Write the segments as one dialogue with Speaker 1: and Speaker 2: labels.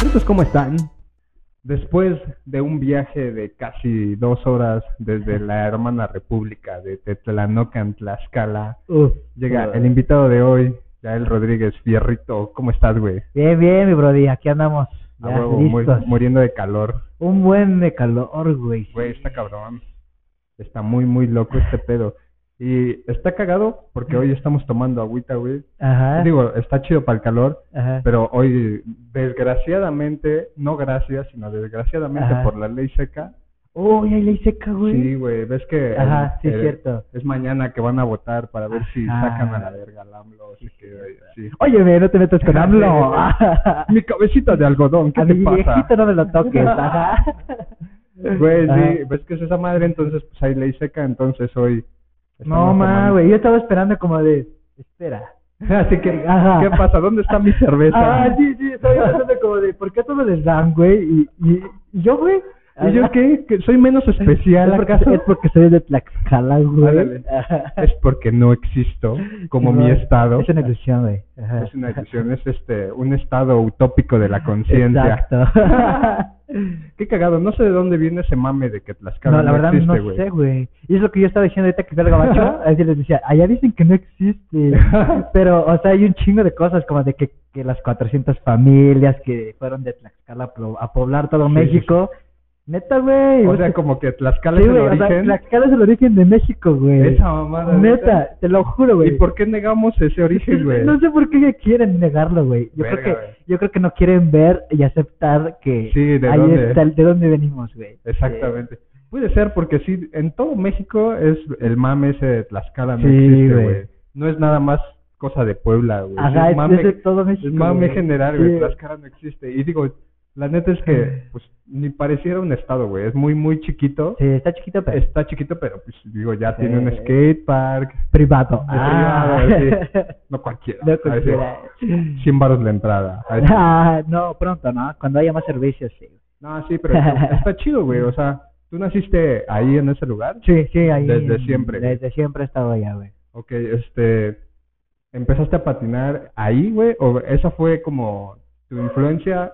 Speaker 1: Amiguitos, ¿cómo están? Después de un viaje de casi dos horas desde la hermana república de Tetlanocan, Tlaxcala,
Speaker 2: Uf,
Speaker 1: llega
Speaker 2: uf.
Speaker 1: el invitado de hoy, Yael Rodríguez Fierrito. ¿Cómo estás, güey?
Speaker 2: Bien, bien, mi brody, aquí andamos.
Speaker 1: A
Speaker 2: ya,
Speaker 1: huevo, mu-
Speaker 2: listos.
Speaker 1: muriendo de calor.
Speaker 2: Un buen de calor, güey.
Speaker 1: Güey, está cabrón. Está muy, muy loco este pedo. Y está cagado porque hoy estamos tomando agüita, güey.
Speaker 2: Ajá.
Speaker 1: Digo, está chido para el calor,
Speaker 2: ajá.
Speaker 1: pero hoy, desgraciadamente, no gracias, sino desgraciadamente
Speaker 2: Ajá.
Speaker 1: por la ley seca.
Speaker 2: Uy, ahí le seca, güey.
Speaker 1: Sí, güey, ves que.
Speaker 2: Ajá, sí,
Speaker 1: eh,
Speaker 2: cierto.
Speaker 1: Es mañana que van a votar para ver si
Speaker 2: Ajá.
Speaker 1: sacan a la verga al AMLO. o si que- sí.
Speaker 2: Oye, no te metas con AMLO.
Speaker 1: Ajá, Mi cabecita de algodón, ¿qué
Speaker 2: A
Speaker 1: te
Speaker 2: mi
Speaker 1: pasa?
Speaker 2: viejito no me lo toques. Ajá.
Speaker 1: Güey,
Speaker 2: Ajá.
Speaker 1: sí, ves que es esa madre, entonces pues ahí ley seca, entonces hoy.
Speaker 2: No,
Speaker 1: estamos
Speaker 2: ma,
Speaker 1: tomando-
Speaker 2: güey. Yo estaba esperando como de. Espera.
Speaker 1: Así que,
Speaker 2: Ajá.
Speaker 1: ¿qué pasa? ¿Dónde está mi cerveza?
Speaker 2: Ah, sí, sí, estaba pensando como de, ¿por qué a todos les dan, güey? Y, y, y yo, güey.
Speaker 1: ¿Y yo
Speaker 2: Ajá.
Speaker 1: qué? ¿Que ¿Soy menos especial
Speaker 2: es porque,
Speaker 1: acaso?
Speaker 2: es porque soy de Tlaxcala, güey.
Speaker 1: Ándale. Es porque no existo como mi
Speaker 2: No,
Speaker 1: estado.
Speaker 2: Es una ilusión, güey. Ajá.
Speaker 1: Es una ilusión, es este, un estado utópico de la conciencia.
Speaker 2: Exacto.
Speaker 1: Qué cagado, no sé de dónde viene ese mame de que Tlaxcala
Speaker 2: no, la verdad
Speaker 1: existe,
Speaker 2: no sé, güey. Y es lo que yo estaba diciendo ahorita que fui al gabacho. Así les decía, allá dicen que no existe. Pero, o sea, hay un chingo de cosas como de que, que las 400 familias que fueron de Tlaxcala a plo- a poblar todo
Speaker 1: Sí, sí,
Speaker 2: México. Neta, güey. pues,
Speaker 1: O sea, como que Tlaxcala
Speaker 2: Sí,
Speaker 1: es el
Speaker 2: güey, o sea,
Speaker 1: origen.
Speaker 2: Tlaxcala es el origen de México, güey.
Speaker 1: Esa mamada.
Speaker 2: Neta, te lo juro,
Speaker 1: ¿Y
Speaker 2: güey.
Speaker 1: por qué negamos ese origen, güey?
Speaker 2: No sé por qué quieren negarlo, güey. Yo
Speaker 1: Verga,
Speaker 2: creo que
Speaker 1: güey.
Speaker 2: yo creo que no quieren ver y aceptar que
Speaker 1: Sí, ¿de
Speaker 2: ahí
Speaker 1: dónde?
Speaker 2: está el- de dónde venimos, güey.
Speaker 1: Exactamente. Puede ser porque sí, en todo México es el mame ese de Tlaxcala no
Speaker 2: Sí,
Speaker 1: existe,
Speaker 2: güey.
Speaker 1: güey. No es nada más cosa de Puebla, güey.
Speaker 2: Ajá,
Speaker 1: es
Speaker 2: es,
Speaker 1: mame,
Speaker 2: es de todo México.
Speaker 1: es mame
Speaker 2: güey.
Speaker 1: general,
Speaker 2: Sí.
Speaker 1: güey. Tlaxcala no existe. Y digo, la neta es que pues ni pareciera un estado, güey. Es muy muy chiquito.
Speaker 2: Sí, está chiquito, pero es
Speaker 1: Está chiquito, pero pues digo, ya
Speaker 2: Sí.
Speaker 1: tiene un skate park,
Speaker 2: privado.
Speaker 1: Ah, sí. No cualquiera.
Speaker 2: No
Speaker 1: A veces,
Speaker 2: cualquiera.
Speaker 1: 100 baros la entrada. A veces-
Speaker 2: Ah, no, pronto, ¿no? Cuando haya más servicios, sí.
Speaker 1: No, sí, pero está está chido, güey. O sea, ¿tú naciste ahí en ese lugar?
Speaker 2: Sí, sí, ahí.
Speaker 1: Desde siempre.
Speaker 2: Desde siempre he estado allá, güey.
Speaker 1: Ok, este... ¿Empezaste a patinar ahí, güey? ¿O esa fue como tu influencia?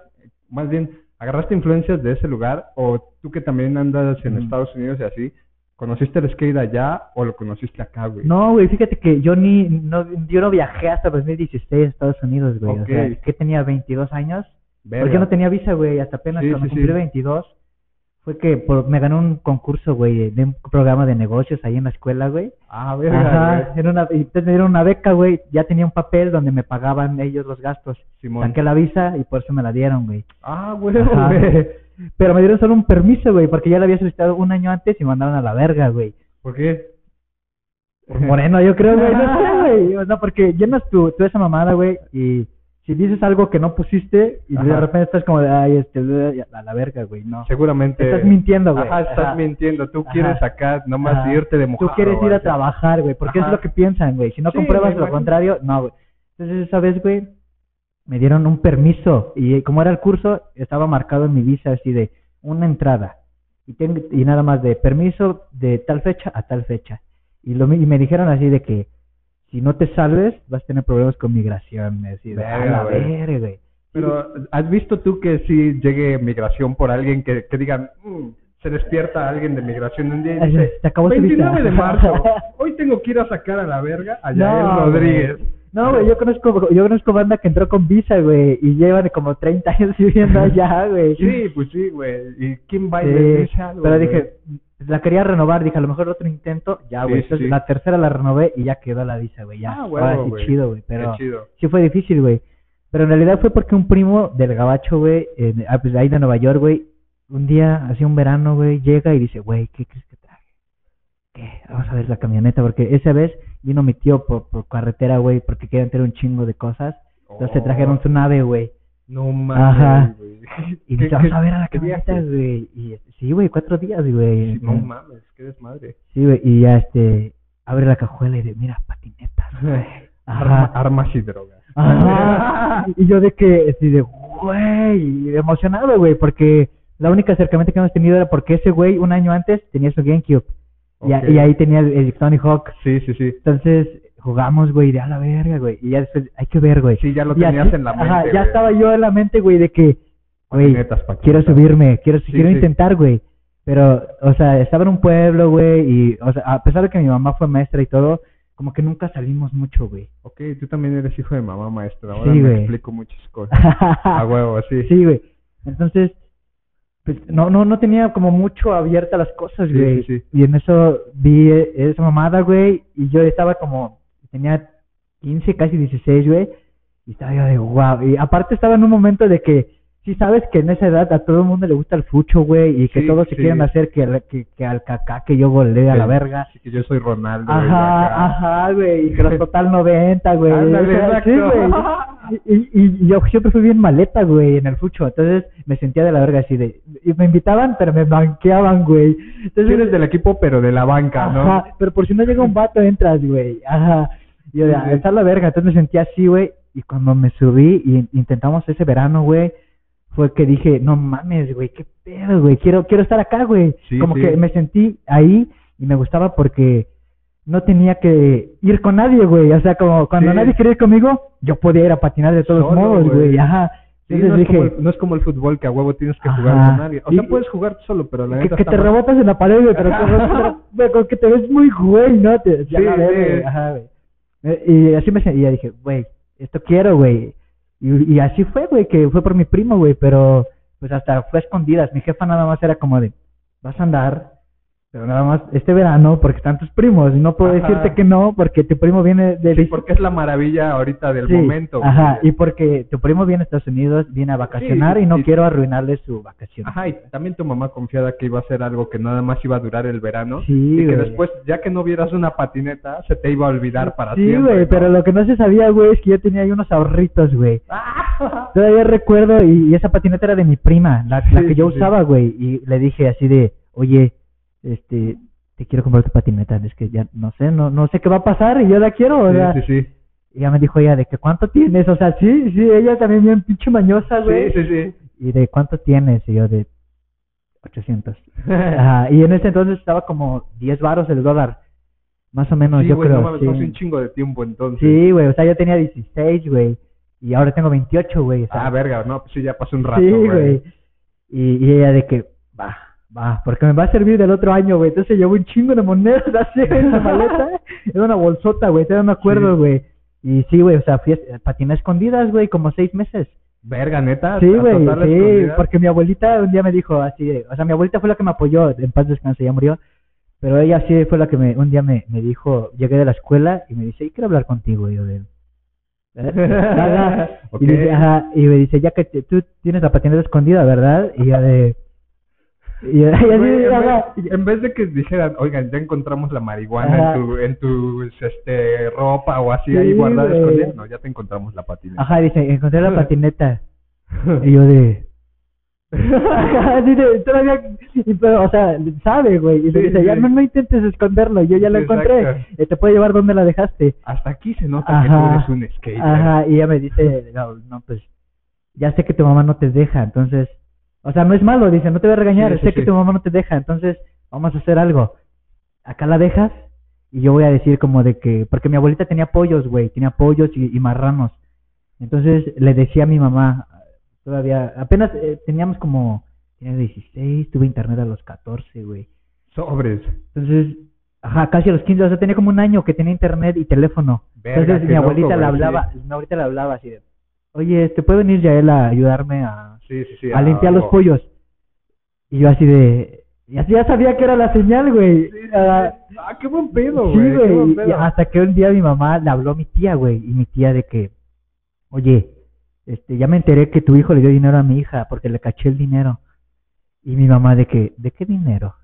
Speaker 1: Más bien, ¿agarraste influencias de ese lugar? ¿O tú que también andas en
Speaker 2: Mm.
Speaker 1: Estados Unidos y así, conociste el skate allá o lo conociste acá, güey?
Speaker 2: No, güey, fíjate que yo ni, no, yo no viajé hasta 2016 a Estados Unidos, güey.
Speaker 1: Ok.
Speaker 2: O sea, que tenía 22 años.
Speaker 1: Verga.
Speaker 2: Porque no tenía visa, güey, hasta apenas
Speaker 1: Sí,
Speaker 2: cuando
Speaker 1: sí,
Speaker 2: cumplí
Speaker 1: sí.
Speaker 2: 22 fue que por- me ganó un concurso, güey, de un programa de negocios ahí en la escuela, güey.
Speaker 1: Ah,
Speaker 2: Ajá,
Speaker 1: verga, güey.
Speaker 2: era una, y entonces me dieron una beca, güey, ya tenía un papel donde me pagaban ellos los gastos.
Speaker 1: Simón.
Speaker 2: Saqué la visa y por eso me la dieron, güey.
Speaker 1: Ah, güey,
Speaker 2: Ajá.
Speaker 1: güey.
Speaker 2: Pero me dieron solo un permiso, güey, porque ya la había solicitado un año antes y me mandaron a la verga, güey.
Speaker 1: ¿Por qué?
Speaker 2: Por moreno, yo creo, güey. No sé, güey. O sea, porque llenas tu, tu esa mamada, güey, y si dices algo que no pusiste y de
Speaker 1: Ajá.
Speaker 2: repente estás como de, ay, este, a la verga, güey, no.
Speaker 1: Seguramente.
Speaker 2: Estás mintiendo, güey.
Speaker 1: Eh, Ajá, estás
Speaker 2: Ajá.
Speaker 1: mintiendo. Tú
Speaker 2: Ajá.
Speaker 1: quieres acá nomás
Speaker 2: Ajá.
Speaker 1: irte de mojado.
Speaker 2: Tú quieres ir
Speaker 1: güey.
Speaker 2: a trabajar, güey, porque
Speaker 1: Ajá.
Speaker 2: es lo que piensan, güey. Si no
Speaker 1: Sí,
Speaker 2: compruebas
Speaker 1: güey,
Speaker 2: lo
Speaker 1: bueno.
Speaker 2: contrario, no, güey. Entonces esa vez, güey, me dieron un permiso y eh, como era el curso, estaba marcado en mi visa así de una entrada y, ten- y nada más de permiso de tal fecha a tal fecha. Y, lo, mi- y me dijeron así de que si no te salves vas a tener problemas con migración. Así de, a
Speaker 1: Verga,
Speaker 2: la
Speaker 1: güey.
Speaker 2: verga, güey.
Speaker 1: Pero, ¿has visto tú que si llegue migración por alguien que, que digan, "Mm", se despierta alguien de migración un día y
Speaker 2: Así,
Speaker 1: dice,
Speaker 2: se acabó su visa.
Speaker 1: 29 de marzo, hoy tengo que ir a sacar a la verga a Yael Rodríguez.
Speaker 2: güey. No, güey, yo conozco, yo conozco banda que entró con visa, güey, y llevan como 30 años viviendo allá, güey.
Speaker 1: Sí, pues sí, güey. ¿Y quién va y
Speaker 2: Sí,
Speaker 1: les dice algo?
Speaker 2: pero
Speaker 1: güey?
Speaker 2: dije, la quería renovar, dije, a lo mejor otro intento, ya,
Speaker 1: Sí,
Speaker 2: güey.
Speaker 1: sí,
Speaker 2: Entonces,
Speaker 1: sí.
Speaker 2: La tercera la renové y ya quedó la visa, güey, ya.
Speaker 1: Ah, huevo,
Speaker 2: Ahora sí,
Speaker 1: güey.
Speaker 2: chido, güey,
Speaker 1: Qué
Speaker 2: pero
Speaker 1: chido.
Speaker 2: sí fue difícil, güey. Pero en realidad fue porque un primo del gabacho, güey, en- ah, pues, ahí de Nueva York, güey, un día, así un verano, güey, llega y dice, güey, ¿qué crees que traje? ¿Qué? Vamos a ver la camioneta, porque esa vez vino mi tío por, por carretera, güey, porque querían tener un chingo de cosas. Entonces se
Speaker 1: Oh.
Speaker 2: trajeron su nave, güey.
Speaker 1: No
Speaker 2: Ajá.
Speaker 1: mames, güey.
Speaker 2: Y
Speaker 1: ¿Qué-
Speaker 2: dice, vamos
Speaker 1: qué-
Speaker 2: a ver a la
Speaker 1: qué viaje?
Speaker 2: camioneta, güey. Y este, sí, güey, cuatro días, güey.
Speaker 1: Sí, No mames, qué desmadre.
Speaker 2: Sí, güey, y ya este abre la cajuela y dice, mira, patinetas.
Speaker 1: Arma-
Speaker 2: Ajá.
Speaker 1: armas y drogas.
Speaker 2: Ajá. Y yo de que, así de, güey, emocionado, güey, porque la única acercamiento que hemos tenido era porque ese güey un año antes tenía su GameCube. Y, a-
Speaker 1: Ok.
Speaker 2: y ahí tenía el, el Tony Hawk.
Speaker 1: Sí, sí, sí.
Speaker 2: Entonces jugamos, güey, de a la verga, güey. Y ya después, hay que ver, güey.
Speaker 1: Sí, ya lo
Speaker 2: Y
Speaker 1: tenías
Speaker 2: así-
Speaker 1: en la mente.
Speaker 2: Ajá, ya
Speaker 1: güey.
Speaker 2: estaba yo en la mente, güey, de que Güey,
Speaker 1: Patinetas, patinetas.
Speaker 2: quiero subirme, quiero, quiero
Speaker 1: sí.
Speaker 2: intentar, güey. Pero, o sea, estaba en un pueblo, güey, y, o sea, a pesar de que mi mamá fue maestra y todo, como que nunca salimos mucho, güey.
Speaker 1: Ok, tú también eres hijo de mamá maestra. Ahora
Speaker 2: Sí,
Speaker 1: me
Speaker 2: güey.
Speaker 1: explico muchas cosas. A huevo, sí.
Speaker 2: sí, güey. Entonces, pues, no, no, no tenía como mucho abierta las cosas,
Speaker 1: Sí,
Speaker 2: güey.
Speaker 1: sí, sí.
Speaker 2: Y en eso vi eh, esa mamada, güey, y yo estaba como, tenía 15, casi 16, güey, y estaba yo de wow. Y aparte estaba en un momento de que, sí sabes que en esa edad a todo el mundo le gusta el fucho, güey, y que
Speaker 1: Sí,
Speaker 2: todos se
Speaker 1: sí.
Speaker 2: quieren hacer que, al- que, que al cacá que yo volé a la
Speaker 1: Sí.
Speaker 2: verga.
Speaker 1: Así que yo soy Ronaldo. güey, acá.
Speaker 2: Ajá, ajá, güey, y que los total 90, güey.
Speaker 1: Ándale,
Speaker 2: o sea, sí,
Speaker 1: exacto.
Speaker 2: güey. Y, y- y yo siempre fui bien maleta, güey, en el fucho. Entonces me sentía de la verga así de. Y me invitaban, pero me banqueaban, güey.
Speaker 1: Tú
Speaker 2: Entonces,
Speaker 1: eres del equipo, pero de la banca, ¿no?
Speaker 2: Ajá, pero por si no llega un vato, entras, güey. Ajá. Y yo,
Speaker 1: Sí,
Speaker 2: de, "Ah,
Speaker 1: sí.
Speaker 2: está la verga. Entonces me sentí así, güey. Y cuando me subí y in- intentamos ese verano, güey, fue que dije, no mames, güey, qué pedo, güey. Quiero, quiero estar acá, güey.
Speaker 1: Sí,
Speaker 2: Como
Speaker 1: sí.
Speaker 2: que me sentí ahí y me gustaba porque no tenía que ir con nadie, güey. O sea, como cuando
Speaker 1: Sí.
Speaker 2: nadie quería ir conmigo, yo podía ir a patinar de todos
Speaker 1: Solo,
Speaker 2: modos,
Speaker 1: güey.
Speaker 2: güey. Ajá.
Speaker 1: Sí,
Speaker 2: Entonces
Speaker 1: no, es
Speaker 2: dije,
Speaker 1: como el, no es como el fútbol que a huevo tienes que jugar
Speaker 2: Ajá.
Speaker 1: con nadie. O sea,
Speaker 2: Y-
Speaker 1: puedes jugar solo, pero la
Speaker 2: que,
Speaker 1: neta
Speaker 2: que
Speaker 1: está
Speaker 2: te
Speaker 1: mal.
Speaker 2: rebotas en la pared, güey, pero que, pero- pero como que te ves muy güey, ¿no? Te, ya
Speaker 1: Sí,
Speaker 2: la ves, güey,
Speaker 1: sí.
Speaker 2: ajá, güey. Eh, Y así me sentía, dije, güey, esto quiero, güey. Y, y así fue, güey, que fue por mi primo, güey, pero pues hasta fue a escondidas. Mi jefa nada más era como de, vas a andar, pero nada más este verano porque están tus primos y no puedo
Speaker 1: Ajá.
Speaker 2: decirte que no porque tu primo viene del...
Speaker 1: Sí, porque es la maravilla ahorita del
Speaker 2: Sí,
Speaker 1: momento. güey.
Speaker 2: Ajá, y porque tu primo viene a Estados Unidos, viene a vacacionar y no
Speaker 1: y-
Speaker 2: quiero arruinarle su vacación.
Speaker 1: Ajá, y también tu mamá confiada que iba a ser algo que nada más iba a durar el verano.
Speaker 2: Sí,
Speaker 1: y que
Speaker 2: güey.
Speaker 1: después, ya que no vieras una patineta, se te iba a olvidar para
Speaker 2: Sí,
Speaker 1: siempre.
Speaker 2: güey,
Speaker 1: ¿no?
Speaker 2: pero lo que no se sabía, güey, es que yo tenía ahí unos ahorritos, güey. Todavía recuerdo, y, y esa patineta era de mi prima, la, la
Speaker 1: Sí,
Speaker 2: que yo
Speaker 1: sí, sí.
Speaker 2: usaba, güey. Y le dije así de, oye, este, te quiero comprar tu patineta, es que ya no sé, no, no sé qué va a pasar y yo la quiero, o sea.
Speaker 1: Sí, sí, sí.
Speaker 2: Y ya me dijo ella de que cuánto tienes, o sea, sí, sí, ella también bien pinche mañosa, güey.
Speaker 1: Sí, sí, sí.
Speaker 2: Y de cuánto tienes, y yo de 800. Ajá, y en ese entonces estaba como 10 varos el dólar, más o menos,
Speaker 1: sí,
Speaker 2: yo
Speaker 1: güey,
Speaker 2: creo.
Speaker 1: no mames,
Speaker 2: sí.
Speaker 1: fue hace un chingo de tiempo entonces.
Speaker 2: Sí, güey, o sea, yo tenía 16, güey, y ahora tengo 28, güey. O sea,
Speaker 1: Ah, verga, no, pues sí, ya pasó un rato,
Speaker 2: sí, güey. Y, y ella de que, va, va, porque me va a servir del otro año, güey. Entonces llevo un chingo de monedas así en la maleta. Era una bolsota, güey, todavía me acuerdo,
Speaker 1: Sí.
Speaker 2: güey. Y sí, güey, o sea, fui a patiné a escondidas, güey, como seis meses.
Speaker 1: Verga, neta.
Speaker 2: Sí,
Speaker 1: a
Speaker 2: güey,
Speaker 1: total
Speaker 2: sí,
Speaker 1: escondida.
Speaker 2: porque mi abuelita un día me dijo así, de- o sea, mi abuelita fue la que me apoyó, en paz descanse, ya murió, pero ella sí fue la que me, un día me, me dijo, llegué de la escuela y me dice, y quiero hablar contigo, y yo de... "¿Eh? Nada".
Speaker 1: Ok.
Speaker 2: Y, dice, ajá, y me dice, ya que te- tú tienes la patineta escondida, ¿verdad? Y yo de... Y yo, y así,
Speaker 1: Güey, en,
Speaker 2: ajá,
Speaker 1: vez, en vez de que dijeran, oigan, ya encontramos la marihuana
Speaker 2: Ajá.
Speaker 1: en tu, en tus, este, ropa o así,
Speaker 2: Sí,
Speaker 1: ahí guardada,
Speaker 2: güey.
Speaker 1: escondida, no, ya te encontramos la patineta.
Speaker 2: ajá, dice, encontré la patineta, y yo de... Ajá, sí, de- todavía, y pero, o sea, sabe, güey. Y le
Speaker 1: Sí,
Speaker 2: dice, ya
Speaker 1: sí.
Speaker 2: no, no intentes esconderlo, yo ya lo encontré.
Speaker 1: Exacto.
Speaker 2: eh, te puedo llevar donde la dejaste.
Speaker 1: Hasta aquí se nota
Speaker 2: Ajá.
Speaker 1: que tú eres un skater.
Speaker 2: Ajá, y ella me dice, no, no, pues, ya sé que tu mamá no te deja, entonces, o sea, no es malo, dice, no te voy a regañar,
Speaker 1: Sí, sí,
Speaker 2: sé que
Speaker 1: sí.
Speaker 2: tu mamá no te deja, entonces, vamos a hacer algo. Acá la dejas y yo voy a decir como de que, porque mi abuelita tenía pollos, güey, tenía pollos y, y marranos. Entonces, le decía a mi mamá, todavía, apenas eh, teníamos como, tenía 16, tuve internet a los 14, güey.
Speaker 1: Sobres.
Speaker 2: Entonces, ajá, casi a los 15, o sea, tenía como un año que tenía internet y teléfono.
Speaker 1: Verga,
Speaker 2: Entonces
Speaker 1: qué
Speaker 2: mi abuelita
Speaker 1: loco,
Speaker 2: le
Speaker 1: güey,
Speaker 2: hablaba, mi abuelita le hablaba así de, oye, ¿te puede venir Yael a ayudarme a,
Speaker 1: Sí, sí, ah, sí.
Speaker 2: a limpiar los
Speaker 1: algo.
Speaker 2: pollos? Y yo así de, ya, ya sabía que era la señal, güey.
Speaker 1: Sí, sí, sí.
Speaker 2: Ah,
Speaker 1: Ah, qué buen pedo,
Speaker 2: Sí,
Speaker 1: güey. qué
Speaker 2: güey.
Speaker 1: buen
Speaker 2: y- y
Speaker 1: pedo.
Speaker 2: Hasta que un día mi mamá le habló a mi tía, güey. Y mi tía de que, oye, este, ya me enteré que tu hijo le dio dinero a mi hija porque le caché el dinero. Y mi mamá de que, ¿de qué dinero?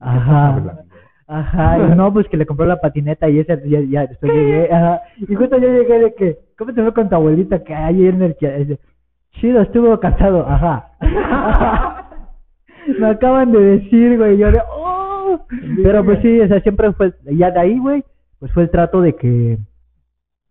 Speaker 2: Ajá.
Speaker 1: hablando?
Speaker 2: Ajá, y no, pues que le compró la patineta y ese ya, ya después llegué, ajá, y justo yo llegué de que, ¿cómo te fue con tu abuelita que hay en el que dice, chido, estuvo casado, ajá. Me acaban de decir, güey, yo de, oh, pero pues sí, o sea, siempre fue, ya de ahí, güey, pues fue el trato de que,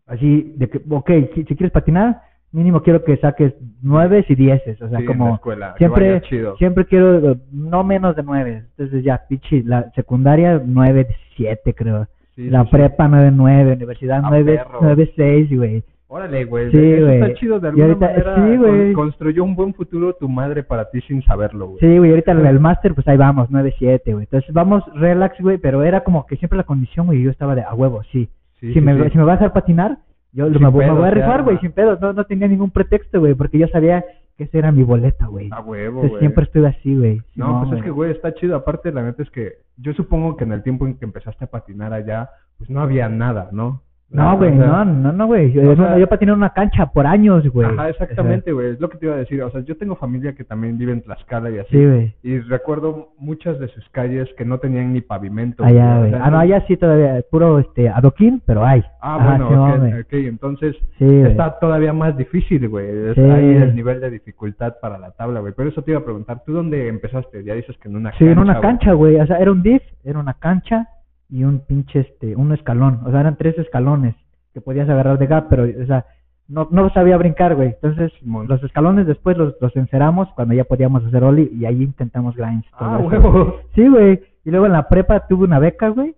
Speaker 2: así, de que, ok, si, si quieres patinar, mínimo quiero que saques nueves y dieces, o sea,
Speaker 1: Sí, en la
Speaker 2: como,
Speaker 1: escuela, que
Speaker 2: siempre,
Speaker 1: vaya chido.
Speaker 2: siempre quiero eh, no menos de nueve. Entonces ya, pichi, la secundaria nueve siete creo.
Speaker 1: Sí,
Speaker 2: la
Speaker 1: sí, sí.
Speaker 2: prepa nueve nueve, universidad
Speaker 1: Ah,
Speaker 2: nueve
Speaker 1: perro.
Speaker 2: nueve seis, güey.
Speaker 1: Órale, güey.
Speaker 2: Sí,
Speaker 1: eso
Speaker 2: güey.
Speaker 1: está chido de
Speaker 2: Y
Speaker 1: alguna
Speaker 2: ahorita-
Speaker 1: manera.
Speaker 2: sí,
Speaker 1: con-
Speaker 2: güey.
Speaker 1: construyó un buen futuro tu madre para ti sin saberlo, güey.
Speaker 2: Sí, güey, ahorita en el máster, pues ahí vamos, 9-7, güey. Entonces vamos relax, güey, pero era como que siempre la condición, güey, yo estaba de a huevo, sí.
Speaker 1: Sí,
Speaker 2: si,
Speaker 1: sí,
Speaker 2: me,
Speaker 1: sí.
Speaker 2: si me vas a dejar patinar, yo lo-
Speaker 1: Sin
Speaker 2: me, voy- me
Speaker 1: pedos,
Speaker 2: voy a
Speaker 1: ya,
Speaker 2: rifar, güey,
Speaker 1: ajá.
Speaker 2: sin pedos. No, no tenía ningún pretexto, güey, porque yo sabía que esa era mi boleta, güey.
Speaker 1: A huevo,
Speaker 2: Entonces
Speaker 1: güey.
Speaker 2: siempre estuve así, güey.
Speaker 1: No, pues es que,
Speaker 2: güey.
Speaker 1: güey, está chido. Aparte, la neta es que yo supongo que en el tiempo en que empezaste a patinar allá, pues no había nada, ¿no?
Speaker 2: No, güey,
Speaker 1: O sea,
Speaker 2: no, no, no, güey. Yo,
Speaker 1: o
Speaker 2: yo-
Speaker 1: sea-
Speaker 2: yo patiné en una cancha por años, güey.
Speaker 1: Ajá, exactamente, güey. Es lo que te iba a decir. O sea, yo tengo familia que también vive en Tlaxcala y
Speaker 2: O sea,
Speaker 1: así.
Speaker 2: sí, güey.
Speaker 1: Y recuerdo muchas de sus calles que no tenían ni pavimento.
Speaker 2: Allá,
Speaker 1: O
Speaker 2: güey.
Speaker 1: sea,
Speaker 2: Ah, no, allá sí todavía, puro este, adoquín, pero hay.
Speaker 1: Ah,
Speaker 2: Ajá,
Speaker 1: bueno,
Speaker 2: sí,
Speaker 1: ok,
Speaker 2: no, güey.
Speaker 1: ok, entonces
Speaker 2: Sí, güey.
Speaker 1: está todavía más difícil, güey. Es
Speaker 2: Sí.
Speaker 1: Ahí el nivel de dificultad para la tabla, güey. Pero eso te iba a preguntar, ¿tú dónde empezaste? Ya dices que en una
Speaker 2: Sí, en una
Speaker 1: güey.
Speaker 2: cancha, güey. O sea, era un div, era una cancha y un pinche, este, un escalón. O sea, eran tres escalones que podías agarrar de gap, pero, o sea, no, no sabía brincar, güey. Entonces,
Speaker 1: Simón.
Speaker 2: los escalones después los, los enceramos cuando ya podíamos hacer ollie y ahí intentamos grinds. todo
Speaker 1: Ah,
Speaker 2: eso.
Speaker 1: huevo.
Speaker 2: Sí, güey. Y luego en la prepa tuve una beca, güey.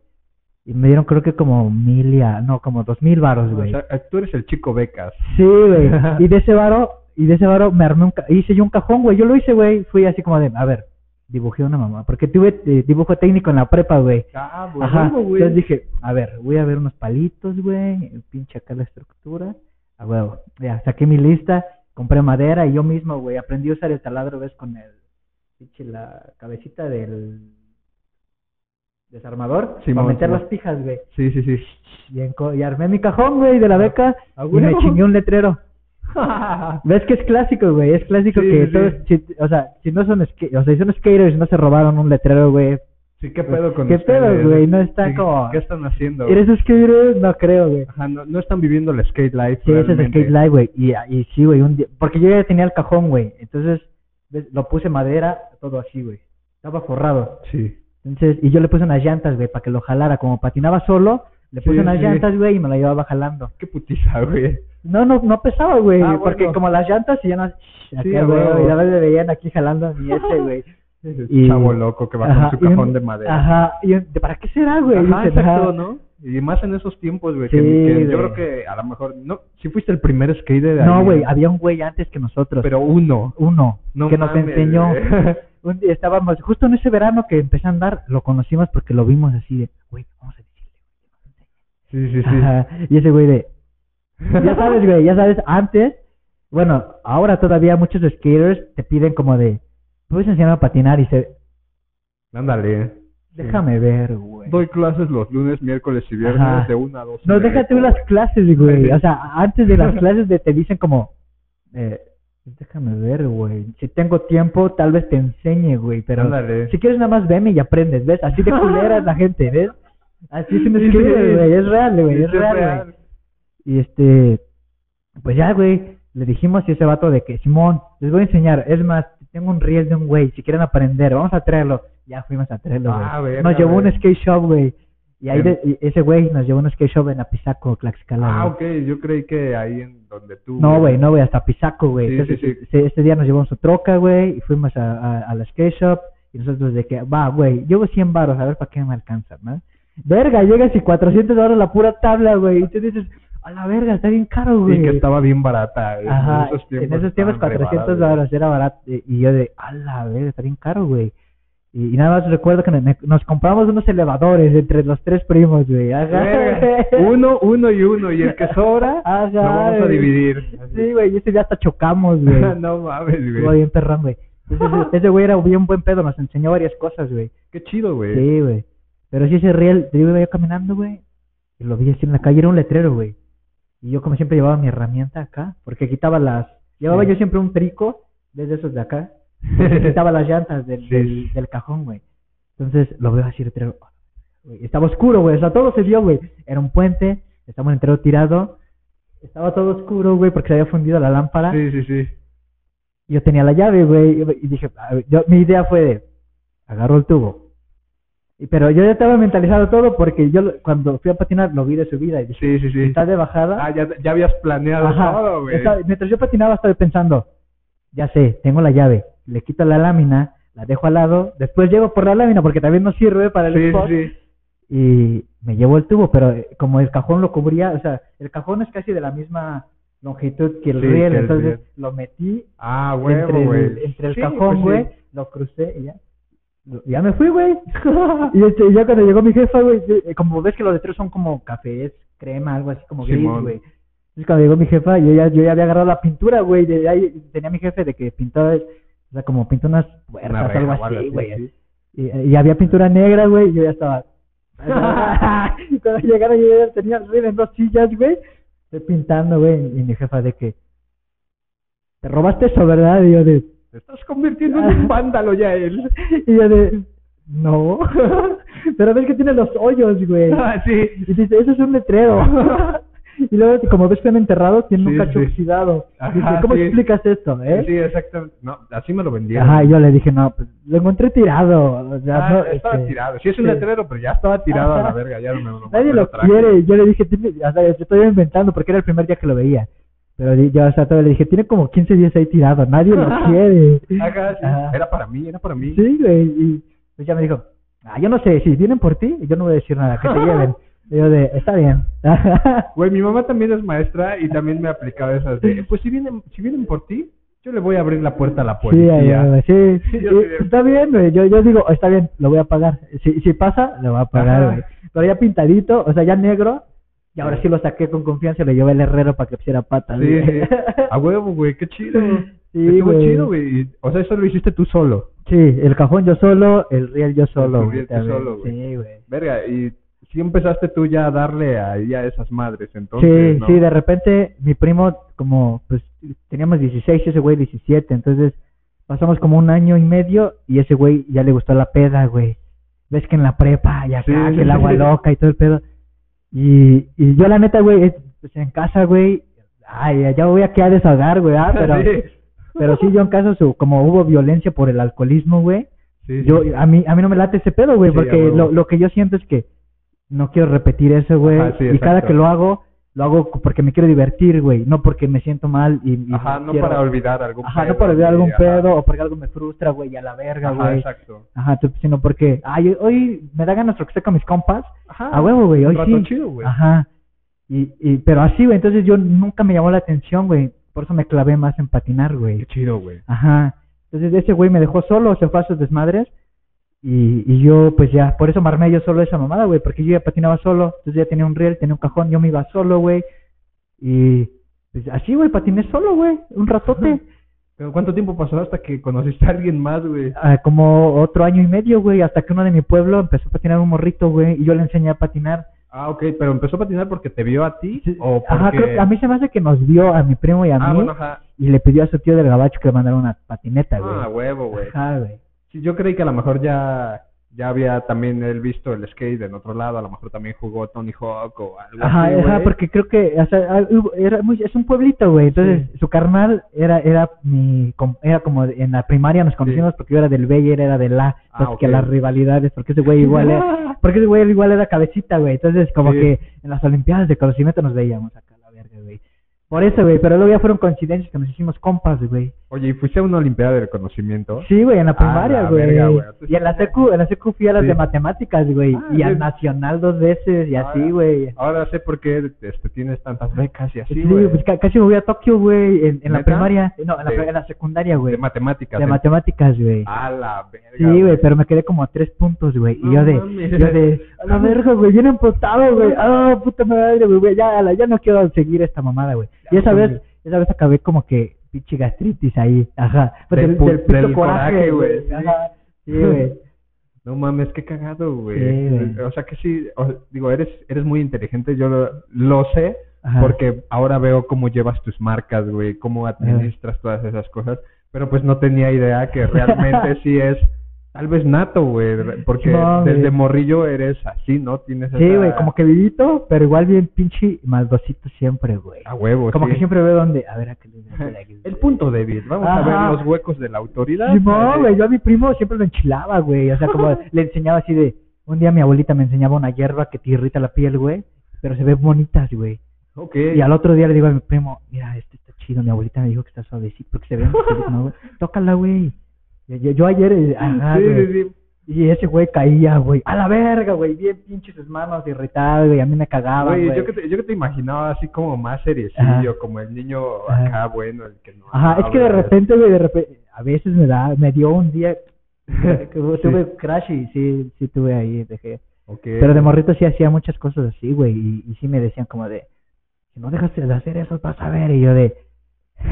Speaker 2: Y me dieron creo que como mil y a- no, como dos mil varos,
Speaker 1: O
Speaker 2: güey.
Speaker 1: sea, tú eres el chico becas.
Speaker 2: Sí, güey. Y de ese varo, y de ese varo me armé un ca- hice yo un cajón, güey. Yo lo hice, güey. Fui así como de, a ver, dibujé una mamá. Porque tuve eh, dibujo técnico en la prepa, güey.
Speaker 1: Ah,
Speaker 2: Ajá. Entonces dije, a ver, voy a ver unos palitos, güey. Pinche acá la estructura. A huevo. Ya, saqué mi lista, compré madera y yo mismo, güey, aprendí a usar el taladro, ves, con el pinche la cabecita del desarmador
Speaker 1: Simón,
Speaker 2: para meter
Speaker 1: Simón.
Speaker 2: las pijas, güey.
Speaker 1: Sí, sí, sí.
Speaker 2: Y, enco- y armé mi cajón, güey, de la beca
Speaker 1: Ah,
Speaker 2: y me
Speaker 1: huevo.
Speaker 2: chingué un letrero. ¿Ves que es clásico, güey? Es clásico
Speaker 1: Sí,
Speaker 2: que
Speaker 1: sí,
Speaker 2: todos, si- o sea, si no son, ska- o sea, si son skaters, no se robaron un letrero, güey.
Speaker 1: sí, qué pedo con
Speaker 2: ¿Qué pedo,
Speaker 1: ustedes?
Speaker 2: güey? No está
Speaker 1: Sí,
Speaker 2: como-
Speaker 1: ¿Qué están haciendo? güey?
Speaker 2: ¿Eres skater? No creo, güey.
Speaker 1: Ajá, no, no están viviendo el skate life
Speaker 2: Sí, ese es
Speaker 1: realmente.
Speaker 2: skate live, güey. Y, y sí, güey, un día, porque yo ya tenía el cajón, güey. Entonces, ¿ves? lo puse madera, todo así, güey. Estaba forrado.
Speaker 1: Sí.
Speaker 2: Entonces, y yo le puse unas llantas, güey, para que lo jalara. Como patinaba solo, le puse
Speaker 1: Sí,
Speaker 2: unas
Speaker 1: sí.
Speaker 2: llantas, güey, y me la llevaba jalando.
Speaker 1: Qué putiza, güey.
Speaker 2: No, no, no pesaba, güey,
Speaker 1: Ah,
Speaker 2: porque
Speaker 1: bueno.
Speaker 2: como las llantas y ya no... Acá,
Speaker 1: Sí,
Speaker 2: güey,
Speaker 1: a huevo.
Speaker 2: y la vez me veían aquí jalando mi este, güey.
Speaker 1: Ese Chavo loco que va
Speaker 2: Ajá,
Speaker 1: con
Speaker 2: y
Speaker 1: su
Speaker 2: un-
Speaker 1: cajón de madera.
Speaker 2: Ajá, y un- ¿para qué será, güey?
Speaker 1: Ajá,
Speaker 2: Dicen,
Speaker 1: exacto,
Speaker 2: ajá.
Speaker 1: ¿no? "Ah". Y más en esos tiempos, güey,
Speaker 2: Sí,
Speaker 1: que, que yo
Speaker 2: güey.
Speaker 1: creo que a lo mejor, no, si fuiste el primer skater de ahí,
Speaker 2: No, güey, había un güey antes que nosotros,
Speaker 1: pero uno,
Speaker 2: uno,
Speaker 1: no
Speaker 2: que nos
Speaker 1: mames,
Speaker 2: enseñó.
Speaker 1: güey.
Speaker 2: Un día estábamos, justo en ese verano que empecé a andar, lo conocimos porque lo vimos así de, güey, vamos a
Speaker 1: Sí,
Speaker 2: decirle.
Speaker 1: sí, sí.
Speaker 2: Ajá, y ese güey de, ya sabes, güey, ya sabes, antes, bueno, ahora todavía muchos skaters te piden como de, puedes enseñarme a patinar y se,
Speaker 1: Ándale.
Speaker 2: déjame ver, güey.
Speaker 1: Doy clases los lunes, miércoles y viernes
Speaker 2: Ajá.
Speaker 1: de 1 a 2.
Speaker 2: No, deja tú las clases, güey. O sea, antes de las clases de- te dicen como, eh, déjame ver, güey. Si tengo tiempo, tal vez te enseñe, güey. Pero
Speaker 1: Ándale.
Speaker 2: si quieres, nada más veme y aprendes, ¿ves? Así de culera es la gente, ¿ves? Así se me
Speaker 1: Sí,
Speaker 2: escribe,
Speaker 1: sí.
Speaker 2: güey. Es real, güey.
Speaker 1: Sí,
Speaker 2: Es
Speaker 1: sí,
Speaker 2: real, güey. Y este, pues ya, güey, le dijimos a ese vato de que, Simón, les voy a enseñar. Es más, tengo un riel de un güey, si quieren aprender, vamos a traerlo. Ya fuimos a traerlo, güey.
Speaker 1: Ah, verga,
Speaker 2: nos llevó a un
Speaker 1: güey.
Speaker 2: skate shop, güey. Y ahí
Speaker 1: Sí.
Speaker 2: de- y ese güey nos llevó a un skate shop en Apizaco, Tlaxcala.
Speaker 1: Ah,
Speaker 2: güey.
Speaker 1: ok, yo creí que ahí en donde tú...
Speaker 2: No, güey, no, güey, hasta Apizaco, güey.
Speaker 1: Sí,
Speaker 2: Entonces,
Speaker 1: sí, sí.
Speaker 2: ese- ese día nos llevó en su troca, güey, y fuimos a, a, a la skate shop. Y nosotros de que, va, güey, llevo 100 baros, a ver para qué me alcanzan, ¿no? Verga, llegas y 400 baros la pura tabla, güey. Y tú dices, a la verga, está bien caro, güey.
Speaker 1: Y que estaba bien barata. En
Speaker 2: Ajá,
Speaker 1: esos tiempos,
Speaker 2: en esos tiempos
Speaker 1: estaban re
Speaker 2: 400
Speaker 1: baratas.
Speaker 2: dólares era barato. Y y yo de, a la verga, está bien caro, güey. Y, y nada más recuerdo que nos, nos compramos unos elevadores entre los tres primos, güey. Ajá,
Speaker 1: Verga. Uno, uno y uno. Y el que sobra,
Speaker 2: Ajá,
Speaker 1: lo vamos a
Speaker 2: güey.
Speaker 1: dividir.
Speaker 2: Sí, güey, y ese día hasta chocamos, güey.
Speaker 1: no mames,
Speaker 2: Estuvo
Speaker 1: güey.
Speaker 2: bien perrón, güey. Entonces, ese güey era bien buen pedo, nos enseñó varias cosas, güey.
Speaker 1: Qué chido, güey.
Speaker 2: Sí, güey. Pero sí ese riel, yo iba yo caminando, güey, y lo vi así en la calle, era un letrero, güey. Y yo como siempre llevaba mi herramienta acá, porque quitaba las... Llevaba
Speaker 1: Sí.
Speaker 2: yo siempre un trico, desde esos de acá, quitaba las llantas del,
Speaker 1: Sí.
Speaker 2: del, del cajón, güey. Entonces lo veo así el letrero. güey, Estaba oscuro, güey. O sea, todo se vio, güey. Era un puente, estaba un letrero tirado. Estaba todo oscuro, güey, porque se había fundido la lámpara.
Speaker 1: sí, sí, sí.
Speaker 2: Yo tenía la llave, güey, y dije, a ver, yo, mi idea fue de, agarro el tubo. Y- Pero yo ya estaba mentalizado todo porque yo lo- cuando fui a patinar lo vi de subida y dije,
Speaker 1: Sí, sí, sí.
Speaker 2: está de bajada.
Speaker 1: Ah, ya, ya habías planeado
Speaker 2: Ajá.
Speaker 1: todo, güey.
Speaker 2: Estaba- mientras yo patinaba estaba pensando, ya sé, tengo la llave, le quito la lámina, la dejo al lado, después llego por la lámina porque también nos sirve para el
Speaker 1: Sí,
Speaker 2: spot,
Speaker 1: sí, sí.
Speaker 2: y me llevo el tubo, pero eh, como el cajón lo cubría, o sea, el cajón es casi de la misma longitud que el
Speaker 1: Sí,
Speaker 2: riel,
Speaker 1: que el
Speaker 2: entonces
Speaker 1: riel.
Speaker 2: lo metí
Speaker 1: Ah,
Speaker 2: entre
Speaker 1: huevo,
Speaker 2: el,
Speaker 1: güey.
Speaker 2: entre el
Speaker 1: Sí,
Speaker 2: cajón,
Speaker 1: pues sí.
Speaker 2: güey, lo crucé y ya. Ya me fui, güey. y este, ya cuando llegó mi jefa, güey, eh, como ves que los letreros son como cafés, crema, algo así como gris,
Speaker 1: Simón.
Speaker 2: güey. Entonces cuando llegó mi jefa, yo ya, yo ya había agarrado la pintura, güey. De ahí tenía mi jefe de que pintaba, o sea, como pinta unas puertas,
Speaker 1: Una reja
Speaker 2: algo
Speaker 1: o algo
Speaker 2: así,
Speaker 1: así,
Speaker 2: güey.
Speaker 1: sí.
Speaker 2: Y, y había pintura negra, güey, y yo ya estaba. Cuando llegaron, yo ya tenía el río en dos sillas, güey. Estoy pintando, güey. Y mi jefa, de que. Te robaste eso, ¿verdad? Y yo de.
Speaker 1: Te estás convirtiendo en un vándalo ya él.
Speaker 2: Y yo de. No. Pero ves que tiene los hoyos, güey.
Speaker 1: Ah, sí.
Speaker 2: Y dice, eso es un letrero. Y luego, como ves que han enterrado, tiene un
Speaker 1: Sí,
Speaker 2: cacho
Speaker 1: sí.
Speaker 2: oxidado. Dice,
Speaker 1: Ajá,
Speaker 2: ¿cómo
Speaker 1: sí.
Speaker 2: explicas esto, eh?
Speaker 1: Sí, exactamente. No, así me lo vendieron.
Speaker 2: Ajá, y yo le dije, no, pues lo encontré tirado. O sea,
Speaker 1: Ah,
Speaker 2: no,
Speaker 1: estaba
Speaker 2: este,
Speaker 1: tirado. Sí, es un
Speaker 2: sí.
Speaker 1: letrero, pero ya estaba tirado a la
Speaker 2: Ajá.
Speaker 1: verga. Ya no me lo
Speaker 2: Nadie lo
Speaker 1: traje.
Speaker 2: quiere. Yo le dije, tiene, o sea, yo estoy inventando porque era el primer día que lo veía. Pero di- yo, o sea, todavía le dije, tiene como 15 días ahí tirado, nadie lo quiere.
Speaker 1: Ajá, Ah, sí.
Speaker 2: Ajá.
Speaker 1: Era para mí, era para mí.
Speaker 2: Sí, güey. Y pues ya me dijo, ah, yo no sé, si vienen por ti, yo no voy a decir nada, que te lleven. Y yo de, está bien.
Speaker 1: Güey, mi mamá también es maestra y también me ha aplicado esas de, "Eh, pues si vienen, si vienen por ti, yo le voy a abrir la puerta a la
Speaker 2: sí, ahí
Speaker 1: policía.
Speaker 2: va, sí.
Speaker 1: Sí, yo
Speaker 2: Y-
Speaker 1: sé bien.
Speaker 2: está bien, güey. Yo, yo digo, está bien, lo voy a pagar. Si, si pasa, lo voy a pagar,
Speaker 1: Ajá.
Speaker 2: güey. Pero ya pintadito, o sea, ya negro. Y ahora
Speaker 1: Sí.
Speaker 2: sí lo saqué con confianza y lo llevé al herrero para que pusiera patas.
Speaker 1: Sí,
Speaker 2: güey.
Speaker 1: sí. A huevo, güey, qué chido.
Speaker 2: Sí,
Speaker 1: Estuvo
Speaker 2: güey.
Speaker 1: chido, güey. O sea, eso lo hiciste tú solo.
Speaker 2: Sí, el cajón yo solo, el riel yo solo.
Speaker 1: El
Speaker 2: güey,
Speaker 1: riel tú
Speaker 2: también.
Speaker 1: solo, güey.
Speaker 2: Sí, güey.
Speaker 1: Verga, y si empezaste tú ya a darle ahí a esas madres, entonces.
Speaker 2: Sí,
Speaker 1: ¿no?
Speaker 2: sí, de repente mi primo, como, pues teníamos 16 y ese güey 17, entonces pasamos como un año y medio y ese güey ya le gustó la peda, güey. Ves que en la prepa y acá,
Speaker 1: Sí,
Speaker 2: que el agua
Speaker 1: sí.
Speaker 2: loca y todo el pedo. Y, y yo la neta, güey, es- pues en casa, güey, ay, ya voy aquí a desahogar, güey, ah, pero,
Speaker 1: Sí,
Speaker 2: pero sí, yo en casa, su, como hubo violencia por el alcoholismo, güey,
Speaker 1: sí, sí.
Speaker 2: yo a mí a mí no me late ese pedo güey
Speaker 1: Sí, a
Speaker 2: porque
Speaker 1: huevo.
Speaker 2: lo, lo que yo siento es que no quiero repetir eso güey
Speaker 1: Ajá, sí,
Speaker 2: y cada
Speaker 1: exacto.
Speaker 2: que lo hago lo hago c- porque me quiero divertir güey no porque me siento mal y, y
Speaker 1: Ajá, no
Speaker 2: quiero-
Speaker 1: para olvidar algún
Speaker 2: ajá
Speaker 1: pedo,
Speaker 2: no para olvidar
Speaker 1: sí,
Speaker 2: algún
Speaker 1: ajá.
Speaker 2: pedo o porque algo me frustra güey y a la verga
Speaker 1: Ajá,
Speaker 2: güey
Speaker 1: exacto.
Speaker 2: ajá, tú- sino porque ay hoy me da ganas de estar con mis compas
Speaker 1: Ajá.
Speaker 2: a huevo güey hoy
Speaker 1: Ah, Un rato
Speaker 2: sí
Speaker 1: chido, güey.
Speaker 2: ajá y, y pero así güey entonces yo nunca me llamó la atención güey por eso me clavé más en patinar güey
Speaker 1: Qué chido, güey.
Speaker 2: Ajá. Entonces ese güey me dejó solo, se fue a sus desmadres. Y, y yo, pues ya, por eso me armé yo solo esa mamada, güey, porque yo ya patinaba solo. Entonces ya tenía un riel, tenía un cajón, yo me iba solo, güey. Y pues así, güey, patiné solo, güey, un ratote.
Speaker 1: Pero ¿cuánto tiempo pasó hasta que conociste a alguien más, güey?
Speaker 2: Ah, como otro año y medio, güey, hasta que uno de mi pueblo empezó a patinar un morrito, güey, y yo le enseñé a patinar.
Speaker 1: Ah, ok, pero empezó a patinar porque te vio a ti o porque...
Speaker 2: Ajá, creo que a mí se me hace que nos vio a mi primo y a
Speaker 1: Oh, Ah,
Speaker 2: mí,
Speaker 1: bueno, ajá.
Speaker 2: y le pidió a su tío del gabacho que le mandara una patineta, güey.
Speaker 1: Ah, huevo, güey.
Speaker 2: Ajá, güey.
Speaker 1: Sí, yo creí que a lo mejor ya ya había también él visto el skate en otro lado, a lo mejor también jugó Tony Hawk o algo
Speaker 2: Ajá,
Speaker 1: así,
Speaker 2: ajá,
Speaker 1: güey.
Speaker 2: porque creo que o sea, ah, hubo- era muy- es un pueblito, güey. Entonces, su carnal era era mi com- era como en la primaria nos conocimos porque yo era del B y él era del A,
Speaker 1: Ah,
Speaker 2: entonces que
Speaker 1: ok.
Speaker 2: las rivalidades, porque ese güey igual era, porque ese güey igual era cabecita, güey. Entonces, como
Speaker 1: Sí.
Speaker 2: que en las olimpiadas de conocimiento nos veíamos acá la verga, güey. Por eso, güey, pero luego ya fueron coincidencias que nos hicimos compas, güey.
Speaker 1: Oye, ¿y fuiste a una olimpiada del conocimiento?
Speaker 2: Sí, güey, en la
Speaker 1: Ah,
Speaker 2: primaria,
Speaker 1: la
Speaker 2: güey.
Speaker 1: verga, güey.
Speaker 2: Y en la secu, en la secu fui a las
Speaker 1: Sí.
Speaker 2: de matemáticas, güey,
Speaker 1: Ah,
Speaker 2: y al
Speaker 1: sí.
Speaker 2: nacional dos veces y así,
Speaker 1: Ah,
Speaker 2: güey.
Speaker 1: Ahora sé por qué este, tienes tantas becas y así,
Speaker 2: Sí,
Speaker 1: güey.
Speaker 2: pues ca- casi me voy a Tokio, güey, en, en la
Speaker 1: ¿Neta?
Speaker 2: primaria, no, en la,
Speaker 1: Sí.
Speaker 2: pri- en la secundaria, güey,
Speaker 1: de
Speaker 2: de,
Speaker 1: matemáticas. ¿eh?
Speaker 2: matemáticas, güey.
Speaker 1: A la verga,
Speaker 2: sí, güey, pero me quedé como a tres puntos, güey,
Speaker 1: No
Speaker 2: y yo de,
Speaker 1: mames.
Speaker 2: yo de, "Ah, a la verga, güey, bien empotado, güey, ah, puta madre, güey, güey, ya, la- ya no quiero seguir esta mamada, güey. Y
Speaker 1: Ya,
Speaker 2: esa vez,
Speaker 1: güey.
Speaker 2: esa vez acabé como que pinche gastritis ahí, ajá, pues,
Speaker 1: Del
Speaker 2: del,
Speaker 1: pu-
Speaker 2: del puto
Speaker 1: del coraje,
Speaker 2: coraje,
Speaker 1: güey,
Speaker 2: güey,
Speaker 1: sí.
Speaker 2: ajá, sí, güey.
Speaker 1: No mames, qué cagado, güey.
Speaker 2: Sí, güey.
Speaker 1: o sea que sí, o- digo, eres eres muy inteligente, yo lo, lo sé,
Speaker 2: Ajá.
Speaker 1: porque ahora veo cómo llevas tus marcas, güey, cómo administras todas esas cosas, pero pues no tenía idea que realmente sí es tal vez nato, güey, re- porque
Speaker 2: No, güey.
Speaker 1: desde morrillo eres así, ¿no? Tienes
Speaker 2: Sí, güey, como que vivito, pero igual bien pinche maldosito siempre, güey.
Speaker 1: a huevo,
Speaker 2: Como
Speaker 1: Ah, pues sí.
Speaker 2: que siempre veo donde, a ver, a qué le voy a hacer aquí,
Speaker 1: El
Speaker 2: güey.
Speaker 1: punto débil, vamos a
Speaker 2: Ajá.
Speaker 1: ver los huecos de la autoridad.
Speaker 2: Simón,
Speaker 1: Así.
Speaker 2: güey, yo a mi primo siempre lo enchilaba, güey. O sea, como le enseñaba así de. Un día mi abuelita me enseñaba una hierba que te irrita la piel, güey. Pero se ve bonitas, güey.
Speaker 1: Ok.
Speaker 2: Y al otro día le digo a mi primo, mira, este está chido. Mi abuelita me dijo que está suavecito, que se ve. bonito", ¿no, güey? Tócala, güey. Yo, yo- yo ayer. eh, Ajá,
Speaker 1: Sí,
Speaker 2: güey.
Speaker 1: sí, sí.
Speaker 2: Y ese güey caía, güey. A la verga, güey. Bien pinches sus manos irritadas, güey. A mí me cagaba,
Speaker 1: Güey,
Speaker 2: Ah, güey.
Speaker 1: yo que, te, yo que te imaginaba así como más seriecillo,
Speaker 2: Ajá.
Speaker 1: como el niño
Speaker 2: Ajá.
Speaker 1: acá bueno, el que no.
Speaker 2: Ajá, es que de
Speaker 1: habla.
Speaker 2: repente, güey, de repente... A veces me da... Me dio un día... que tuve
Speaker 1: Sí.
Speaker 2: crash y sí, sí tuve ahí, dejé...
Speaker 1: Ok.
Speaker 2: Pero de morrito sí hacía muchas cosas así, güey. Y, y sí me decían como de, si no dejas de hacer eso, vas a ver. Y yo de,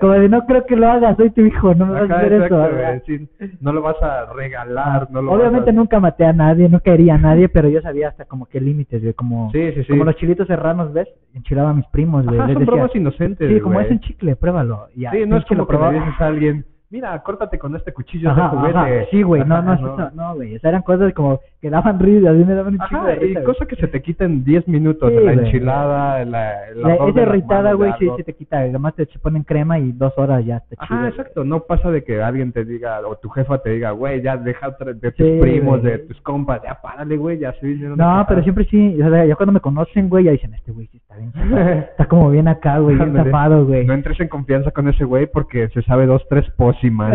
Speaker 2: como de, no creo que lo hagas, soy tu hijo, no me vas a
Speaker 1: Ajá,
Speaker 2: hacer
Speaker 1: exacto,
Speaker 2: eso.
Speaker 1: güey,
Speaker 2: ¿verdad?
Speaker 1: sí, no lo vas a regalar, no lo
Speaker 2: Obviamente
Speaker 1: vas
Speaker 2: nunca maté a nadie, nunca hería a nadie, pero yo sabía hasta como qué límites, güey. Como,
Speaker 1: a... Sí, sí, sí.
Speaker 2: como los chilitos serranos, ¿ves? Enchilaba a mis primos, güey.
Speaker 1: Ajá,
Speaker 2: les
Speaker 1: son
Speaker 2: decía,
Speaker 1: bromas inocentes,
Speaker 2: Sí, como
Speaker 1: güey.
Speaker 2: es un chicle, pruébalo. y ya,
Speaker 1: Sí, no es
Speaker 2: pinche
Speaker 1: como
Speaker 2: lo
Speaker 1: que le
Speaker 2: probaba.
Speaker 1: dices a alguien, mira, córtate con este cuchillo
Speaker 2: Ajá,
Speaker 1: de juguete.
Speaker 2: ajá, sí, güey, no, no,
Speaker 1: Ajá,
Speaker 2: es eso, no, güey, o sea, eran cosas como que daban risa, a mí me daban un
Speaker 1: Ajá,
Speaker 2: chico de
Speaker 1: y
Speaker 2: risa, güey.
Speaker 1: cosa que se te quita en 10 minutos,
Speaker 2: Sí,
Speaker 1: la
Speaker 2: güey.
Speaker 1: enchilada, la... el
Speaker 2: La,
Speaker 1: ardor
Speaker 2: esa
Speaker 1: de las
Speaker 2: irritada,
Speaker 1: manos,
Speaker 2: Eh, güey,
Speaker 1: de
Speaker 2: sí,
Speaker 1: algo.
Speaker 2: sí te quita. Además te ponen crema y dos horas ya está chido.
Speaker 1: Ajá, exacto, no pasa de que alguien te diga, o tu jefa te diga, güey, ya deja otra- de tus
Speaker 2: Sí,
Speaker 1: primos,
Speaker 2: güey.
Speaker 1: de tus compas, ya párale, güey, ya se vinieron a
Speaker 2: No,
Speaker 1: quejar.
Speaker 2: pero siempre sí. O sea, ya cuando me conocen, güey, ya dicen, este güey sí está bien. Está como bien acá, güey, bien
Speaker 1: Ándale.
Speaker 2: tapado, güey.
Speaker 1: No entres en confianza con ese güey porque se sabe dos, tres pócimas.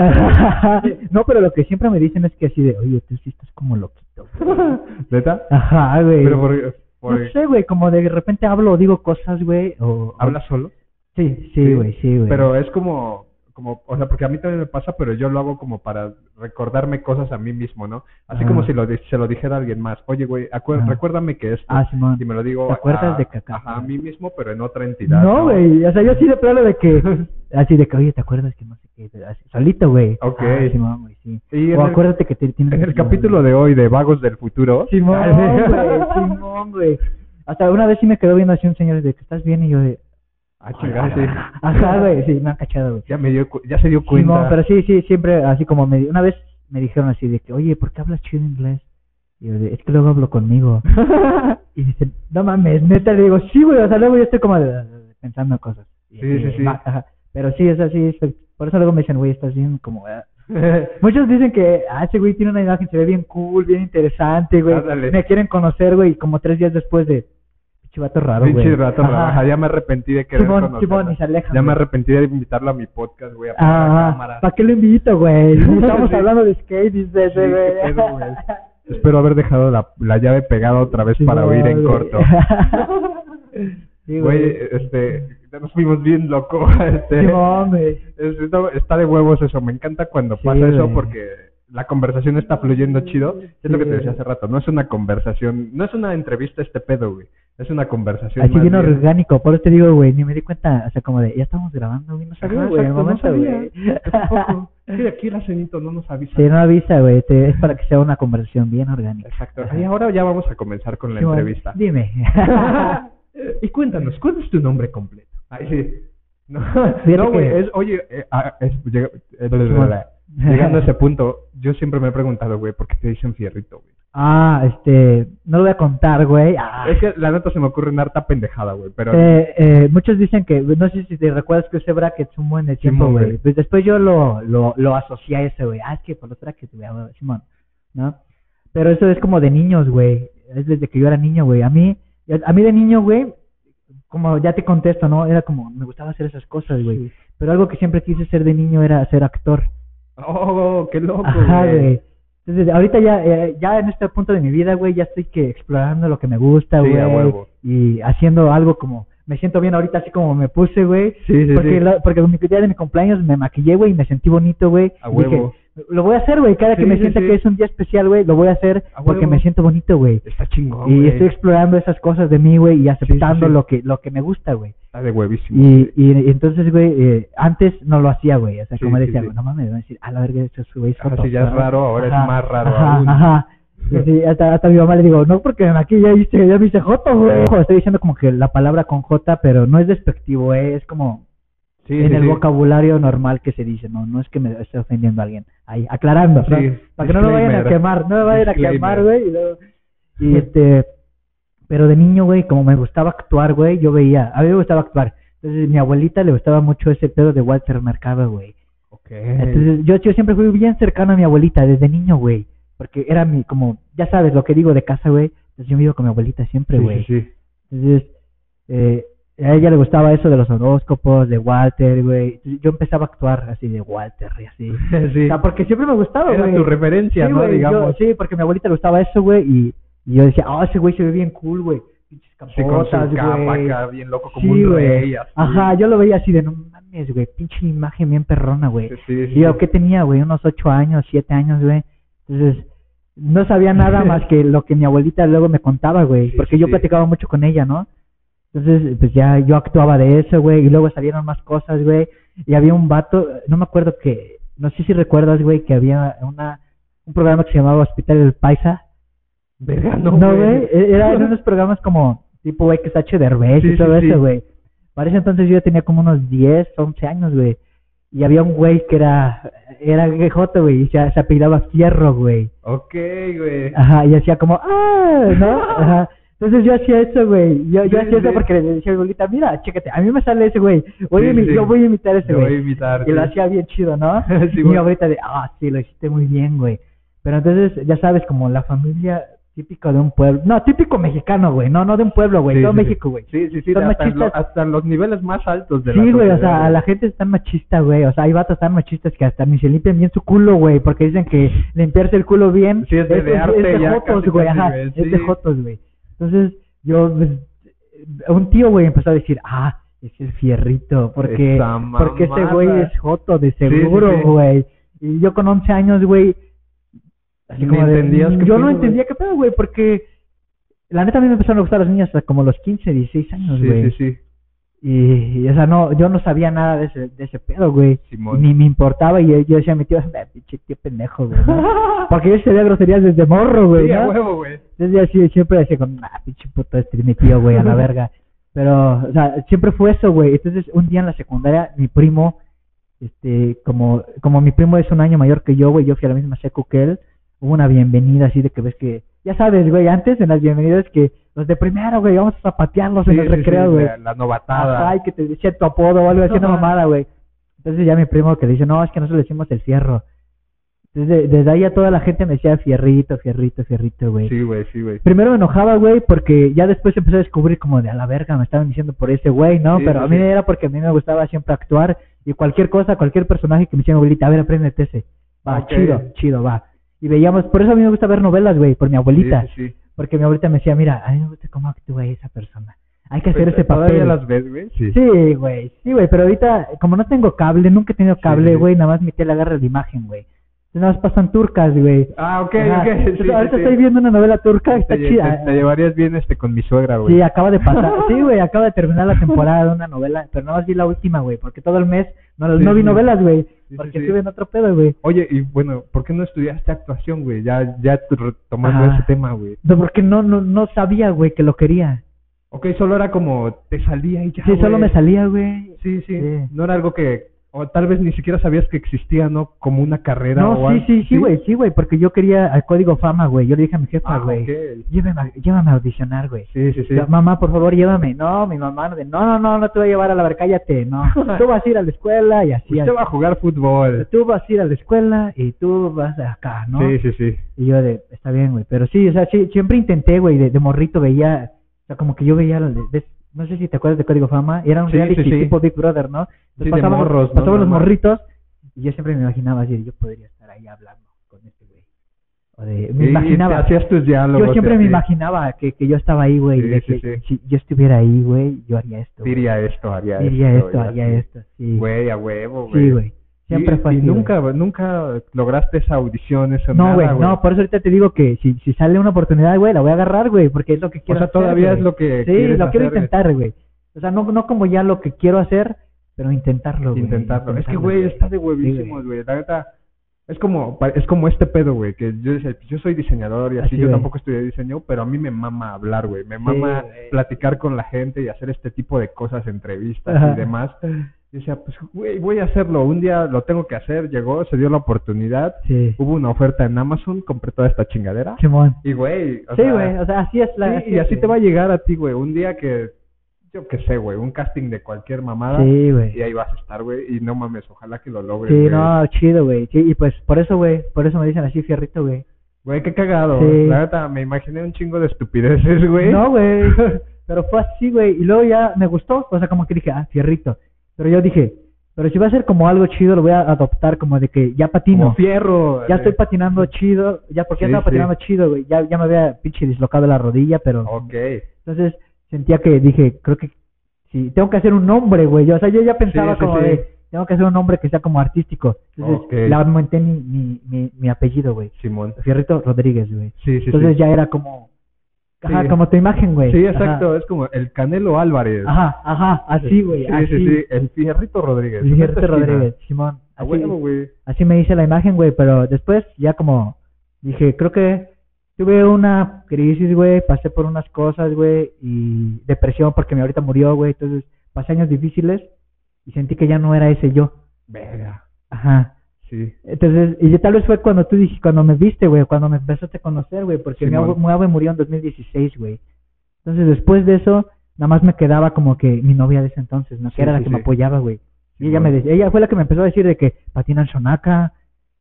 Speaker 2: no, pero lo que siempre me dicen es que así de, oye, tú sí estás como loquito. güey".
Speaker 1: ¿Neta?
Speaker 2: Ajá, güey.
Speaker 1: Pero por, por-
Speaker 2: No sé, güey, como de repente hablo o digo cosas, güey, o...
Speaker 1: ¿Hablas solo?
Speaker 2: Sí, sí, güey, sí, güey.
Speaker 1: Pero es como, como, o sea, porque a mí también me pasa, pero yo lo hago como para recordarme cosas a mí mismo, ¿no? Así
Speaker 2: Ah.
Speaker 1: como si lo, di- se lo dijera a alguien más. Oye, güey, acuer-
Speaker 2: Ah.
Speaker 1: recuérdame que esto.
Speaker 2: Ah, Simón.
Speaker 1: y me lo digo
Speaker 2: ¿Te acuerdas
Speaker 1: a,
Speaker 2: de que acá?
Speaker 1: ajá, a mí mismo, pero en otra entidad.
Speaker 2: No, güey, o sea, yo así de plano de que, así de que, oye, ¿te acuerdas que no sé qué? Así, solito, güey.
Speaker 1: Ok.
Speaker 2: Ah, Simón, güey, sí.
Speaker 1: Y en
Speaker 2: O
Speaker 1: el-
Speaker 2: acuérdate que te tienes...
Speaker 1: En el capítulo de hoy de Vagos del Futuro.
Speaker 2: Simón, güey, Simón, güey. Hasta una vez sí me quedó viendo así un señor de que estás bien y yo de...
Speaker 1: Ah, chingada, sí.
Speaker 2: Ajá, güey, sí, me han cachado, güey.
Speaker 1: Ya, me dio, cu- ya se dio cuenta.
Speaker 2: Simón, pero sí, sí, siempre así como me... Una vez me dijeron así de que, oye, ¿por qué hablas chido inglés? Y yo de, es que luego hablo conmigo. Y dicen, no mames, neta, le digo, sí, güey, o sea, luego yo estoy como de- de- pensando cosas. Y-
Speaker 1: Sí, sí,
Speaker 2: y-
Speaker 1: sí.
Speaker 2: ma- ajá. Pero sí, es así, es- por eso luego me dicen, güey, estás bien como... eh. Muchos dicen que, ah, ese güey tiene una imagen, se ve bien cool, bien interesante, güey.
Speaker 1: Ándale.
Speaker 2: Me quieren conocer, güey, y como tres días después de, chivato raro, güey.
Speaker 1: Pinche rato,
Speaker 2: Ajá.
Speaker 1: rabaja, ya me arrepentí de querer
Speaker 2: Simón,
Speaker 1: conocerlo.
Speaker 2: Simón, y se alejan,
Speaker 1: Ya me
Speaker 2: güey.
Speaker 1: arrepentí de invitarlo a mi podcast, güey, a poner la cámara.
Speaker 2: Ah, ¿para qué lo invito, güey? Estamos
Speaker 1: Sí.
Speaker 2: hablando de skate, dice
Speaker 1: Sí,
Speaker 2: ese,
Speaker 1: qué
Speaker 2: güey.
Speaker 1: pedo, güey. Espero haber dejado la, la llave pegada otra vez para
Speaker 2: Simón,
Speaker 1: oír en
Speaker 2: güey.
Speaker 1: corto.
Speaker 2: Sí,
Speaker 1: Güey,
Speaker 2: güey.
Speaker 1: este, ya nos fuimos bien loco. Este,
Speaker 2: Simón, güey.
Speaker 1: es- está- está de huevos eso. Me encanta cuando
Speaker 2: Sí,
Speaker 1: pasa eso
Speaker 2: güey.
Speaker 1: porque la conversación está fluyendo chido. Es lo que te
Speaker 2: Sí.
Speaker 1: decía hace rato. No es una conversación, no es una entrevista este pedo, güey. Es una conversación.
Speaker 2: Así
Speaker 1: más
Speaker 2: bien
Speaker 1: bien.
Speaker 2: orgánico, por eso te digo, güey, ni me di cuenta, o sea, como de, ya estamos grabando, güey, no
Speaker 1: Ajá,
Speaker 2: sabía, güey, en el
Speaker 1: exacto, no
Speaker 2: momento,
Speaker 1: sabía.
Speaker 2: güey.
Speaker 1: Yo tampoco. Sí, aquí el acenito no nos avisa.
Speaker 2: Sí, no avisa, güey, te- es para que sea una conversación bien orgánica.
Speaker 1: Exacto. Y ahora ya vamos a comenzar con la
Speaker 2: Sí, bueno,
Speaker 1: entrevista.
Speaker 2: Dime.
Speaker 1: y cuéntanos, ¿cuál es tu nombre completo? Ay, sí. No,
Speaker 2: Fíjate
Speaker 1: no, güey,
Speaker 2: que-
Speaker 1: es, oye, eh, ah, es- llega- eh,
Speaker 2: Simón.
Speaker 1: llegando a ese punto, yo siempre me he preguntado, güey, ¿por qué te dicen fierrito, güey?
Speaker 2: Ah, este, no lo voy a contar, güey. Ah,
Speaker 1: Es que la neta se me ocurre una harta pendejada, güey, pero...
Speaker 2: eh, eh, muchos dicen que, no sé si te recuerdas que ese bracket sumó en el tiempo,
Speaker 1: Simón, güey.
Speaker 2: güey. Pues después yo lo, lo, lo asocié a ese, güey. Ah, es que por los brackets, güey, ah, Simón, ¿no? Pero eso es como de niños, güey. Es desde que yo era niño, güey. A mí, a mí de niño, güey, como ya te contesto, ¿no? Era como, me gustaba hacer esas cosas, güey.
Speaker 1: Sí.
Speaker 2: Pero algo que siempre quise ser de niño era ser actor.
Speaker 1: ¡Oh, qué loco,
Speaker 2: Ajá,
Speaker 1: güey!
Speaker 2: güey. Entonces, ahorita ya, eh, ya en este punto de mi vida, güey, ya estoy que explorando lo que me gusta,
Speaker 1: Sí,
Speaker 2: güey.
Speaker 1: a huevo.
Speaker 2: y haciendo algo como, me siento bien ahorita así como me puse, güey.
Speaker 1: Sí, sí, sí.
Speaker 2: porque lo- porque mi día de mi cumpleaños me maquillé, güey, y me sentí bonito, güey.
Speaker 1: A
Speaker 2: Y dije,
Speaker 1: huevo.
Speaker 2: lo voy a hacer, güey. Cada
Speaker 1: Sí,
Speaker 2: que me
Speaker 1: sí,
Speaker 2: sienta
Speaker 1: sí.
Speaker 2: que es un día especial, güey, lo voy a hacer
Speaker 1: A
Speaker 2: porque
Speaker 1: huevo.
Speaker 2: me siento bonito, güey.
Speaker 1: Está chingón,
Speaker 2: Y
Speaker 1: güey.
Speaker 2: estoy explorando esas cosas de mí, güey, y aceptando
Speaker 1: sí.
Speaker 2: lo que lo que me gusta, güey.
Speaker 1: Está de huevísimo.
Speaker 2: Y, y entonces, güey, eh, antes no lo hacía, güey. O sea,
Speaker 1: Sí,
Speaker 2: como
Speaker 1: sí,
Speaker 2: decía,
Speaker 1: sí.
Speaker 2: no mames, van a decir, a la verga, eso es, güey, es
Speaker 1: Ajá,
Speaker 2: joto",
Speaker 1: si ya es
Speaker 2: ¿verdad?
Speaker 1: raro, ahora es más raro
Speaker 2: ajá,
Speaker 1: aún.
Speaker 2: Ajá. Y así, hasta, hasta a mi mamá le digo, no, porque aquí ya hice, ya me hice joto, güey. Ojo, Estoy diciendo como que la palabra con J, pero no es despectivo, eh, es como
Speaker 1: sí,
Speaker 2: en
Speaker 1: sí,
Speaker 2: el
Speaker 1: sí.
Speaker 2: vocabulario normal que se dice, no, no es que me esté ofendiendo a alguien. Ahí, aclarando,
Speaker 1: Sí,
Speaker 2: ¿no? para que no lo vayan a
Speaker 1: disclaimer.
Speaker 2: quemar, no lo vayan a
Speaker 1: Disclaimer.
Speaker 2: quemar, güey. Y, luego- y, este, pero de niño, güey, como me gustaba actuar, güey, yo veía, a mí me gustaba actuar. Entonces, mi abuelita le gustaba mucho ese pedo de Walter Mercado, güey.
Speaker 1: Ok.
Speaker 2: Entonces, yo, yo siempre fui bien cercano a mi abuelita desde niño, güey. Porque era mi, como, ya sabes lo que digo de casa, güey. Entonces, yo vivo con mi abuelita siempre,
Speaker 1: Sí,
Speaker 2: güey.
Speaker 1: sí, sí.
Speaker 2: Entonces, eh, a ella le gustaba eso de los horóscopos, de Walter, güey. Entonces, Yo empezaba a actuar así de Walter y así. O
Speaker 1: sí.
Speaker 2: sea, porque siempre me gustaba,
Speaker 1: Era
Speaker 2: güey.
Speaker 1: tu referencia,
Speaker 2: Sí,
Speaker 1: ¿no?
Speaker 2: güey, yo-
Speaker 1: Digamos.
Speaker 2: sí, porque a mi abuelita le gustaba eso, güey, y, y yo decía, ah, ese güey se ve bien cool, güey. Pinches
Speaker 1: Sí, con su
Speaker 2: capotas,
Speaker 1: capa
Speaker 2: güey.
Speaker 1: acá, bien loco
Speaker 2: Sí,
Speaker 1: como un
Speaker 2: güey.
Speaker 1: rey. Así.
Speaker 2: Ajá, yo lo veía así de, no mames, güey, pinche imagen bien perrona, güey.
Speaker 1: Sí, sí,
Speaker 2: Y yo, ¿qué tenía, güey? Unos ocho años, siete años, güey. Entonces, no sabía nada más que lo que mi abuelita luego me contaba, güey.
Speaker 1: Sí,
Speaker 2: porque
Speaker 1: sí,
Speaker 2: yo
Speaker 1: sí.
Speaker 2: platicaba mucho con ella, ¿no? Entonces, pues ya yo actuaba de eso, güey. Y luego salieron más cosas, güey. Y había un vato, no me acuerdo que, no sé si recuerdas, güey, que había una un programa que se llamaba Hospital del Paisa.
Speaker 1: Verga, no,
Speaker 2: No, güey. e- Era en unos programas como tipo XH Derbez
Speaker 1: Sí,
Speaker 2: y todo
Speaker 1: sí, sí.
Speaker 2: eso, güey. Para ese entonces yo ya tenía como unos 10, 11 años, güey. Y había un güey que era, era GJ, güey, y se, se apellidaba Fierro, güey.
Speaker 1: Ok, güey.
Speaker 2: Ajá, y hacía como, ¡ah! ¿No? Ajá. Entonces yo hacía eso, güey. Yo, yo
Speaker 1: Sí,
Speaker 2: hacía eso
Speaker 1: sí.
Speaker 2: porque le decía a mi abuelita, mira, chécate, a mí me sale ese güey. Voy a
Speaker 1: Sí,
Speaker 2: imi-
Speaker 1: sí.
Speaker 2: Yo voy a imitar a ese
Speaker 1: Te voy a
Speaker 2: este, güey.
Speaker 1: invitar.
Speaker 2: Y lo hacía bien chido, ¿no?
Speaker 1: Sí,
Speaker 2: y mi
Speaker 1: güey.
Speaker 2: abuelita de, ah, sí, lo hiciste muy bien, güey. Pero entonces, ya sabes, como la familia típica de un pueblo. No, típico mexicano, güey. No, no de un pueblo, güey.
Speaker 1: Sí,
Speaker 2: todo
Speaker 1: sí, sí.
Speaker 2: México, güey.
Speaker 1: Sí, sí, sí.
Speaker 2: Son
Speaker 1: Hasta, en lo-
Speaker 2: machistas.
Speaker 1: hasta en los niveles más altos de la
Speaker 2: Sí, güey, o
Speaker 1: sociedad,
Speaker 2: sea, a la gente está machista, güey. O sea, hay vatos tan machistas que hasta ni se limpian bien su culo, güey. Porque dicen que limpiarse el culo bien.
Speaker 1: Sí, es de- de arte
Speaker 2: es de
Speaker 1: ya
Speaker 2: jotos,
Speaker 1: casi,
Speaker 2: güey.
Speaker 1: casi,
Speaker 2: Ajá,
Speaker 1: güey,
Speaker 2: es de
Speaker 1: sí.
Speaker 2: jotos, güey. Entonces, yo, pues, un tío, güey, empezó a decir, ah, es el fierrito. Porque,
Speaker 1: Esa
Speaker 2: porque ese güey
Speaker 1: mamada.
Speaker 2: es joto, de
Speaker 1: sí, sí.
Speaker 2: seguro, güey. Y yo con 11 años, güey, así
Speaker 1: Ni
Speaker 2: como de,
Speaker 1: entendías qué
Speaker 2: yo
Speaker 1: pedo,
Speaker 2: no
Speaker 1: güey.
Speaker 2: entendía qué pedo, güey, porque la neta a mí me empezaron a gustar las niñas hasta como los 15, 16 años,
Speaker 1: Sí,
Speaker 2: güey.
Speaker 1: sí, sí.
Speaker 2: Y, y, o sea, no, yo no sabía nada de ese, de ese pedo, güey.
Speaker 1: Simón.
Speaker 2: Ni me importaba y yo, yo decía a mi tío, "Ah, pinche tío pendejo, güey. ¿no?" Porque yo sabía groserías desde morro, güey.
Speaker 1: Sí, a
Speaker 2: ¿no?
Speaker 1: huevo, güey.
Speaker 2: Entonces yo así, siempre decía con, ah, pinche puto este mi tío, güey, a la verga. Pero, o sea, siempre fue eso, güey. Entonces, un día en la secundaria, mi primo, este, como, como mi primo es un año mayor que yo, güey, yo fui a la misma secu que él, hubo una bienvenida así de que ves que, ya sabes, güey, antes en las bienvenidas que los de primero, güey, vamos a zapatearlos en
Speaker 1: Sí,
Speaker 2: el
Speaker 1: sí,
Speaker 2: recreo,
Speaker 1: sí,
Speaker 2: güey.
Speaker 1: la, la novatada.
Speaker 2: Ajá, y que te decía tu apodo o algo así, una
Speaker 1: Ajá.
Speaker 2: mamada, güey. Entonces ya mi primo que le dice, no, es que nosotros le decimos el fierro. Entonces, de- desde ahí a toda la gente me decía fierrito, fierrito, fierrito, güey.
Speaker 1: sí, güey, sí, güey.
Speaker 2: Primero me enojaba, güey, porque ya después empecé a descubrir como de a la verga, me estaban diciendo por ese güey, ¿no?
Speaker 1: Sí,
Speaker 2: Pero a
Speaker 1: sí,
Speaker 2: mí
Speaker 1: sí.
Speaker 2: era porque a mí me gustaba siempre actuar y cualquier cosa, cualquier personaje que me hiciera abuelita, a ver, apréndete ese. Va,
Speaker 1: Ok.
Speaker 2: chido, chido, va. Y veíamos, por eso a mí me gusta ver novelas, güey, por mi abuelita.
Speaker 1: Sí, sí, sí.
Speaker 2: Porque mi abuelita me decía, mira, a mí me gusta cómo actúa esa persona. Hay que hacer
Speaker 1: Pues,
Speaker 2: ese papel.
Speaker 1: ¿Todavía las ves, güey? Sí.
Speaker 2: Sí, güey, sí, güey, pero ahorita, como no tengo cable, nunca he tenido
Speaker 1: Sí,
Speaker 2: cable,
Speaker 1: sí.
Speaker 2: güey, nada más mi tele agarra la imagen, güey. Entonces nada más pasan turcas, güey.
Speaker 1: Ah, ok,
Speaker 2: Ajá.
Speaker 1: ok. Sí,
Speaker 2: Entonces,
Speaker 1: sí,
Speaker 2: ahorita
Speaker 1: sí.
Speaker 2: estoy viendo una novela turca,
Speaker 1: Te-
Speaker 2: está
Speaker 1: te,
Speaker 2: chida. eh.
Speaker 1: te llevarías bien este con mi suegra, güey.
Speaker 2: Sí, acaba de pasar. Sí, güey, acaba de terminar la temporada de una novela, pero nada más vi la última, güey, porque todo el mes no,
Speaker 1: Sí,
Speaker 2: no vi
Speaker 1: sí.
Speaker 2: novelas, güey,
Speaker 1: sí,
Speaker 2: porque
Speaker 1: sí.
Speaker 2: estuve en otro pedo, güey.
Speaker 1: Oye, y bueno, ¿por qué no estudiaste actuación, güey? Ya, ya t- retomando
Speaker 2: Ah.
Speaker 1: ese tema, güey.
Speaker 2: No, porque no, no, no sabía, güey, que lo quería.
Speaker 1: Ok, solo era como te salía y ya.
Speaker 2: Sí, solo
Speaker 1: güey.
Speaker 2: me salía, güey.
Speaker 1: Sí, sí,
Speaker 2: Sí.
Speaker 1: No era algo que. O tal vez ni siquiera sabías que existía, ¿no? Como una carrera o
Speaker 2: No, sí,
Speaker 1: algo.
Speaker 2: sí, sí, güey, sí, güey, porque yo quería al código fama, güey. Yo le dije a mi jefa,
Speaker 1: Ah,
Speaker 2: güey,
Speaker 1: ok.
Speaker 2: llévame, a- llévame a audicionar, güey.
Speaker 1: Sí, sí, sí.
Speaker 2: Yo, Mamá, por favor, llévame. No, mi mamá, no, de, no, no, no, no te voy a llevar a la verga, cállate, no. Tú vas a ir a la escuela y así.
Speaker 1: Usted Pues va a jugar fútbol.
Speaker 2: Tú vas a ir a la escuela y tú vas acá, ¿no?
Speaker 1: Sí, sí, sí.
Speaker 2: Y yo de, está bien, güey. Pero sí, o sea, sí, siempre intenté, güey, de, de morrito veía, o sea, como que yo veía, los de- de- no sé si te acuerdas de Código Fama, era un
Speaker 1: Sí,
Speaker 2: reality
Speaker 1: sí, sí.
Speaker 2: tipo Big Brother, ¿no?
Speaker 1: Sí, de
Speaker 2: pasaban los-
Speaker 1: morros, ¿no?
Speaker 2: pasaban los
Speaker 1: Normal.
Speaker 2: morritos y yo siempre me imaginaba así, yo podría estar ahí hablando con este güey. O de, me
Speaker 1: Y
Speaker 2: imaginaba.
Speaker 1: te hacías tus diálogos.
Speaker 2: Yo siempre
Speaker 1: y
Speaker 2: me
Speaker 1: así.
Speaker 2: imaginaba que, que yo estaba ahí, güey.
Speaker 1: Sí,
Speaker 2: de
Speaker 1: sí,
Speaker 2: que Si yo estuviera ahí, güey, yo haría esto. güey.
Speaker 1: Diría esto, haría esto.
Speaker 2: Diría esto,
Speaker 1: y
Speaker 2: haría
Speaker 1: así.
Speaker 2: esto. Sí,
Speaker 1: Güey, a huevo, güey.
Speaker 2: sí, güey. Siempre
Speaker 1: y,
Speaker 2: fue
Speaker 1: y
Speaker 2: así. güey.
Speaker 1: nunca, nunca lograste esa audición, eso
Speaker 2: No,
Speaker 1: nada,
Speaker 2: güey, no, por eso ahorita te digo que si, si sale una oportunidad, güey, la voy a agarrar, güey, porque es lo que
Speaker 1: O
Speaker 2: quiero
Speaker 1: sea,
Speaker 2: hacer,
Speaker 1: todavía
Speaker 2: güey.
Speaker 1: es lo que
Speaker 2: Sí,
Speaker 1: quieres
Speaker 2: lo quiero
Speaker 1: hacer,
Speaker 2: intentar, güey. O sea, no, no como ya lo que quiero hacer, pero intentarlo, güey.
Speaker 1: intentarlo. Es que, güey, está de huevísimos, güey. La neta, es como, pa- es como este pedo, güey, que yo decía, pues, yo soy diseñador y así,
Speaker 2: Así,
Speaker 1: yo
Speaker 2: güey.
Speaker 1: tampoco estudié diseño, pero a mí me mama hablar, güey. Me mama
Speaker 2: güey.
Speaker 1: platicar con la gente y hacer este tipo de cosas, entrevistas
Speaker 2: Ajá.
Speaker 1: y demás. Y decía, pues, güey, voy a hacerlo. Un día lo tengo que hacer. Llegó, se dio la oportunidad.
Speaker 2: Sí,
Speaker 1: Hubo una oferta en Amazon, compré toda esta chingadera.
Speaker 2: Simón.
Speaker 1: Y, güey, o
Speaker 2: Sí,
Speaker 1: sea,
Speaker 2: güey, o sea, así es la...
Speaker 1: Sí, y así
Speaker 2: es,
Speaker 1: te va a
Speaker 2: güey.
Speaker 1: llegar a ti, güey. Un día que, yo qué sé, güey, un casting de cualquier mamada.
Speaker 2: Sí, güey.
Speaker 1: Y ahí vas a estar, güey. Y no mames, ojalá que lo logres.
Speaker 2: Sí,
Speaker 1: güey.
Speaker 2: no, chido, güey. Sí, y pues por eso, güey, por eso me dicen así, fierrito, güey.
Speaker 1: Güey, qué cagado.
Speaker 2: Sí.
Speaker 1: La neta, me imaginé un chingo de estupideces, güey.
Speaker 2: No, güey. Pero fue así, güey. Y luego ya me gustó. O sea, como que dije, ah, fierrito. Pero yo dije, pero si va a ser como algo chido, lo voy a adoptar como de que ya patino.
Speaker 1: Como fierro.
Speaker 2: ya
Speaker 1: eh.
Speaker 2: estoy patinando chido. Ya
Speaker 1: Sí,
Speaker 2: porque andaba
Speaker 1: sí.
Speaker 2: patinando chido, güey. Ya, ya me había pinche dislocado la rodilla, pero.
Speaker 1: Ok.
Speaker 2: Entonces sentía que dije, creo que sí, tengo que hacer un nombre, güey. O sea, yo ya pensaba
Speaker 1: sí,
Speaker 2: como
Speaker 1: sí.
Speaker 2: de, tengo que hacer un nombre que sea como artístico. Entonces
Speaker 1: Ok.
Speaker 2: le aumenté mi, mi, mi, mi apellido, güey.
Speaker 1: Simón.
Speaker 2: Fierrito Rodríguez, güey.
Speaker 1: Sí, sí,
Speaker 2: Entonces
Speaker 1: sí.
Speaker 2: ya era como, ajá,
Speaker 1: Sí.
Speaker 2: como tu imagen, güey.
Speaker 1: Sí,
Speaker 2: Ajá.
Speaker 1: exacto. Es como el Canelo Álvarez.
Speaker 2: Ajá, ajá, así, güey.
Speaker 1: Sí,
Speaker 2: así.
Speaker 1: sí, sí. El Fierrito Rodríguez.
Speaker 2: El Fierrito
Speaker 1: Esta esquina.
Speaker 2: Rodríguez, Simón.
Speaker 1: A
Speaker 2: Así,
Speaker 1: huevo, güey.
Speaker 2: así me hice la imagen, güey, pero después ya como dije, creo que tuve una crisis, güey, pasé por unas cosas, güey, y depresión porque mi ahorita murió, güey, entonces pasé años difíciles y sentí que ya no era ese yo.
Speaker 1: Verga.
Speaker 2: Ajá.
Speaker 1: Sí.
Speaker 2: Entonces, y tal vez fue cuando tú dijiste, cuando me viste, güey, cuando me empezaste a conocer, güey, porque mi
Speaker 1: Simón.
Speaker 2: abue- mi abue murió en 2016, güey. Entonces, después de eso, nada más me quedaba como que mi novia de ese entonces, ¿no? Que
Speaker 1: Sí,
Speaker 2: era la
Speaker 1: sí,
Speaker 2: que me
Speaker 1: sí.
Speaker 2: apoyaba, güey. Y ella
Speaker 1: Simón.
Speaker 2: me decía, ella fue la que me empezó a decir de que patina en Sonaca,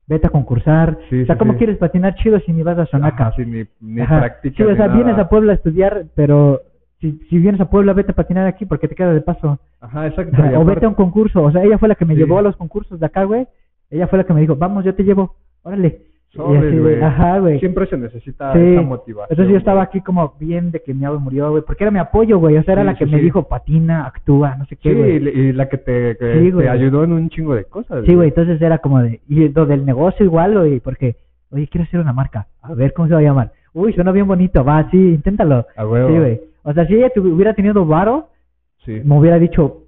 Speaker 2: vete a concursar.
Speaker 1: Sí,
Speaker 2: o sea,
Speaker 1: sí,
Speaker 2: ¿cómo
Speaker 1: sí.
Speaker 2: quieres patinar chido si ni vas a Sonaca?
Speaker 1: Ajá, sí, ni, ni
Speaker 2: Ajá.
Speaker 1: practicas.
Speaker 2: Sí, o
Speaker 1: ni
Speaker 2: sea,
Speaker 1: nada.
Speaker 2: vienes a Puebla a estudiar, pero si, si vienes a Puebla, vete a patinar aquí porque te queda de paso.
Speaker 1: Ajá, exacto. y
Speaker 2: o vete
Speaker 1: aparte-
Speaker 2: a un concurso. O sea, ella fue la que me
Speaker 1: Sí.
Speaker 2: llevó a los concursos de acá, güey. Ella fue la que me dijo, vamos, yo te llevo, órale. Y
Speaker 1: Sobres,
Speaker 2: así de,
Speaker 1: güey.
Speaker 2: Ajá, güey.
Speaker 1: Siempre se necesita
Speaker 2: Sí.
Speaker 1: esa motivación.
Speaker 2: Entonces yo estaba
Speaker 1: güey.
Speaker 2: aquí como bien de que mi abuelo murió, güey, porque era mi apoyo, güey. O sea, era
Speaker 1: Sí,
Speaker 2: la que
Speaker 1: sí,
Speaker 2: me
Speaker 1: sí.
Speaker 2: dijo patina, actúa, no sé
Speaker 1: Sí,
Speaker 2: qué, güey.
Speaker 1: y le- y la que te, que
Speaker 2: Sí,
Speaker 1: te
Speaker 2: güey.
Speaker 1: ayudó en un chingo de cosas.
Speaker 2: Sí, güey, entonces era como de... Y lo del negocio igual, güey, porque... Oye, quiero hacer una marca. A ver, ¿cómo se va a llamar? Uy, suena bien bonito. Va, sí, inténtalo.
Speaker 1: A huevo.
Speaker 2: Sí, güey. O sea, si ella tuvi- hubiera tenido varo,
Speaker 1: Sí.
Speaker 2: me hubiera dicho...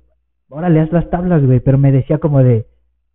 Speaker 2: Órale, haz las tablas, güey. Pero me decía como de...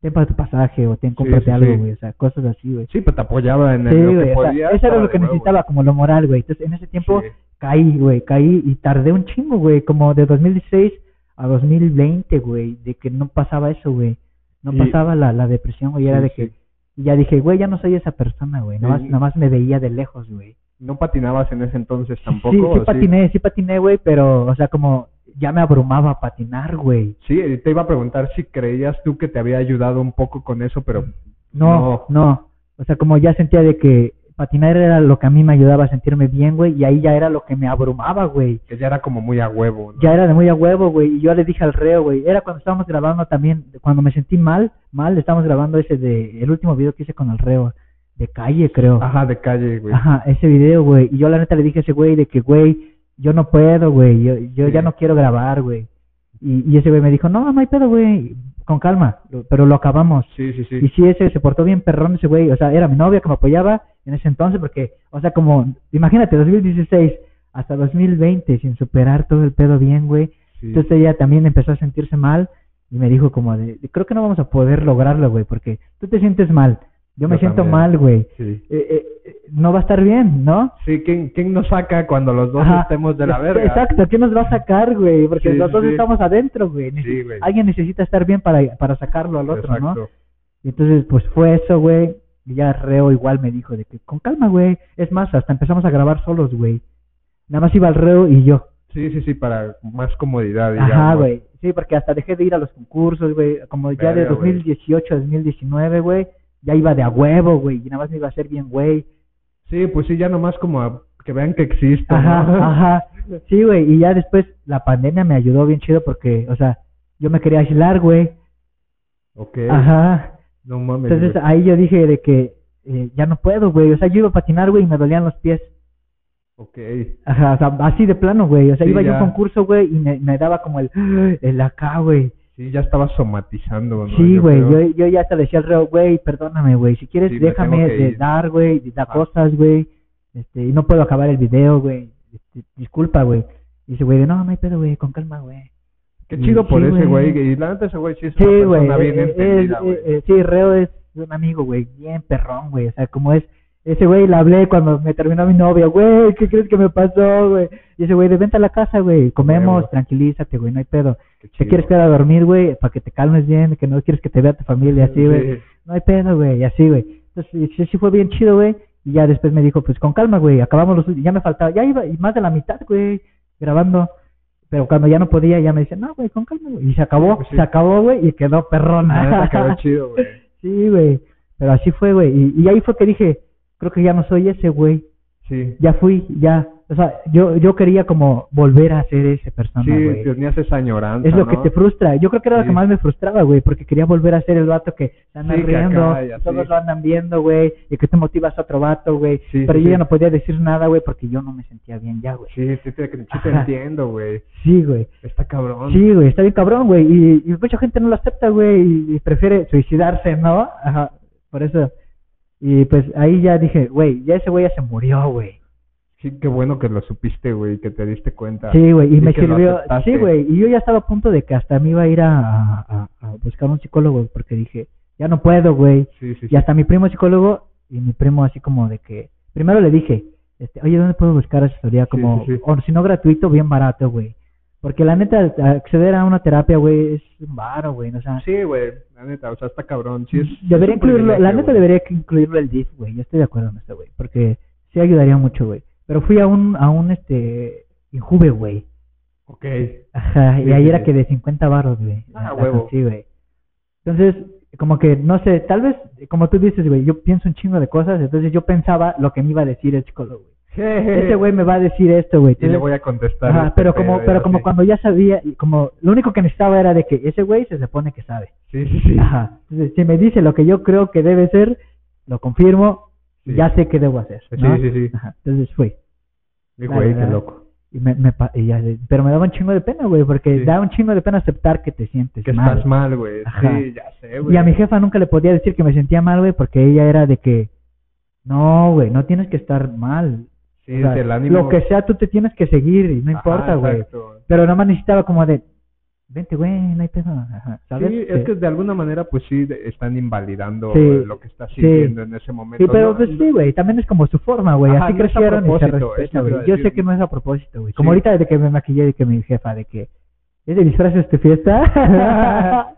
Speaker 2: Ten para tu pasaje o ten, cómprate
Speaker 1: sí,
Speaker 2: algo,
Speaker 1: sí.
Speaker 2: güey. O sea, cosas así, güey.
Speaker 1: Sí, pues te apoyaba en
Speaker 2: Sí,
Speaker 1: el, lo
Speaker 2: güey.
Speaker 1: que
Speaker 2: o sea,
Speaker 1: podía.
Speaker 2: eso era
Speaker 1: estaba
Speaker 2: lo
Speaker 1: de
Speaker 2: que
Speaker 1: huevo.
Speaker 2: necesitaba, como lo moral, güey. Entonces, en ese tiempo
Speaker 1: Sí.
Speaker 2: caí, güey, caí y tardé un chingo, güey, como de 2016 a 2020, güey, de que no pasaba eso, güey. No
Speaker 1: Y-
Speaker 2: pasaba la, la depresión, güey, era
Speaker 1: Sí,
Speaker 2: de
Speaker 1: sí.
Speaker 2: que y ya dije, güey, ya no soy esa persona, güey, nada más,
Speaker 1: Sí.
Speaker 2: nada más me veía de lejos, güey.
Speaker 1: No patinabas en ese entonces tampoco.
Speaker 2: Sí,
Speaker 1: ¿o
Speaker 2: sí patiné, sí patiné, güey, pero, o sea, como ya me abrumaba patinar, güey.
Speaker 1: Sí, y te iba a preguntar si creías tú que te había ayudado un poco con eso, pero
Speaker 2: No, no, o sea, como ya sentía de que patinar era lo que a mí me ayudaba a sentirme bien, güey, y ahí ya era lo que me abrumaba, güey.
Speaker 1: que ya era como muy a huevo. ¿no?
Speaker 2: ya era de muy a huevo, güey. Y yo le dije al reo, güey. Era cuando estábamos grabando también, cuando me sentí mal, mal, estábamos grabando ese de, el último video que hice con el reo, de calle, creo. Ajá,
Speaker 1: Ajá, de calle, Ah, güey.
Speaker 2: ese video, güey. Y yo la neta le dije a ese güey de que, güey, yo no puedo, güey. Yo, yo ya
Speaker 1: Sí.
Speaker 2: no quiero grabar, güey. Y, y ese güey me dijo, no, no hay pedo, güey. Con calma, lo- pero lo acabamos.
Speaker 1: Sí, sí,
Speaker 2: Y
Speaker 1: sí.
Speaker 2: sí, ese se portó bien perrón ese güey. O sea, era mi novia que me apoyaba en ese entonces porque, o sea, como, imagínate, 2016 hasta 2020 sin superar todo el pedo bien, güey.
Speaker 1: sí.
Speaker 2: Entonces ella también empezó a sentirse mal y me dijo como de, creo que no vamos a poder lograrlo, güey, porque tú te sientes mal. Yo me
Speaker 1: Yo
Speaker 2: siento
Speaker 1: también.
Speaker 2: mal, güey.
Speaker 1: Sí.
Speaker 2: Eh, eh, eh, no va a estar bien, ¿no?
Speaker 1: Sí, ¿quién, ¿quién nos saca cuando los dos
Speaker 2: Ajá.
Speaker 1: estemos de la
Speaker 2: Es-
Speaker 1: verga?
Speaker 2: Exacto, ¿qué nos va a sacar, güey? Porque
Speaker 1: Sí, sí,
Speaker 2: nosotros
Speaker 1: sí.
Speaker 2: estamos adentro, güey. Neces-
Speaker 1: Sí, güey.
Speaker 2: Alguien necesita estar bien para, para sacarlo al otro, ¿no?
Speaker 1: Exacto.
Speaker 2: Y entonces, pues fue eso, güey. Y ya Reo igual me dijo de que con calma, güey. Es más, hasta empezamos a grabar solos, güey. Nada más iba el Reo y yo.
Speaker 1: Sí, sí, sí, para más comodidad.
Speaker 2: Ajá,
Speaker 1: digamos.
Speaker 2: güey. Sí, porque hasta dejé de ir a los concursos, güey. Como ya de
Speaker 1: Verga, güey.
Speaker 2: 2018 a 2019, güey. Ya iba de a huevo, güey. Y nada más me iba a hacer bien, güey.
Speaker 1: Sí, pues sí, ya nomás como a- que vean que existo. ¿no?
Speaker 2: Ajá, ajá. Sí, güey. Y ya después la pandemia me ayudó bien chido porque, o sea, yo me quería aislar, güey.
Speaker 1: Ok.
Speaker 2: Ajá.
Speaker 1: No mames.
Speaker 2: Entonces
Speaker 1: güey.
Speaker 2: ahí yo dije de que eh, ya no puedo, güey. O sea, yo iba a patinar, güey, y me dolían los pies.
Speaker 1: Ok.
Speaker 2: Ajá, o sea, así de plano, güey. O sea,
Speaker 1: Sí,
Speaker 2: iba yo a
Speaker 1: ya.
Speaker 2: un concurso, güey, y me, me daba como el, "Ah, el acá, güey.
Speaker 1: Sí, ya estaba somatizando. ¿no?
Speaker 2: sí,
Speaker 1: Yo
Speaker 2: güey,
Speaker 1: creo.
Speaker 2: yo, yo ya hasta le decía al reo, güey, perdóname, güey. Si quieres,
Speaker 1: Sí, me
Speaker 2: déjame
Speaker 1: tengo que
Speaker 2: de
Speaker 1: ir.
Speaker 2: dar, güey, de dar
Speaker 1: Ah.
Speaker 2: cosas, güey. Este, y no puedo acabar el video, güey. Este, disculpa, güey. Y dice, güey, de, no, no hay pedo, güey, con calma, güey.
Speaker 1: Qué chido por
Speaker 2: Sí,
Speaker 1: ese
Speaker 2: güey.
Speaker 1: güey. Y la neta, ese güey sí es una
Speaker 2: Sí, güey.
Speaker 1: persona bien
Speaker 2: eh, eh,
Speaker 1: entendida,
Speaker 2: eh,
Speaker 1: güey.
Speaker 2: eh, sí, reo es un amigo, güey, bien perrón, güey. O sea, como es. Ese güey le hablé cuando me terminó mi novia, güey, ¿qué crees que me pasó, güey? Y ese güey, de vente a la casa, güey, comemos,
Speaker 1: Huevo.
Speaker 2: tranquilízate, güey, no hay pedo.
Speaker 1: Qué
Speaker 2: Te
Speaker 1: chido.
Speaker 2: quieres quedar a dormir, güey, para que te calmes bien, que no quieres que te vea tu familia, así, güey.
Speaker 1: Sí.
Speaker 2: No hay pedo, güey, y así, güey. Entonces, y sí, sí fue bien chido, güey. Y ya después me dijo, pues con calma, güey, acabamos los últimos. Ya me faltaba, ya iba y más de la mitad, güey, grabando. Pero cuando ya no podía, ya me decía, no, güey, con calma, güey. Y se acabó,
Speaker 1: Pues sí.
Speaker 2: se acabó, güey, y quedó
Speaker 1: La neta
Speaker 2: perrona.
Speaker 1: quedó chido, güey.
Speaker 2: sí, güey. Pero así fue, güey. Y, y ahí fue que dije, creo que ya no soy ese, güey.
Speaker 1: Sí.
Speaker 2: Ya fui, ya. O sea, yo, yo quería como volver a ser esa persona,
Speaker 1: sí,
Speaker 2: güey.
Speaker 1: tenías esa añoranza,
Speaker 2: es lo que
Speaker 1: ¿no?
Speaker 2: te frustra. Yo creo que era lo
Speaker 1: Sí.
Speaker 2: que más me frustraba, güey, porque quería volver a ser el vato que se andan
Speaker 1: Sí, que acá
Speaker 2: riendo,
Speaker 1: y así.
Speaker 2: todos lo andan viendo, güey, y que te motivas a otro vato, güey.
Speaker 1: Sí,
Speaker 2: pero
Speaker 1: sí,
Speaker 2: yo ya
Speaker 1: sí.
Speaker 2: no podía decir nada, güey, porque yo no me sentía bien ya, güey.
Speaker 1: Sí, sí, te, sí te
Speaker 2: Ajá.
Speaker 1: entiendo, güey.
Speaker 2: Sí, güey.
Speaker 1: Está cabrón.
Speaker 2: Sí, güey, está bien cabrón, güey. Y, y mucha gente no lo acepta, güey, y, y prefiere suicidarse, ¿no? Ajá, por eso. Y pues ahí ya dije, güey, ya ese güey ya se murió, güey.
Speaker 1: Sí, qué bueno que lo supiste, güey, que te diste cuenta.
Speaker 2: Sí, güey, y,
Speaker 1: y
Speaker 2: me
Speaker 1: que lo
Speaker 2: sirvió.
Speaker 1: aceptaste.
Speaker 2: Sí, güey, y yo ya estaba a punto de que hasta me iba a ir a, a- a buscar un psicólogo, porque dije, ya no puedo, güey.
Speaker 1: sí, sí. sí.
Speaker 2: Y hasta mi primo es psicólogo, y mi primo así como de que, primero le dije, este, oye, ¿dónde puedo buscar asesoría? Como,
Speaker 1: sí, sí.
Speaker 2: o si no gratuito, bien barato, güey. Porque la neta, acceder a una terapia, güey, es un varo, güey, o sea,
Speaker 1: Sí, güey, la neta, o sea, está cabrón. Sí, es,
Speaker 2: debería
Speaker 1: es un
Speaker 2: incluirlo, la
Speaker 1: privilegio,
Speaker 2: neta
Speaker 1: güey.
Speaker 2: debería que incluirlo el DIF, güey. Yo estoy de acuerdo en esto, güey, porque sí ayudaría mucho, güey. Pero fui a un, a un, este, Injuve, güey.
Speaker 1: Ok,
Speaker 2: Ajá,
Speaker 1: Sí,
Speaker 2: y ahí
Speaker 1: sí,
Speaker 2: era
Speaker 1: sí.
Speaker 2: que de 50 barros, güey.
Speaker 1: Ah,
Speaker 2: La- la
Speaker 1: huevo.
Speaker 2: Sí, güey. Entonces, como que, no sé, tal vez, como tú dices, güey, yo pienso un chingo de cosas, entonces yo pensaba lo que me iba a decir el psicólogo, güey. Ese güey me va a decir esto, güey.
Speaker 1: Y le
Speaker 2: entonces-
Speaker 1: voy a contestar.
Speaker 2: Ajá,
Speaker 1: este
Speaker 2: pero como,
Speaker 1: pedo y
Speaker 2: pero como
Speaker 1: así.
Speaker 2: cuando ya sabía, y como, lo único que necesitaba era de que ese güey se supone que sabe.
Speaker 1: Sí, sí, sí.
Speaker 2: Ajá. Entonces, si me dice lo que yo creo que debe ser, lo confirmo, y
Speaker 1: Sí.
Speaker 2: ya sé qué debo hacer, ¿no?
Speaker 1: Sí, sí, sí.
Speaker 2: Ajá, entonces fui.
Speaker 1: Y, güey, qué
Speaker 2: Ajá.
Speaker 1: loco.
Speaker 2: Y me, me pa- y ya- pero me daba un chingo de pena, güey, porque
Speaker 1: Sí.
Speaker 2: da un chingo de pena aceptar que te sientes
Speaker 1: Que
Speaker 2: mal.
Speaker 1: estás mal, güey.
Speaker 2: Ajá.
Speaker 1: Sí, ya sé, güey.
Speaker 2: y a mi jefa nunca le podía decir que me sentía mal, güey, porque ella era de que, no, güey, no tienes que estar mal.
Speaker 1: Sí,
Speaker 2: O sea,
Speaker 1: es el ánimo.
Speaker 2: Lo que sea, tú te tienes que seguir y no
Speaker 1: Ajá,
Speaker 2: importa, güey.
Speaker 1: exacto.
Speaker 2: Pero nada más necesitaba como de, vente, güey, no hay peso. Ajá, ¿sabes?
Speaker 1: Sí, es que de alguna manera, pues sí, de- están invalidando
Speaker 2: Sí.
Speaker 1: eh, lo que estás
Speaker 2: Sí.
Speaker 1: sintiendo en ese momento.
Speaker 2: Sí, pero
Speaker 1: ¿no?
Speaker 2: pues sí, güey, también es como su forma, güey,
Speaker 1: Ajá,
Speaker 2: así
Speaker 1: no es a
Speaker 2: crecieron y se
Speaker 1: propósito, es
Speaker 2: respeta,
Speaker 1: lo que
Speaker 2: güey.
Speaker 1: iba a
Speaker 2: Yo
Speaker 1: decir.
Speaker 2: sé que no es a propósito, güey. Como
Speaker 1: Sí.
Speaker 2: ahorita de que me maquillé y que mi jefa de que ¿es de disfraces tu fiesta?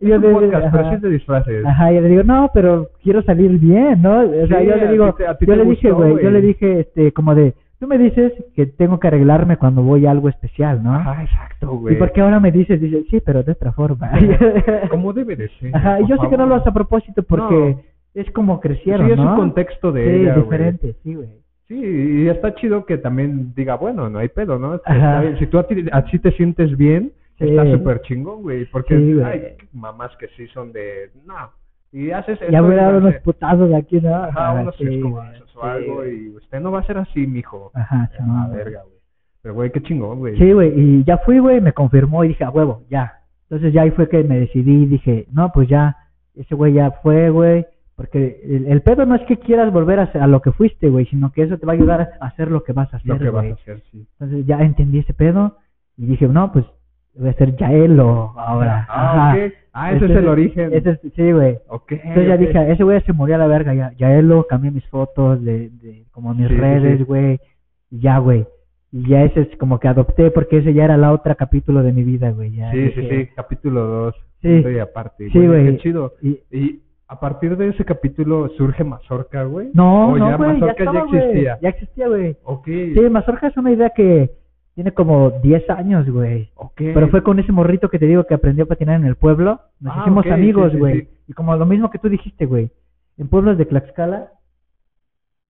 Speaker 2: Y
Speaker 1: Es un
Speaker 2: le-
Speaker 1: podcast, pero
Speaker 2: ajá.
Speaker 1: sí te disfraces.
Speaker 2: Ajá, yo le digo, no, pero quiero salir bien, ¿no? O sea,
Speaker 1: Sí,
Speaker 2: yo
Speaker 1: a
Speaker 2: le
Speaker 1: ti
Speaker 2: digo,
Speaker 1: te- a ti
Speaker 2: yo
Speaker 1: te
Speaker 2: le dije,
Speaker 1: gustó,
Speaker 2: güey, yo
Speaker 1: güey.
Speaker 2: le dije, este, como de, tú me dices que tengo que arreglarme cuando voy a algo especial, ¿no?
Speaker 1: Ajá, Ah, exacto,
Speaker 2: ¿Y
Speaker 1: güey.
Speaker 2: por qué ahora me dices? Dice, sí, pero de otra forma.
Speaker 1: Como debe de ser.
Speaker 2: Ajá, y
Speaker 1: por
Speaker 2: yo sé que no
Speaker 1: favor.
Speaker 2: lo haces a propósito porque
Speaker 1: No.
Speaker 2: es como
Speaker 1: Sí,
Speaker 2: crecieron,
Speaker 1: es
Speaker 2: ¿no?
Speaker 1: un contexto de
Speaker 2: sí,
Speaker 1: ella, güey.
Speaker 2: diferente, sí, güey.
Speaker 1: Sí, y está chido que también diga, bueno, no hay pedo, ¿no? Está
Speaker 2: Ajá.
Speaker 1: bien. Si tú a ti- así te sientes bien,
Speaker 2: Sí.
Speaker 1: está súper chingón, güey. Porque
Speaker 2: Sí, güey.
Speaker 1: hay mamás que sí son de, no, y haces
Speaker 2: Ya
Speaker 1: esto,
Speaker 2: voy a dar
Speaker 1: no
Speaker 2: unos
Speaker 1: sé,
Speaker 2: putazos aquí, ¿no?
Speaker 1: ajá, unos
Speaker 2: sí, güey,
Speaker 1: escobazos o
Speaker 2: sí,
Speaker 1: algo,
Speaker 2: güey.
Speaker 1: y usted no va a ser así, mijo.
Speaker 2: Ajá,
Speaker 1: A
Speaker 2: sí, no,
Speaker 1: la
Speaker 2: güey.
Speaker 1: verga, güey. Pero, güey, qué chingón, güey.
Speaker 2: Sí, güey, y ya fui, güey, me confirmó y dije, a huevo, ya. Entonces ya ahí fue que me decidí y dije, no, pues ya, ese güey ya fue, güey. Porque el, el pedo no es que quieras volver a, ser- a lo que fuiste, güey, sino que eso te va a ayudar a hacer lo que vas a hacer,
Speaker 1: Lo que vas
Speaker 2: güey.
Speaker 1: a hacer, sí.
Speaker 2: Entonces ya entendí ese pedo y dije, no, pues voy a ser Yaelo ahora.
Speaker 1: Ah,
Speaker 2: Ajá.
Speaker 1: ok. Ah, ese es
Speaker 2: Entonces,
Speaker 1: el origen.
Speaker 2: ese es- sí, güey.
Speaker 1: Ok,
Speaker 2: Entonces ya
Speaker 1: Eh, ok.
Speaker 2: dije, ese güey se murió a la verga, ya, ya él lo cambié mis fotos de, de como mis
Speaker 1: Sí, sí, sí.
Speaker 2: redes, güey, y ya, güey. Y ya ese es como que adopté porque ese ya era la otra capítulo de mi vida, güey. ya
Speaker 1: Sí, sí,
Speaker 2: dije,
Speaker 1: sí, capítulo 2.
Speaker 2: Sí.
Speaker 1: Sí. aparte.
Speaker 2: Sí,
Speaker 1: Qué
Speaker 2: güey.
Speaker 1: chido.
Speaker 2: y-
Speaker 1: Y a partir de ese capítulo surge Mazorca, güey.
Speaker 2: no,
Speaker 1: O Oh, ya
Speaker 2: no, güey, ya,
Speaker 1: Mazorca ya
Speaker 2: estaba, güey,
Speaker 1: existía.
Speaker 2: Ya existía, güey.
Speaker 1: Ok.
Speaker 2: Sí, Mazorca es una idea que tiene como 10 años, güey.
Speaker 1: ok.
Speaker 2: Pero fue con ese morrito que te digo que aprendió a patinar en el pueblo. Nos
Speaker 1: Ah,
Speaker 2: hicimos
Speaker 1: ok, sí,
Speaker 2: amigos,
Speaker 1: sí,
Speaker 2: güey.
Speaker 1: sí.
Speaker 2: Y como lo mismo que tú dijiste, güey. En pueblos de Tlaxcala.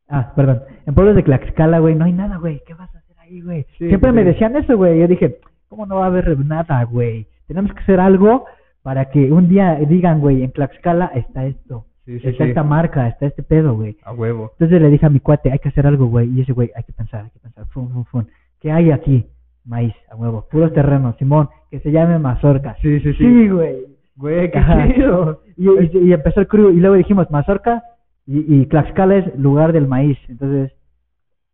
Speaker 2: Ah, perdón. En pueblos de Tlaxcala, güey, no hay nada, güey. ¿Qué vas a hacer ahí, güey?
Speaker 1: Sí,
Speaker 2: Siempre
Speaker 1: sí,
Speaker 2: me
Speaker 1: sí.
Speaker 2: decían eso, güey. Yo dije, ¿cómo no va a haber nada, güey? Tenemos que hacer algo para que un día digan, güey, en Tlaxcala está esto.
Speaker 1: Sí, sí,
Speaker 2: está
Speaker 1: sí.
Speaker 2: esta marca, está este pedo, güey.
Speaker 1: A huevo.
Speaker 2: Entonces le dije a mi cuate, hay que hacer algo, güey. Y ese güey, hay que pensar, hay que pensar. Fum, fum, fum. ¿Qué hay aquí? Maíz, a huevo. Puros terrenos, Simón. Que se llame Mazorca.
Speaker 1: Sí, sí, sí.
Speaker 2: Sí, güey.
Speaker 1: Güey, qué
Speaker 2: Ajá.
Speaker 1: chido.
Speaker 2: Y, y- y empezó el crew. Y luego dijimos, Mazorca y, y Tlaxcala es lugar del maíz. Entonces,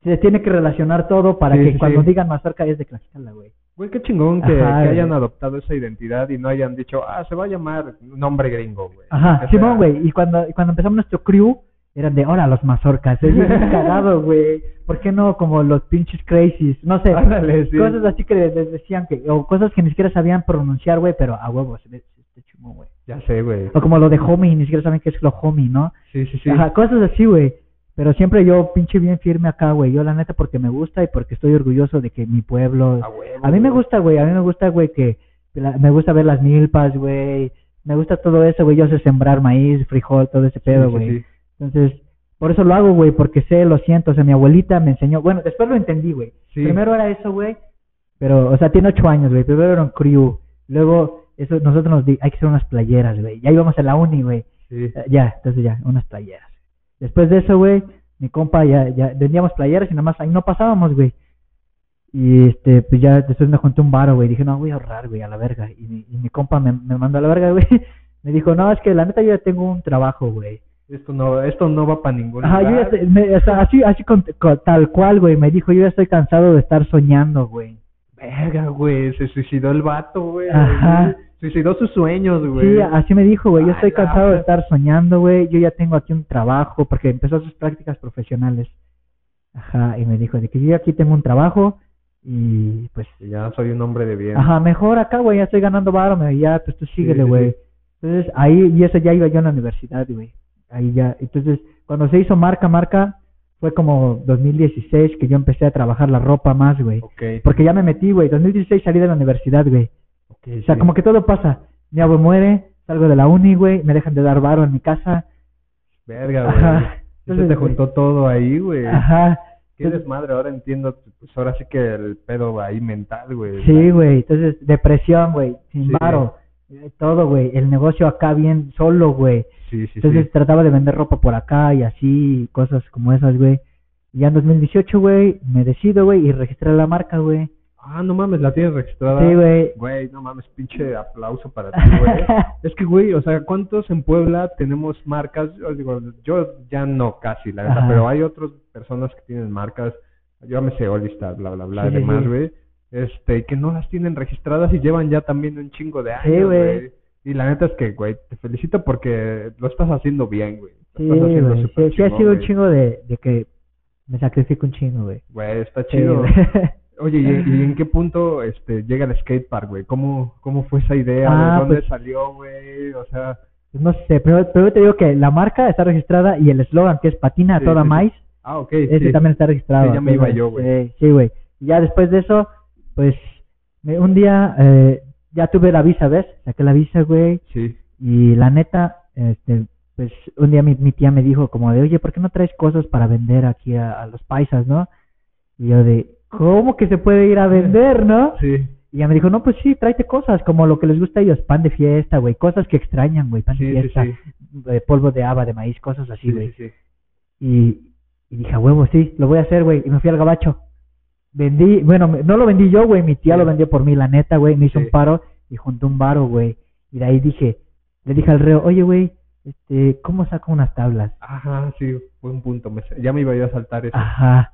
Speaker 2: se tiene que relacionar todo para
Speaker 1: Sí,
Speaker 2: que
Speaker 1: sí,
Speaker 2: cuando
Speaker 1: sí.
Speaker 2: digan Mazorca es de Tlaxcala, güey.
Speaker 1: Güey, qué chingón que,
Speaker 2: Ajá,
Speaker 1: que
Speaker 2: güey.
Speaker 1: hayan adoptado esa identidad y no hayan dicho, ah, se va a llamar nombre gringo, güey.
Speaker 2: Ajá,
Speaker 1: O sea,
Speaker 2: Simón, güey. Y cuando, y cuando empezamos nuestro crew, eran de, ahora los mazorcas. Es bien cagado, güey. ¿Por qué no como los pinches crazies? No sé.
Speaker 1: Ándale, sí.
Speaker 2: Cosas así que les, les decían que, o cosas que ni siquiera sabían pronunciar, güey, pero a huevos, se ve- se- se chumó, güey.
Speaker 1: Ya sé, güey.
Speaker 2: O como lo de homie, ni siquiera saben qué es lo homie, ¿no?
Speaker 1: Sí, sí, sí.
Speaker 2: Ajá, cosas así, güey. Pero siempre yo pinche bien firme acá, güey. Yo la neta porque me gusta y porque estoy orgulloso de que mi pueblo...
Speaker 1: A huevo,
Speaker 2: A mí me
Speaker 1: güey.
Speaker 2: gusta, güey, a mí me gusta, güey, que... la- me gusta ver las milpas, güey. Me gusta todo eso, güey. Yo sé sembrar maíz, frijol, todo ese
Speaker 1: Sí,
Speaker 2: pedo,
Speaker 1: sí,
Speaker 2: güey.
Speaker 1: sí.
Speaker 2: Entonces, Por eso lo hago, güey, porque sé, lo siento, o sea, mi abuelita me enseñó, bueno, después lo entendí, güey.
Speaker 1: Sí.
Speaker 2: Primero era eso, güey, pero, o sea, tiene ocho años, güey, primero era un crew, luego eso, nosotros nos di, hay que hacer unas playeras, güey, ya íbamos a la uni, güey,
Speaker 1: Sí.
Speaker 2: Eh, ya, entonces ya, unas playeras. Después de eso, güey, mi compa ya, ya vendíamos playeras y nada más ahí no pasábamos, güey. Y este, pues ya después me junté un varo, güey. Dije, no, voy a ahorrar, güey, a la verga. Y mi, y mi compa me, me mandó a la verga, güey. Me dijo, no, es que la neta yo ya tengo un trabajo, güey.
Speaker 1: Esto no, esto no va para ningún
Speaker 2: Ajá, yo ya
Speaker 1: lugar.
Speaker 2: estoy- me- o sea, así, así con- con- tal cual, güey. Me dijo, yo ya estoy cansado de estar soñando, güey.
Speaker 1: Verga, güey, se suicidó el vato, güey.
Speaker 2: Ajá.
Speaker 1: Suicidó sus sueños, güey.
Speaker 2: Sí, así me dijo, güey. Yo
Speaker 1: A
Speaker 2: estoy
Speaker 1: la
Speaker 2: cansado de
Speaker 1: verga.
Speaker 2: estar soñando, güey. Yo ya tengo aquí un trabajo porque empezó sus prácticas profesionales. Ajá, y me dijo de que yo ya aquí tengo un trabajo y pues,
Speaker 1: Y ya soy un hombre de bien.
Speaker 2: ajá, mejor acá, güey. Ya estoy ganando varo, me- ya, pues tú síguele,
Speaker 1: sí,
Speaker 2: güey.
Speaker 1: sí.
Speaker 2: Entonces ahí, y eso ya iba yo a la universidad, güey. Ahí ya, entonces cuando se hizo marca, marca, fue como 2016 que yo empecé a trabajar la ropa más, güey.
Speaker 1: Ok.
Speaker 2: Porque ya me metí, güey. 2016 salí de la universidad, güey.
Speaker 1: ok,
Speaker 2: O sea,
Speaker 1: sí.
Speaker 2: como que todo pasa. Mi abuelo muere, salgo de la uni, güey, me dejan de dar varo en mi casa.
Speaker 1: Verga, Ah, güey.
Speaker 2: Ajá.
Speaker 1: Sí Se te juntó todo ahí, güey.
Speaker 2: Ajá.
Speaker 1: Qué desmadre, ahora entiendo, pues ahora sí que el pedo ahí mental, güey.
Speaker 2: Sí, güey. Entonces, depresión, güey, sin
Speaker 1: Sí.
Speaker 2: varo. eh, Todo, güey. El negocio acá bien solo, güey.
Speaker 1: Sí, sí,
Speaker 2: Entonces
Speaker 1: sí.
Speaker 2: trataba de vender ropa por acá y así, y cosas como esas, güey. Y ya en 2018, güey, me decido, güey, y registré la marca, güey.
Speaker 1: Ah, no mames, la tienes registrada.
Speaker 2: Sí, güey.
Speaker 1: Güey, no mames, pinche aplauso para ti, güey. Es que, güey, o sea, ¿cuántos en Puebla tenemos marcas? Yo, digo, yo ya no casi, la verdad,
Speaker 2: Ajá.
Speaker 1: pero hay otras personas que tienen marcas, yo me sé Olistar, bla, bla, bla,
Speaker 2: Sí,
Speaker 1: y
Speaker 2: sí,
Speaker 1: demás,
Speaker 2: sí.
Speaker 1: güey. Este, que no las tienen registradas y llevan ya también un chingo de años,
Speaker 2: güey.
Speaker 1: güey. Y la neta es que, güey, te felicito porque lo estás haciendo bien, güey. Lo
Speaker 2: Sí,
Speaker 1: estás haciendo
Speaker 2: güey.
Speaker 1: súper
Speaker 2: Sí, sí ha
Speaker 1: chingón,
Speaker 2: sido un
Speaker 1: güey.
Speaker 2: chingo de, de que me sacrifico un chingo, güey. Eh,
Speaker 1: Güey, está
Speaker 2: Sí,
Speaker 1: chido.
Speaker 2: güey.
Speaker 1: Oye, ¿y, y en qué punto este llega el skatepark, güey? ¿Cómo, ¿Cómo fue esa idea?
Speaker 2: Ah,
Speaker 1: ¿De dónde
Speaker 2: pues-
Speaker 1: salió, güey? O sea,
Speaker 2: Pues No sé, pero, pero te digo que la marca está registrada y el eslogan que es patina a
Speaker 1: Sí,
Speaker 2: toda
Speaker 1: sí, sí.
Speaker 2: maíz,
Speaker 1: ah, ok.
Speaker 2: ese
Speaker 1: sí.
Speaker 2: también está registrado.
Speaker 1: Sí, ya me
Speaker 2: Sí,
Speaker 1: iba yo, güey.
Speaker 2: Sí, Sí, güey. Y ya después de eso, pues me- un día eh, ya tuve la visa, ¿ves? Saqué la visa, güey.
Speaker 1: Sí.
Speaker 2: Y la neta, este, pues un día mi, mi tía me dijo como de, oye, ¿por qué no traes cosas para vender aquí a, a los paisas, no? Y yo de, ¿cómo que se puede ir a vender, no?
Speaker 1: Sí,
Speaker 2: Y ella me dijo, no, pues sí, tráete cosas, como lo que les gusta a ellos, pan de fiesta, güey, cosas que extrañan, güey, pan de
Speaker 1: sí, sí,
Speaker 2: fiesta.
Speaker 1: sí,
Speaker 2: de polvo de haba, de maíz, cosas así,
Speaker 1: sí,
Speaker 2: güey.
Speaker 1: sí, sí.
Speaker 2: Y, y dije, "A huevo, sí, lo voy a hacer, güey. Y me fui al gabacho. Vendí, bueno, me- no lo vendí yo, güey. Mi tía
Speaker 1: Sí.
Speaker 2: lo vendió por mí, la neta, güey. Me hizo
Speaker 1: Sí.
Speaker 2: un paro y juntó un varo, güey. Y de ahí dije, le dije al reo, oye, güey, este, ¿cómo saco unas tablas?
Speaker 1: Ajá, sí, buen punto. me sa- ya me iba yo a saltar eso.
Speaker 2: Ajá.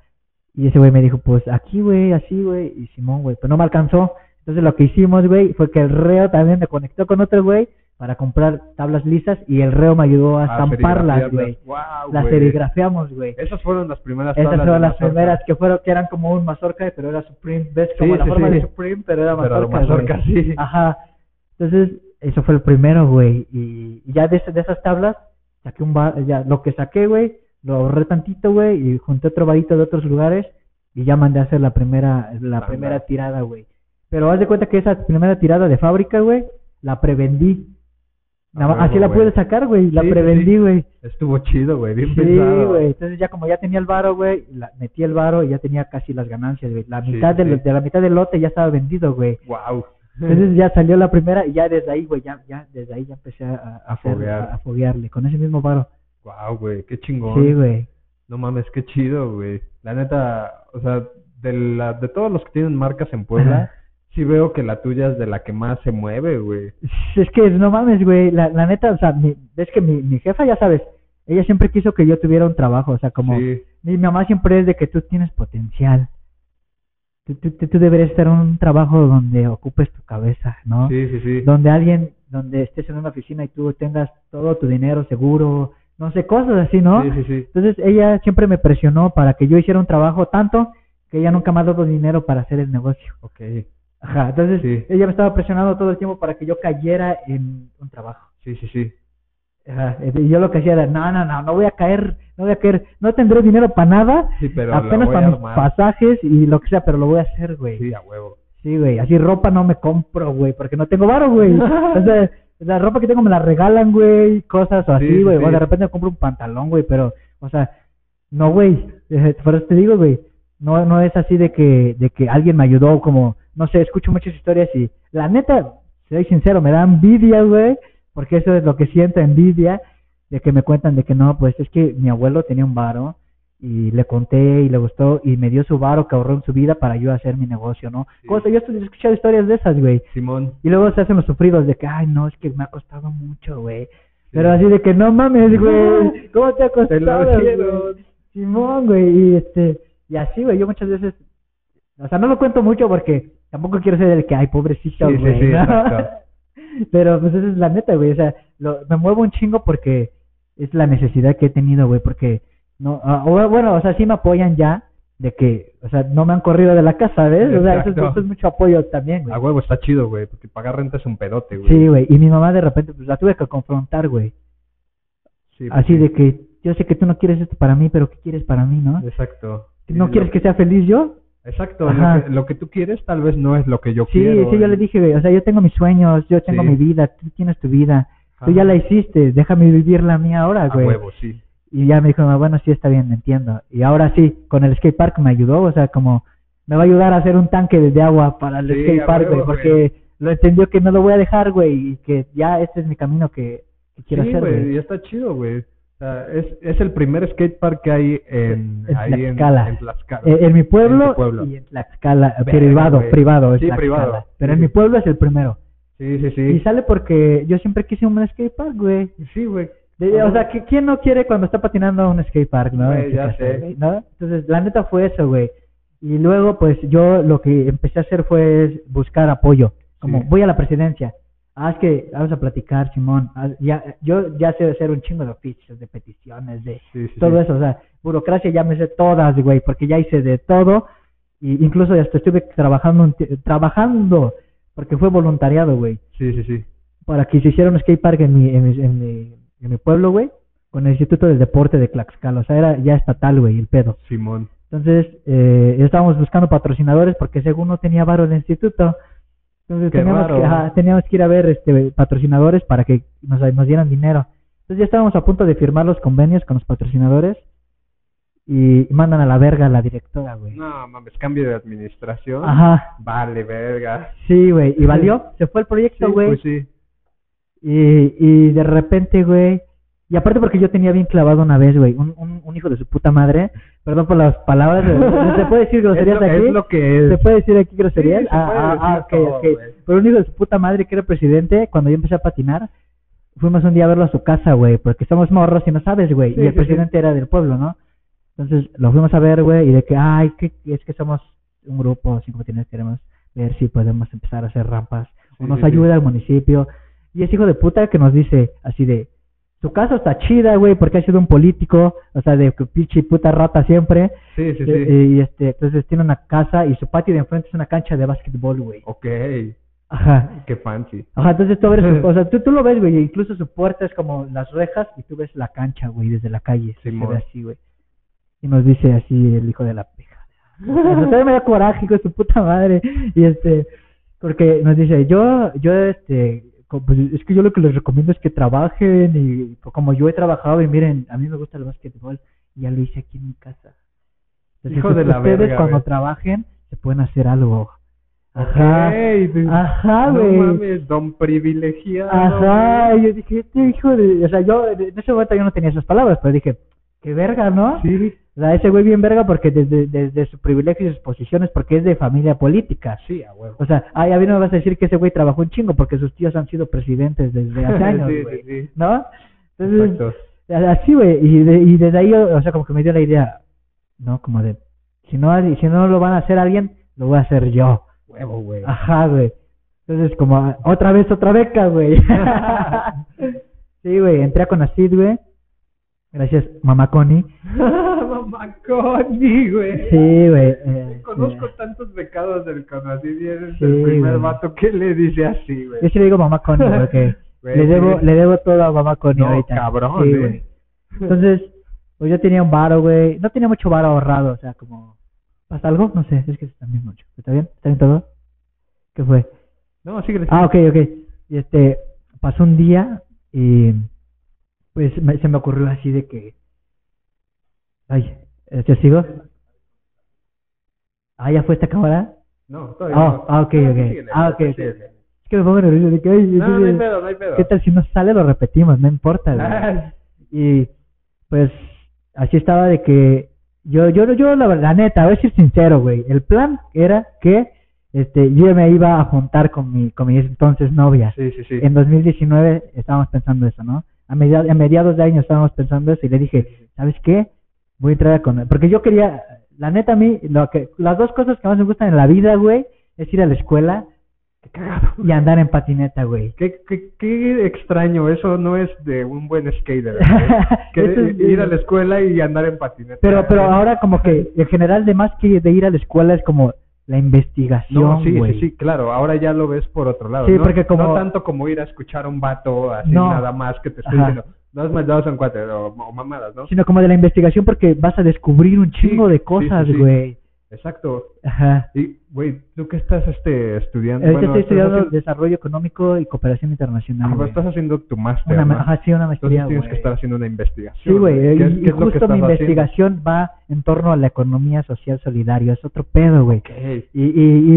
Speaker 2: Y ese güey me dijo, pues aquí, güey, así, güey. Y Simón, güey, pero no me alcanzó. Entonces lo que hicimos, güey, fue que el reo también me conectó con otro güey para comprar tablas lisas y el reo me ayudó
Speaker 1: Ah,
Speaker 2: a estamparlas,
Speaker 1: serigrafiarlas.
Speaker 2: güey.
Speaker 1: Guau,
Speaker 2: Las
Speaker 1: güey.
Speaker 2: serigrafiamos, güey.
Speaker 1: Esas fueron las primeras
Speaker 2: Esas
Speaker 1: tablas
Speaker 2: fueron
Speaker 1: de
Speaker 2: las
Speaker 1: mazorca.
Speaker 2: primeras que fueron, que eran como un mazorca, pero era Supreme. ¿Ves?
Speaker 1: Sí,
Speaker 2: Como la
Speaker 1: sí,
Speaker 2: forma
Speaker 1: sí.
Speaker 2: de Supreme, pero era mazorca.
Speaker 1: Pero
Speaker 2: güey.
Speaker 1: mazorca, sí.
Speaker 2: Ajá. Entonces, eso fue el primero, güey. Y y ya de, ese- de esas tablas, saqué un bar, ya lo que saqué, güey, lo ahorré tantito, güey, y junté otro varito de otros lugares y ya mandé a hacer la primera, la
Speaker 1: Anda.
Speaker 2: primera tirada, güey. Pero haz de cuenta que esa primera tirada de fábrica, güey, la prevendí.
Speaker 1: Ah,
Speaker 2: Nada más-
Speaker 1: huevo,
Speaker 2: así la
Speaker 1: güey.
Speaker 2: pude sacar, güey, la
Speaker 1: Sí, sí, sí.
Speaker 2: prevendí, güey.
Speaker 1: Estuvo chido, güey, bien
Speaker 2: Sí,
Speaker 1: pensado.
Speaker 2: güey. Entonces ya como ya tenía el varo, güey, la- metí el varo y ya tenía casi las ganancias, güey. La
Speaker 1: Sí,
Speaker 2: mitad
Speaker 1: sí,
Speaker 2: del,
Speaker 1: sí.
Speaker 2: de la mitad del lote ya estaba vendido, güey.
Speaker 1: Guau.
Speaker 2: Entonces ya salió la primera y ya desde ahí, güey, ya, ya desde ahí ya empecé a, a,
Speaker 1: A
Speaker 2: hacer-
Speaker 1: foguear.
Speaker 2: a- a foguearle con ese mismo varo.
Speaker 1: Guau, güey, qué chingón.
Speaker 2: Sí, güey.
Speaker 1: No mames, qué chido, güey. La neta, o sea, de, la, de todos los que tienen marcas en Puebla,
Speaker 2: Ajá.
Speaker 1: sí veo que la tuya es de la que más se mueve, güey.
Speaker 2: Es que no mames, güey. La, la neta, o sea, mi- es que mi, mi jefa, ya sabes, ella siempre quiso que yo tuviera un trabajo, o sea, como...
Speaker 1: Sí,
Speaker 2: Mi mamá siempre es de que tú tienes potencial. Tú, tú, tú- tú deberías estar en un trabajo donde ocupes tu cabeza, ¿no?
Speaker 1: sí, sí, sí.
Speaker 2: donde alguien, donde estés en una oficina y tú tengas todo tu dinero seguro, no sé, cosas así, ¿no?
Speaker 1: Sí, sí, sí.
Speaker 2: Entonces ella siempre me presionó para que yo hiciera un trabajo tanto que ella nunca me ha dado dinero para hacer el negocio.
Speaker 1: Ok,
Speaker 2: Ajá, entonces
Speaker 1: Sí.
Speaker 2: ella me estaba presionando todo el tiempo para que yo cayera en un trabajo.
Speaker 1: sí, sí, sí.
Speaker 2: Ajá, y yo lo que hacía era, no, no, no, no voy a caer, no voy a caer, no tendré dinero para nada,
Speaker 1: Sí, pero la
Speaker 2: apenas
Speaker 1: voy a
Speaker 2: para mis
Speaker 1: armar.
Speaker 2: pasajes y lo que sea, pero lo voy a hacer, güey.
Speaker 1: Sí, a huevo.
Speaker 2: Sí, güey, así ropa no me compro, güey, porque no tengo varo, güey. O sea, la ropa que tengo me la regalan, güey, cosas o
Speaker 1: Sí,
Speaker 2: así,
Speaker 1: sí,
Speaker 2: güey. O
Speaker 1: sí.
Speaker 2: de repente me compro un pantalón, güey, pero O sea, no, güey. eh, Por eso te digo, güey. No, no es así de que, de que alguien me ayudó, como, no sé, escucho muchas historias y la neta, soy sincero, me da envidia, güey, porque eso es lo que siento, envidia, de que me cuentan de que no, pues es que mi abuelo tenía un varo y le conté y le gustó y me dio su varo que ahorró en su vida para yo hacer mi negocio, ¿no?
Speaker 1: Sí.
Speaker 2: Cosa, yo he escuchado historias de esas, güey.
Speaker 1: Simón.
Speaker 2: Y luego se hacen los sufridos de que, ay, no, es que me ha costado mucho, güey. Pero
Speaker 1: Sí.
Speaker 2: así de que, no mames, güey, ¿cómo te ha
Speaker 1: Te lo
Speaker 2: costado,
Speaker 1: hicieron.
Speaker 2: güey? Simón, güey, y este, y así, güey, yo muchas veces, o sea, no lo cuento mucho porque tampoco quiero ser el que, ay, pobrecito,
Speaker 1: Sí,
Speaker 2: güey,
Speaker 1: sí, sí,
Speaker 2: ¿no?
Speaker 1: exacto.
Speaker 2: Pero pues esa es la neta, güey, o sea, lo- me muevo un chingo porque es la necesidad que he tenido, güey, porque, no, ah, o- bueno, o sea, sí me apoyan ya de que, o sea, no me han corrido de la casa, ¿ves? O sea, eso, es-
Speaker 1: Exacto.
Speaker 2: eso es mucho apoyo también, güey.
Speaker 1: A huevo está chido, güey, porque pagar renta es un pedote, güey.
Speaker 2: Sí, güey. Y mi mamá de repente, pues la tuve que confrontar, güey.
Speaker 1: Sí,
Speaker 2: Así
Speaker 1: pues,
Speaker 2: de que yo sé que tú no quieres esto para mí, pero ¿qué quieres para mí, no?
Speaker 1: Exacto.
Speaker 2: ¿No
Speaker 1: Sí,
Speaker 2: quieres
Speaker 1: lo-
Speaker 2: que sea feliz yo?
Speaker 1: Exacto,
Speaker 2: Ajá.
Speaker 1: lo que, lo que tú quieres tal vez no es lo que yo
Speaker 2: Sí,
Speaker 1: quiero.
Speaker 2: sí, yo
Speaker 1: eh.
Speaker 2: le dije, güey. O sea, yo tengo mis sueños, yo tengo
Speaker 1: Sí.
Speaker 2: mi vida, tú tienes tu vida. Tú
Speaker 1: Ajá.
Speaker 2: pues ya la hiciste, déjame vivir la mía ahora,
Speaker 1: A
Speaker 2: güey.
Speaker 1: huevo, sí.
Speaker 2: Y ya me dijo, "Ah, bueno, sí, está bien, entiendo. Y ahora sí, con el skate park me ayudó, o sea, como me va a ayudar a hacer un tanque de de agua para el
Speaker 1: Sí,
Speaker 2: skate
Speaker 1: a
Speaker 2: park, güey,
Speaker 1: huevo,
Speaker 2: porque
Speaker 1: güey.
Speaker 2: lo entendió que no lo voy a dejar, güey, y que ya este es mi camino que, que quiero
Speaker 1: sí,
Speaker 2: hacer, güey.
Speaker 1: güey, y está chido, güey. O sea, es, es el primer skatepark que hay en,
Speaker 2: En
Speaker 1: ahí en,
Speaker 2: Tlaxcala.
Speaker 1: en Tlaxcala.
Speaker 2: Eh, en mi pueblo,
Speaker 1: En tu pueblo.
Speaker 2: y en Tlaxcala, eh,
Speaker 1: Verga,
Speaker 2: privado,
Speaker 1: güey.
Speaker 2: privado, es
Speaker 1: Sí,
Speaker 2: Tlaxcala.
Speaker 1: privado.
Speaker 2: Pero
Speaker 1: Sí,
Speaker 2: en mi
Speaker 1: sí.
Speaker 2: pueblo es el primero.
Speaker 1: Sí, sí,
Speaker 2: Y
Speaker 1: sí.
Speaker 2: sale porque yo siempre quise un skatepark, güey.
Speaker 1: Sí, güey.
Speaker 2: De-
Speaker 1: Ah,
Speaker 2: o sea, que ¿quién no quiere cuando está patinando un skatepark, no?
Speaker 1: Güey,
Speaker 2: En su
Speaker 1: ya
Speaker 2: casa,
Speaker 1: sé.
Speaker 2: güey, ¿no? Entonces, la neta fue eso, güey. Y luego, pues, yo lo que empecé a hacer fue buscar apoyo. Como,
Speaker 1: Sí.
Speaker 2: voy a la presidencia. Ah, es que vamos a platicar, Simón. Ah, ya, yo ya sé hacer un chingo de oficios, de peticiones, de
Speaker 1: sí, sí,
Speaker 2: todo
Speaker 1: sí.
Speaker 2: eso, o sea, burocracia ya me sé todas, güey, porque ya hice de todo, y incluso hasta estuve trabajando, un ti- trabajando, porque fue voluntariado, güey,
Speaker 1: Sí, sí, sí.
Speaker 2: para que se hiciera un skatepark en mi, en mi, en mi, en mi pueblo, güey, con el Instituto del Deporte de Tlaxcala, o sea, era ya estatal, güey, el pedo.
Speaker 1: Simón.
Speaker 2: Entonces, eh, estábamos buscando patrocinadores porque según no tenía varo el instituto, entonces
Speaker 1: Qué
Speaker 2: teníamos
Speaker 1: raro.
Speaker 2: que, ajá, teníamos que ir a ver este, patrocinadores para que nos, nos dieran dinero. Entonces ya estábamos a punto de firmar los convenios con los patrocinadores y mandan a la verga a la directora, güey.
Speaker 1: No, mames, cambio de administración.
Speaker 2: Ajá,
Speaker 1: Vale, verga.
Speaker 2: sí, güey. Y valió, se fue el proyecto,
Speaker 1: Sí,
Speaker 2: güey.
Speaker 1: pues sí.
Speaker 2: Y, y de repente, güey. Y aparte porque yo tenía bien clavado una vez, güey, un, un, un hijo de su puta madre. Perdón por las palabras. güey. ¿Se puede decir
Speaker 1: Es
Speaker 2: groserías
Speaker 1: lo,
Speaker 2: aquí?
Speaker 1: es lo que es.
Speaker 2: ¿Se puede decir aquí groserías?
Speaker 1: Sí, se
Speaker 2: ah,
Speaker 1: puede
Speaker 2: ah, ah,
Speaker 1: decir
Speaker 2: ok,
Speaker 1: todo,
Speaker 2: ok.
Speaker 1: güey.
Speaker 2: Pero un hijo de su puta madre que era presidente, cuando yo empecé a patinar, fuimos un día a verlo a su casa, güey, porque somos morros y no sabes, güey.
Speaker 1: Sí,
Speaker 2: y el
Speaker 1: sí,
Speaker 2: presidente era del pueblo, ¿no? Entonces lo fuimos a ver, güey, y de que, ay, que, es que somos un grupo, cinco patines, queremos ver si podemos empezar a hacer rampas.
Speaker 1: Sí,
Speaker 2: o nos
Speaker 1: sí, sí.
Speaker 2: ayuda el municipio. Y ese hijo de puta que nos dice así de, su casa está chida, güey, porque ha sido un político, o sea, de que pinche puta rata siempre.
Speaker 1: Sí, sí,
Speaker 2: Eh,
Speaker 1: sí.
Speaker 2: Y este, entonces tiene una casa y su patio de enfrente es una cancha de básquetbol, güey.
Speaker 1: Ok,
Speaker 2: Ajá.
Speaker 1: qué fancy.
Speaker 2: Ajá, entonces tú ves, o sea, tú, tú lo ves, güey, e incluso su puerta es como las rejas y tú ves la cancha, güey, desde la calle. se
Speaker 1: Simón.
Speaker 2: ve así, güey. Y nos dice así el hijo de la pija. Entonces me da coraje, hijo de su puta madre. Y este, porque nos dice, yo, yo, este, co- pues, es que yo lo que les recomiendo es que trabajen y co- como yo he trabajado y miren, a mí me gusta el básquetbol, ya lo hice aquí en mi casa.
Speaker 1: Hijo de la
Speaker 2: ustedes
Speaker 1: verga,
Speaker 2: cuando
Speaker 1: güey.
Speaker 2: trabajen se pueden hacer algo. Ajá.
Speaker 1: Ok, de-
Speaker 2: Ajá,
Speaker 1: no
Speaker 2: güey.
Speaker 1: mames, don privilegiado.
Speaker 2: Ajá,
Speaker 1: güey.
Speaker 2: y yo dije, este hijo de... O sea, yo en ese momento yo no tenía esas palabras, pero dije, qué verga, ¿no?
Speaker 1: Sí,
Speaker 2: O sea, ese güey bien verga porque desde, desde su privilegio y sus posiciones, porque es de familia política.
Speaker 1: sí, a huevo.
Speaker 2: O sea, ay, a mí no me vas a decir que ese güey trabajó un chingo porque sus tíos han sido presidentes desde hace años,
Speaker 1: sí,
Speaker 2: güey,
Speaker 1: sí, sí.
Speaker 2: ¿no? Entonces,
Speaker 1: Exacto.
Speaker 2: así, güey, y, de- y desde ahí, o o sea, como que me dio la idea, ¿no? Como de, si no, hay- si no lo van a hacer alguien, lo voy a hacer yo.
Speaker 1: Huevo, güey.
Speaker 2: Ajá, güey. Entonces, como, ah, otra vez, otra beca, güey. sí, güey, entré a Conacid, güey. Gracias, mamá Connie.
Speaker 1: Mamá Connie, güey.
Speaker 2: Sí, güey. eh,
Speaker 1: Conozco
Speaker 2: sí.
Speaker 1: tantos becados del Conacyt y eres
Speaker 2: Sí,
Speaker 1: el primer
Speaker 2: güey.
Speaker 1: vato que le dice así, güey.
Speaker 2: Yo sí le digo mamá Connie, porque
Speaker 1: Güey,
Speaker 2: le,
Speaker 1: sí.
Speaker 2: debo, le debo todo a mamá Connie
Speaker 1: No,
Speaker 2: ahorita.
Speaker 1: cabrón,
Speaker 2: Sí,
Speaker 1: eh.
Speaker 2: güey. Entonces, pues yo tenía un varo, güey. No tenía mucho varo ahorrado, o sea, como... ¿Pasa algo? No sé, es que también mucho. ¿Está bien? ¿Está bien todo? ¿Qué fue?
Speaker 1: No, sí, gracias.
Speaker 2: Ah, ok, ok. Y este, pasó un día y pues me- se me ocurrió así de que, Ay, eh, ¿te sigo? Ah, ¿ya fue esta cámara?
Speaker 1: No, todavía
Speaker 2: Ah,
Speaker 1: no.
Speaker 2: ah, ok,
Speaker 1: No,
Speaker 2: ok.
Speaker 1: síguele,
Speaker 2: Ah, ok, ok.
Speaker 1: síguele.
Speaker 2: Es que me pongo nervioso de que, ay,
Speaker 1: No,
Speaker 2: sí,
Speaker 1: no hay
Speaker 2: sí.
Speaker 1: pedo, no hay pedo.
Speaker 2: ¿Qué tal si no sale? Lo repetimos, no importa. güey.
Speaker 1: Ah,
Speaker 2: Y pues así estaba de que yo, yo, yo, la, la neta, voy a ser sincero, güey. El plan era que este, yo me iba a juntar con mi, con mi entonces novia.
Speaker 1: Sí, sí, sí.
Speaker 2: En 2019 estábamos pensando eso, ¿no? A mediados, a mediados de año estábamos pensando eso y le dije, ¿sabes qué? Voy a entrar con... Porque yo quería, la neta a mí, lo que, las dos cosas que más me gustan en la vida, güey, es ir a la escuela
Speaker 1: Qué cagado.
Speaker 2: y andar en patineta, güey.
Speaker 1: Qué, qué, qué extraño, eso no es de un buen skater. ¿verdad? Que
Speaker 2: Eso es
Speaker 1: de- ir a la escuela y andar en patineta.
Speaker 2: Pero, pero ahora como que en general de más que de ir a la escuela es como la investigación,
Speaker 1: No, sí,
Speaker 2: güey.
Speaker 1: sí, sí, claro, ahora ya lo ves por otro lado.
Speaker 2: Sí,
Speaker 1: no,
Speaker 2: porque como-
Speaker 1: no tanto como ir a escuchar a un vato así
Speaker 2: No.
Speaker 1: nada más que te esté
Speaker 2: Ajá.
Speaker 1: diciendo, dos más dos son cuatro, o, o mamadas, ¿no?
Speaker 2: Sino como de la investigación porque vas a descubrir un
Speaker 1: Sí,
Speaker 2: chingo
Speaker 1: sí,
Speaker 2: de
Speaker 1: sí,
Speaker 2: cosas,
Speaker 1: sí.
Speaker 2: güey.
Speaker 1: Exacto.
Speaker 2: Ajá.
Speaker 1: Y, güey, ¿tú qué estás este, estudiando?
Speaker 2: Ahorita
Speaker 1: Bueno,
Speaker 2: estoy
Speaker 1: estás
Speaker 2: estudiando
Speaker 1: haciendo-
Speaker 2: desarrollo económico y cooperación
Speaker 1: ah,
Speaker 2: internacional.
Speaker 1: pero
Speaker 2: güey.
Speaker 1: estás haciendo tu máster,
Speaker 2: Una,
Speaker 1: ¿no?
Speaker 2: ma- ajá, sí, una
Speaker 1: Entonces
Speaker 2: maestría,
Speaker 1: tienes que
Speaker 2: güey.
Speaker 1: estar haciendo una investigación.
Speaker 2: Sí, güey,
Speaker 1: ¿Qué es-
Speaker 2: y,
Speaker 1: qué
Speaker 2: y
Speaker 1: es lo que
Speaker 2: justo mi
Speaker 1: estás haciendo?
Speaker 2: investigación va en torno a la economía social solidaria, es otro pedo, güey.
Speaker 1: Ok.
Speaker 2: Y, y,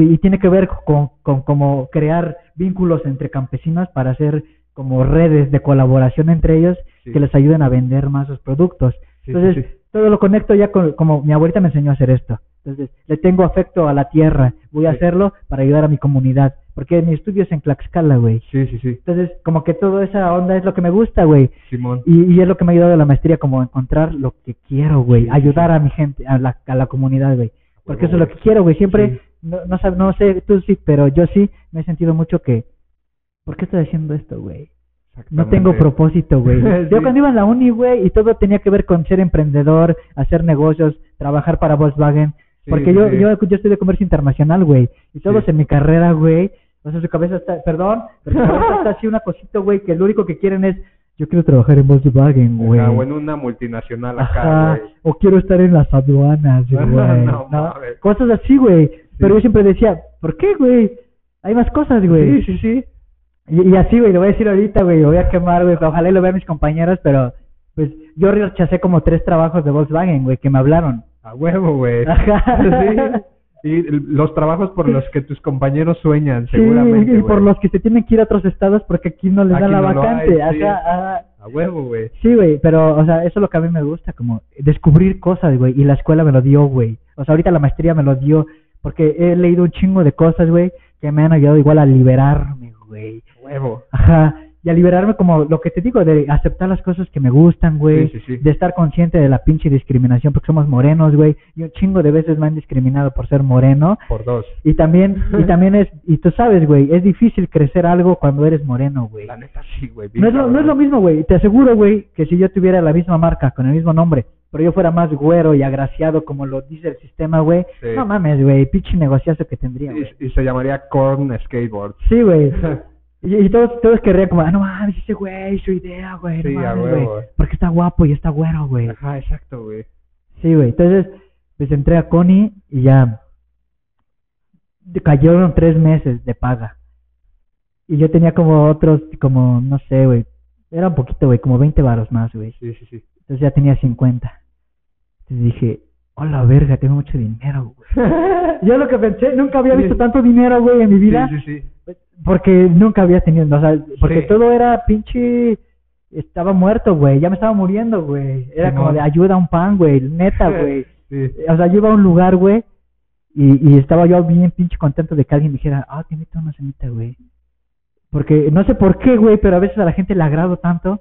Speaker 2: y- y tiene que ver con, con cómo crear vínculos entre campesinos para hacer como redes de colaboración entre ellos
Speaker 1: Sí.
Speaker 2: que les ayuden a vender más sus productos.
Speaker 1: Sí,
Speaker 2: Entonces,
Speaker 1: sí, sí.
Speaker 2: todo lo conecto ya con, como mi abuelita me enseñó a hacer esto. Entonces, le tengo afecto a la tierra, voy a
Speaker 1: Sí.
Speaker 2: hacerlo para ayudar a mi comunidad, porque mi estudio es en Tlaxcala, güey.
Speaker 1: Sí, sí, sí.
Speaker 2: Entonces, como que toda esa onda es lo que me gusta, güey.
Speaker 1: Simón.
Speaker 2: Y, y es lo que me ha ayudado de la maestría, como encontrar lo que quiero, güey.
Speaker 1: Sí, sí,
Speaker 2: Ayudar
Speaker 1: sí.
Speaker 2: a mi gente, a la, a la comunidad, güey. Porque eso es
Speaker 1: Huevo,
Speaker 2: lo que quiero, güey. Siempre,
Speaker 1: Sí.
Speaker 2: no, no, sab- no sé tú sí, pero yo sí me he sentido mucho que, ¿por qué estoy haciendo esto, güey? No
Speaker 1: Exactamente.
Speaker 2: tengo propósito, güey.
Speaker 1: Sí.
Speaker 2: Yo cuando iba a la uni, güey, y todo tenía que ver con ser emprendedor, hacer negocios, trabajar para Volkswagen.
Speaker 1: Sí,
Speaker 2: Porque
Speaker 1: sí,
Speaker 2: yo,
Speaker 1: sí.
Speaker 2: yo, yo estoy de comercio internacional, güey. Y todos
Speaker 1: Sí.
Speaker 2: en mi carrera, güey. O sea, su cabeza está, perdón, pero su cabeza está así una cosita, güey, que lo único que quieren es, yo quiero trabajar en Volkswagen, güey.
Speaker 1: Ajá, Ah, o en una multinacional acá,
Speaker 2: Ajá,
Speaker 1: güey.
Speaker 2: o quiero estar en las aduanas, güey.
Speaker 1: No,
Speaker 2: ¿no?
Speaker 1: mames.
Speaker 2: Cosas así, güey. Pero yo siempre decía, ¿por qué, güey? Hay más cosas, güey.
Speaker 1: Sí, sí, sí.
Speaker 2: Y, y así, güey, lo voy a decir ahorita, güey, lo voy a quemar, güey. Ojalá y lo vean mis compañeros, pero pues yo rechacé como tres trabajos de Volkswagen, güey, que me hablaron.
Speaker 1: A huevo, güey.
Speaker 2: Ajá.
Speaker 1: Sí. Y l- los trabajos por los que tus compañeros sueñan,
Speaker 2: Sí,
Speaker 1: seguramente.
Speaker 2: y por
Speaker 1: güey.
Speaker 2: los que se tienen que ir a otros estados porque aquí no les
Speaker 1: Aquí
Speaker 2: dan
Speaker 1: no
Speaker 2: la
Speaker 1: lo hay,
Speaker 2: vacante.
Speaker 1: sí.
Speaker 2: Ajá, ajá.
Speaker 1: A huevo, güey.
Speaker 2: Sí, güey, pero, o sea, eso es lo que a mí me gusta, como descubrir cosas, güey, y la escuela me lo dio, güey. O sea, ahorita la maestría me lo dio, porque he leído un chingo de cosas, güey, que me han ayudado igual a liberarme, güey.
Speaker 1: A huevo.
Speaker 2: Ajá, y a liberarme como lo que te digo, de aceptar las cosas que me gustan, güey,
Speaker 1: Sí, sí, sí.
Speaker 2: de estar consciente de la pinche discriminación, porque somos morenos, güey, y un chingo de veces me han discriminado por ser moreno,
Speaker 1: Por dos.
Speaker 2: y también, y también es, y tú sabes, güey, es difícil crecer algo cuando eres moreno, güey.
Speaker 1: La neta, sí, güey. bien
Speaker 2: No es, lo, no es lo
Speaker 1: cabrón.
Speaker 2: mismo, güey. Te aseguro, güey, que si yo tuviera la misma marca, con el mismo nombre, pero yo fuera más güero y agraciado como lo dice el sistema, güey.
Speaker 1: Sí.
Speaker 2: No mames, güey. Pinche negociazo que tendría, güey.
Speaker 1: Y, y se llamaría Corn Skateboard.
Speaker 2: Sí, güey. Y, y todos, todos querrían como, ah, no mames, ese güey, su idea, güey.
Speaker 1: Sí,
Speaker 2: no
Speaker 1: a
Speaker 2: mames,
Speaker 1: huevo,
Speaker 2: güey.
Speaker 1: güey.
Speaker 2: Porque está guapo y está güero, güey.
Speaker 1: Ajá, exacto, güey.
Speaker 2: Sí, güey. Entonces, pues entré a Connie y ya. de- Cayeron tres meses de paga. Y yo tenía como otros, como, no sé, güey. Era un poquito, güey, como 20 varos más, güey.
Speaker 1: Sí, sí, sí.
Speaker 2: Entonces ya tenía 50. Entonces dije, hola verga, tengo mucho dinero, güey. Yo lo que pensé, nunca había
Speaker 1: Sí.
Speaker 2: visto tanto dinero, güey, en mi vida.
Speaker 1: Sí, sí, sí.
Speaker 2: Porque nunca había tenido, o sea, porque
Speaker 1: Sí.
Speaker 2: todo era pinche... Estaba muerto, güey. Ya me estaba muriendo, güey. Era
Speaker 1: Simón.
Speaker 2: como de ayuda a un pan, güey. Neta, güey.
Speaker 1: Sí.
Speaker 2: O sea, yo iba a un lugar, güey. Y, y estaba yo bien pinche contento de que alguien me dijera, ah, te invito a una cenita, güey. Porque no sé por qué, güey, pero a veces a la gente le agrado tanto.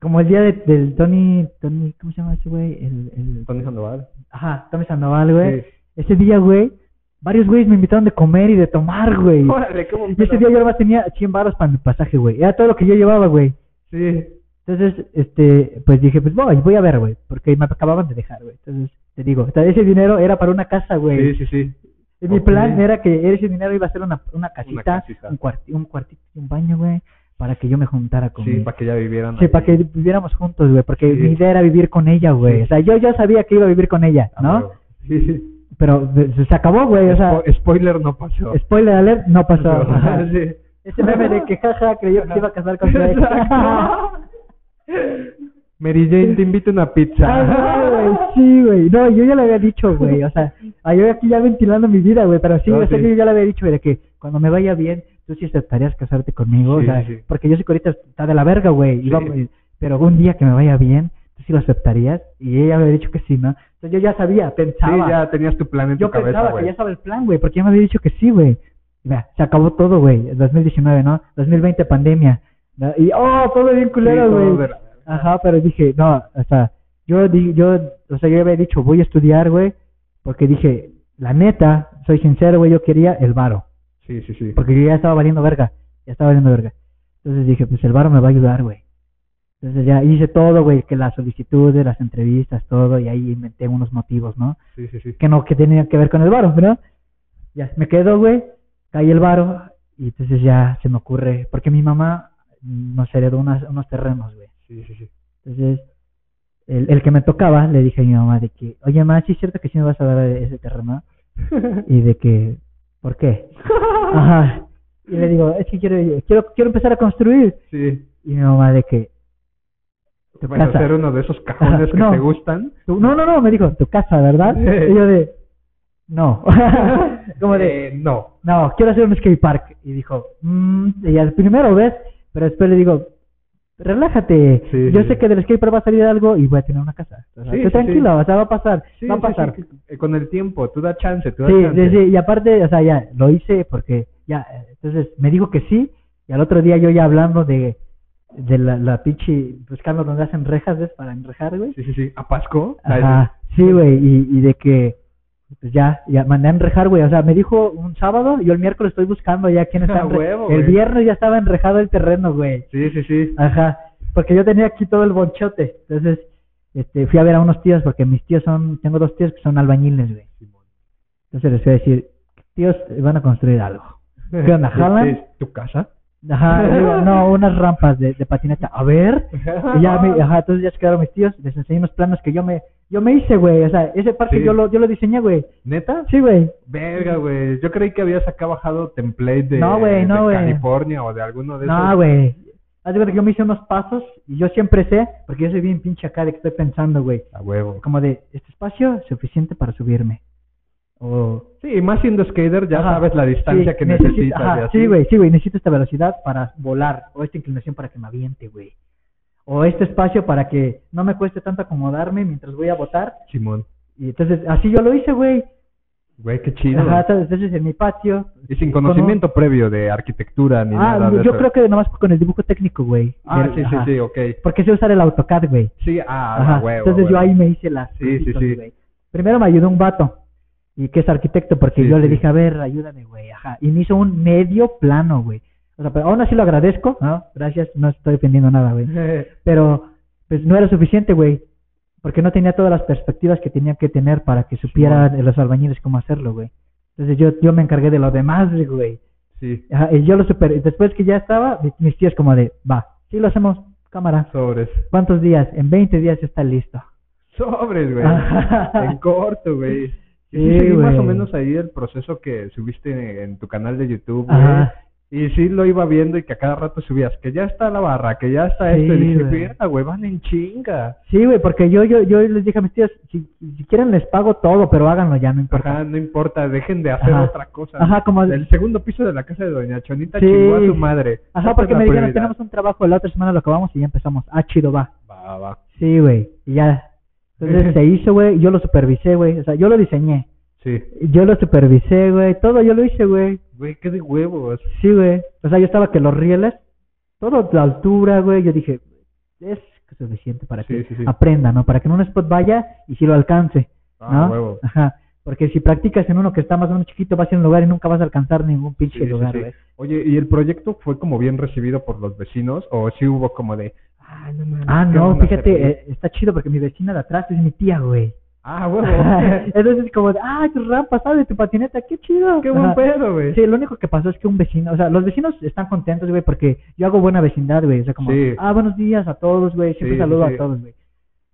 Speaker 2: Como el día de- del Tony, Tony, ¿cómo se llama ese güey? El, el,
Speaker 1: Tony Sandoval.
Speaker 2: ajá, Tony Sandoval, güey.
Speaker 1: Sí.
Speaker 2: Ese día, güey, varios güeyes me invitaron de comer y de tomar, güey.
Speaker 1: Órale, cómo
Speaker 2: Y ese día yo nomás tenía 100 baros para mi pasaje, güey. Era todo lo que yo llevaba, güey.
Speaker 1: Sí.
Speaker 2: Entonces, este, pues dije, pues voy, voy a ver, güey, porque me acababan de dejar, güey. Entonces, te digo, o sea, ese dinero era para una casa, güey.
Speaker 1: Sí, sí, sí.
Speaker 2: Y Mi
Speaker 1: Ok.
Speaker 2: plan era que ese dinero iba a ser una, una casita,
Speaker 1: casita.
Speaker 2: Un, cuarti- un cuartito, un baño, güey, para que yo me juntara con
Speaker 1: Sí,
Speaker 2: ella.
Speaker 1: para que ya vivieran.
Speaker 2: Sí,
Speaker 1: ahí.
Speaker 2: para que viviéramos juntos, güey, porque
Speaker 1: Sí.
Speaker 2: mi idea era vivir con ella, güey.
Speaker 1: Sí.
Speaker 2: O sea, yo ya sabía que iba a vivir con ella,
Speaker 1: A
Speaker 2: ¿no?
Speaker 1: Ah, huevo. Sí, sí.
Speaker 2: Pero eh, se, se acabó, güey, o sea,
Speaker 1: Spo- spoiler no pasó.
Speaker 2: spoiler alert, no pasó. Ajá.
Speaker 1: Sí.
Speaker 2: Ese meme de que jaja creyó que se iba a casar con su ex.
Speaker 1: Exacto. Mary Jane, te invito a una pizza.
Speaker 2: Ay, Ah, güey, sí, güey. No, yo ya le había dicho, güey. O sea, ah, yo aquí ya ventilando mi vida, güey. Pero sí,
Speaker 1: No,
Speaker 2: o sea,
Speaker 1: sí.
Speaker 2: yo ya le había dicho, güey, de que cuando me vaya bien, tú sí aceptarías casarte conmigo.
Speaker 1: Sí,
Speaker 2: o sea,
Speaker 1: sí, sí.
Speaker 2: porque yo sé que ahorita está de la verga, güey. y
Speaker 1: Sí.
Speaker 2: vamos- y- Pero un día que me vaya bien, tú sí lo aceptarías. Y ella me había dicho que sí, ¿no? Entonces yo ya sabía, pensaba.
Speaker 1: Sí, ya tenías tu plan en
Speaker 2: Yo
Speaker 1: tu cabeza,
Speaker 2: pensaba que
Speaker 1: güey.
Speaker 2: ya estaba el plan, güey, porque ya me había dicho que sí, güey. Mira, se acabó todo, güey. El 2019, ¿no? 2020, pandemia. ¿no? Y, oh, todo bien
Speaker 1: Sí,
Speaker 2: culero,
Speaker 1: todo
Speaker 2: güey.
Speaker 1: de la-
Speaker 2: Ajá, pero dije, no, o sea, yo, di- yo, o sea, yo había dicho, voy a estudiar, güey, porque dije, la neta, soy sincero, güey, yo quería el varo,
Speaker 1: Sí, sí, sí.
Speaker 2: porque yo ya estaba valiendo verga, ya estaba valiendo verga. Entonces dije, pues el varo me va a ayudar, güey. Entonces ya hice todo, güey, que las solicitudes, las entrevistas, todo, y ahí inventé unos motivos, ¿no?
Speaker 1: Sí, sí, sí.
Speaker 2: que no, que tenía que ver con el varo, ¿no? Ya, me quedo, güey, caí el varo y entonces ya se me ocurre, porque mi mamá nos heredó unas, unos terrenos, güey.
Speaker 1: Sí, sí, sí.
Speaker 2: Entonces, el, el que me tocaba, le dije a mi mamá de que, oye, mamá, sí es cierto que sí me vas a dar ese terreno y de que, ¿por qué?
Speaker 1: Ah.
Speaker 2: Ajá. Y le digo, es que quiero, quiero, quiero empezar a construir.
Speaker 1: Sí.
Speaker 2: Y mi mamá de que,
Speaker 1: Te vas a
Speaker 2: Casa.
Speaker 1: hacer uno de esos cajones que
Speaker 2: No.
Speaker 1: te gustan.
Speaker 2: tú- no, no, no, me dijo, tu casa, ¿verdad?
Speaker 1: Sí.
Speaker 2: Y yo de, no. Como de,
Speaker 1: Eh, no.
Speaker 2: no, quiero hacer un skate park. Y dijo, mmm, y al primero ves, pero después le digo, relájate,
Speaker 1: Sí,
Speaker 2: yo
Speaker 1: sí,
Speaker 2: sé
Speaker 1: sí.
Speaker 2: que del skate park va a salir algo y voy a tener una casa. O sea,
Speaker 1: Sí,
Speaker 2: tú
Speaker 1: sí,
Speaker 2: tranquilo,
Speaker 1: sí.
Speaker 2: o sea, va a pasar,
Speaker 1: Sí,
Speaker 2: va a
Speaker 1: sí,
Speaker 2: pasar.
Speaker 1: sí, que- Con el tiempo, tú da chance, tú da
Speaker 2: Sí,
Speaker 1: chance.
Speaker 2: sí, sí, y aparte, o sea, ya lo hice porque ya, eh, entonces me dijo que sí, y al otro día yo ya hablando de, de la, la pinche, buscando donde hacen rejas, ¿ves? Para enrejar, güey.
Speaker 1: Sí, sí, sí. ¿A Pasco?
Speaker 2: Ajá, sí, güey, y, y de que pues ya, ya mandé a enrejar, güey, o sea, me dijo un sábado, yo el miércoles estoy buscando ya quién
Speaker 1: Ah,
Speaker 2: está enre-
Speaker 1: huevo,
Speaker 2: El
Speaker 1: güey.
Speaker 2: viernes ya estaba enrejado el terreno, güey.
Speaker 1: Sí, sí, sí.
Speaker 2: Ajá, porque yo tenía aquí todo el bonchote, entonces este fui a ver a unos tíos porque mis tíos son, tengo dos tíos que son albañiles, güey. Entonces les voy a decir, tíos, eh, van a construir algo. ¿Qué onda, jalan?
Speaker 1: Este, ¿Tu casa?
Speaker 2: Ajá, digo, no, unas rampas de, de patineta. A ver, y ya me, ajá, entonces ya se quedaron mis tíos, les enseñé unos planos que yo me, yo me hice, güey, o sea, ese parque
Speaker 1: Sí.
Speaker 2: yo lo, yo lo diseñé, güey.
Speaker 1: ¿Neta?
Speaker 2: Sí, güey.
Speaker 1: Verga, güey. Yo creí que habías acá bajado template de,
Speaker 2: No, güey,
Speaker 1: de
Speaker 2: no, güey.
Speaker 1: California o de alguno de esos.
Speaker 2: No, güey. Haz de cuenta que yo me hice unos pasos y yo siempre sé, porque yo soy bien pinche acá de que estoy pensando, güey.
Speaker 1: A huevo.
Speaker 2: Como de, este espacio es suficiente para subirme. O...
Speaker 1: Sí, y más siendo skater ya
Speaker 2: Ajá.
Speaker 1: sabes la distancia
Speaker 2: Sí,
Speaker 1: que
Speaker 2: necesito-
Speaker 1: necesitas.
Speaker 2: ajá,
Speaker 1: y así.
Speaker 2: sí, güey, sí, güey, necesito esta velocidad para volar, o esta inclinación para que me aviente, güey. O este espacio para que no me cueste tanto acomodarme mientras voy a botar.
Speaker 1: Simón.
Speaker 2: Y entonces, así yo lo hice, güey.
Speaker 1: Güey, qué chido.
Speaker 2: Ajá, entonces en mi patio.
Speaker 1: Y sin conocimiento previo de arquitectura ni
Speaker 2: Ah,
Speaker 1: nada de
Speaker 2: yo
Speaker 1: eso.
Speaker 2: creo que nomás con el dibujo técnico, güey.
Speaker 1: Ah,
Speaker 2: Del-
Speaker 1: sí, sí,
Speaker 2: ajá.
Speaker 1: sí, ok.
Speaker 2: Porque sé usar el AutoCAD, güey.
Speaker 1: Sí, ah,
Speaker 2: Ajá.
Speaker 1: a huevo.
Speaker 2: Entonces
Speaker 1: a
Speaker 2: yo
Speaker 1: huevo.
Speaker 2: ahí me hice las.
Speaker 1: Sí, sí,
Speaker 2: cositas,
Speaker 1: sí.
Speaker 2: güey. Primero me ayudó un vato, y que es arquitecto, porque
Speaker 1: Sí,
Speaker 2: yo le
Speaker 1: sí.
Speaker 2: dije, a ver, ayúdame, güey. Ajá. Y me hizo un medio plano, güey. O sea, pero aún así lo agradezco, ¿no? Gracias, no estoy defendiendo nada, güey. Pero, pues no era suficiente, güey. Porque no tenía todas las perspectivas que tenía que tener para que supieran los albañiles cómo hacerlo, güey. Entonces yo, yo me encargué de lo demás, güey.
Speaker 1: sí,
Speaker 2: Ajá, y yo lo superé. Después que ya estaba, mi- mis tíos como de, va, sí lo hacemos, cámara.
Speaker 1: sobres.
Speaker 2: ¿Cuántos días? En 20 días ya está listo.
Speaker 1: Sobres, güey. en
Speaker 2: Ajá.
Speaker 1: corto, güey. Y sí,
Speaker 2: Sí,
Speaker 1: seguí más o
Speaker 2: güey.
Speaker 1: menos ahí el proceso que subiste en tu canal de YouTube, güey.
Speaker 2: Ajá.
Speaker 1: Y sí lo iba viendo y que a cada rato subías, que ya está la barra, que ya está esto. Y
Speaker 2: Sí,
Speaker 1: dije,
Speaker 2: güey.
Speaker 1: "Verga, güey, van en chinga.
Speaker 2: Sí, güey, porque yo, yo, yo les dije a mis tíos, si, si quieren les pago todo, pero háganlo ya, no importa.
Speaker 1: Ajá, no importa, dejen de hacer
Speaker 2: Ajá.
Speaker 1: otra cosa.
Speaker 2: Ajá, como-
Speaker 1: El segundo piso de la casa de Doña Chonita
Speaker 2: Sí.
Speaker 1: chingó a su madre. Esa
Speaker 2: Ajá,
Speaker 1: es
Speaker 2: porque
Speaker 1: la
Speaker 2: me dijeron,
Speaker 1: prioridad.
Speaker 2: tenemos un trabajo, la otra semana lo acabamos y ya empezamos. Ah, chido, va.
Speaker 1: Va, va.
Speaker 2: Sí, güey, y ya. Entonces se hizo, güey, yo lo supervisé, güey. O sea, yo lo diseñé.
Speaker 1: Sí.
Speaker 2: Yo lo supervisé, güey. Todo yo lo hice, güey.
Speaker 1: Güey, qué de huevos.
Speaker 2: Sí, güey. O sea, yo estaba que los rieles, todo la altura, güey. Yo dije, es suficiente para
Speaker 1: Sí,
Speaker 2: que
Speaker 1: sí, sí.
Speaker 2: aprenda, ¿no? Para que en un spot vaya y si lo alcance.
Speaker 1: Ah,
Speaker 2: ¿no?
Speaker 1: huevo.
Speaker 2: Ajá. Porque si practicas en uno que está más o menos chiquito, vas a un lugar y nunca vas a alcanzar ningún pinche
Speaker 1: Sí, sí,
Speaker 2: lugar,
Speaker 1: sí.
Speaker 2: güey.
Speaker 1: Oye, ¿y el proyecto fue como bien recibido por los vecinos? ¿O sí hubo como de... Ah, no, mames,
Speaker 2: Ah,
Speaker 1: ¿qué
Speaker 2: no,
Speaker 1: van a
Speaker 2: fíjate,
Speaker 1: hacer?
Speaker 2: eh, está chido porque mi vecina de atrás es mi tía, güey.
Speaker 1: Ah, huevo.
Speaker 2: Entonces, como, de, ah, tu rampa, ¿sabes? Tu patineta, qué chido.
Speaker 1: qué buen
Speaker 2: Ajá.
Speaker 1: pedo, güey.
Speaker 2: Sí, lo único que pasó es que un vecino, o sea, los vecinos están contentos, güey, porque yo hago buena vecindad, güey. O sea, como,
Speaker 1: Sí.
Speaker 2: ah, buenos días a todos, güey, siempre
Speaker 1: Sí,
Speaker 2: saludo
Speaker 1: sí,
Speaker 2: a
Speaker 1: sí.
Speaker 2: todos, güey.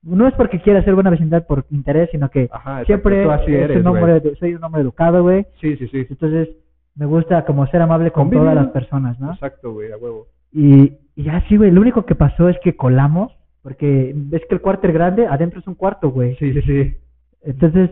Speaker 2: No es porque quiera hacer buena vecindad por interés, sino que
Speaker 1: Ajá, exacto,
Speaker 2: siempre
Speaker 1: tú así
Speaker 2: es
Speaker 1: eres,
Speaker 2: un
Speaker 1: güey.
Speaker 2: hombre edu- soy un hombre educado, güey.
Speaker 1: Sí, sí, sí.
Speaker 2: Entonces, me gusta como ser amable con
Speaker 1: Convivir.
Speaker 2: todas las personas, ¿no?
Speaker 1: Exacto, güey, a huevo.
Speaker 2: Y, y así, güey, lo único que pasó es que colamos Porque ves que el cuarto es grande, adentro es un cuarto, güey.
Speaker 1: Sí, sí, sí.
Speaker 2: Entonces,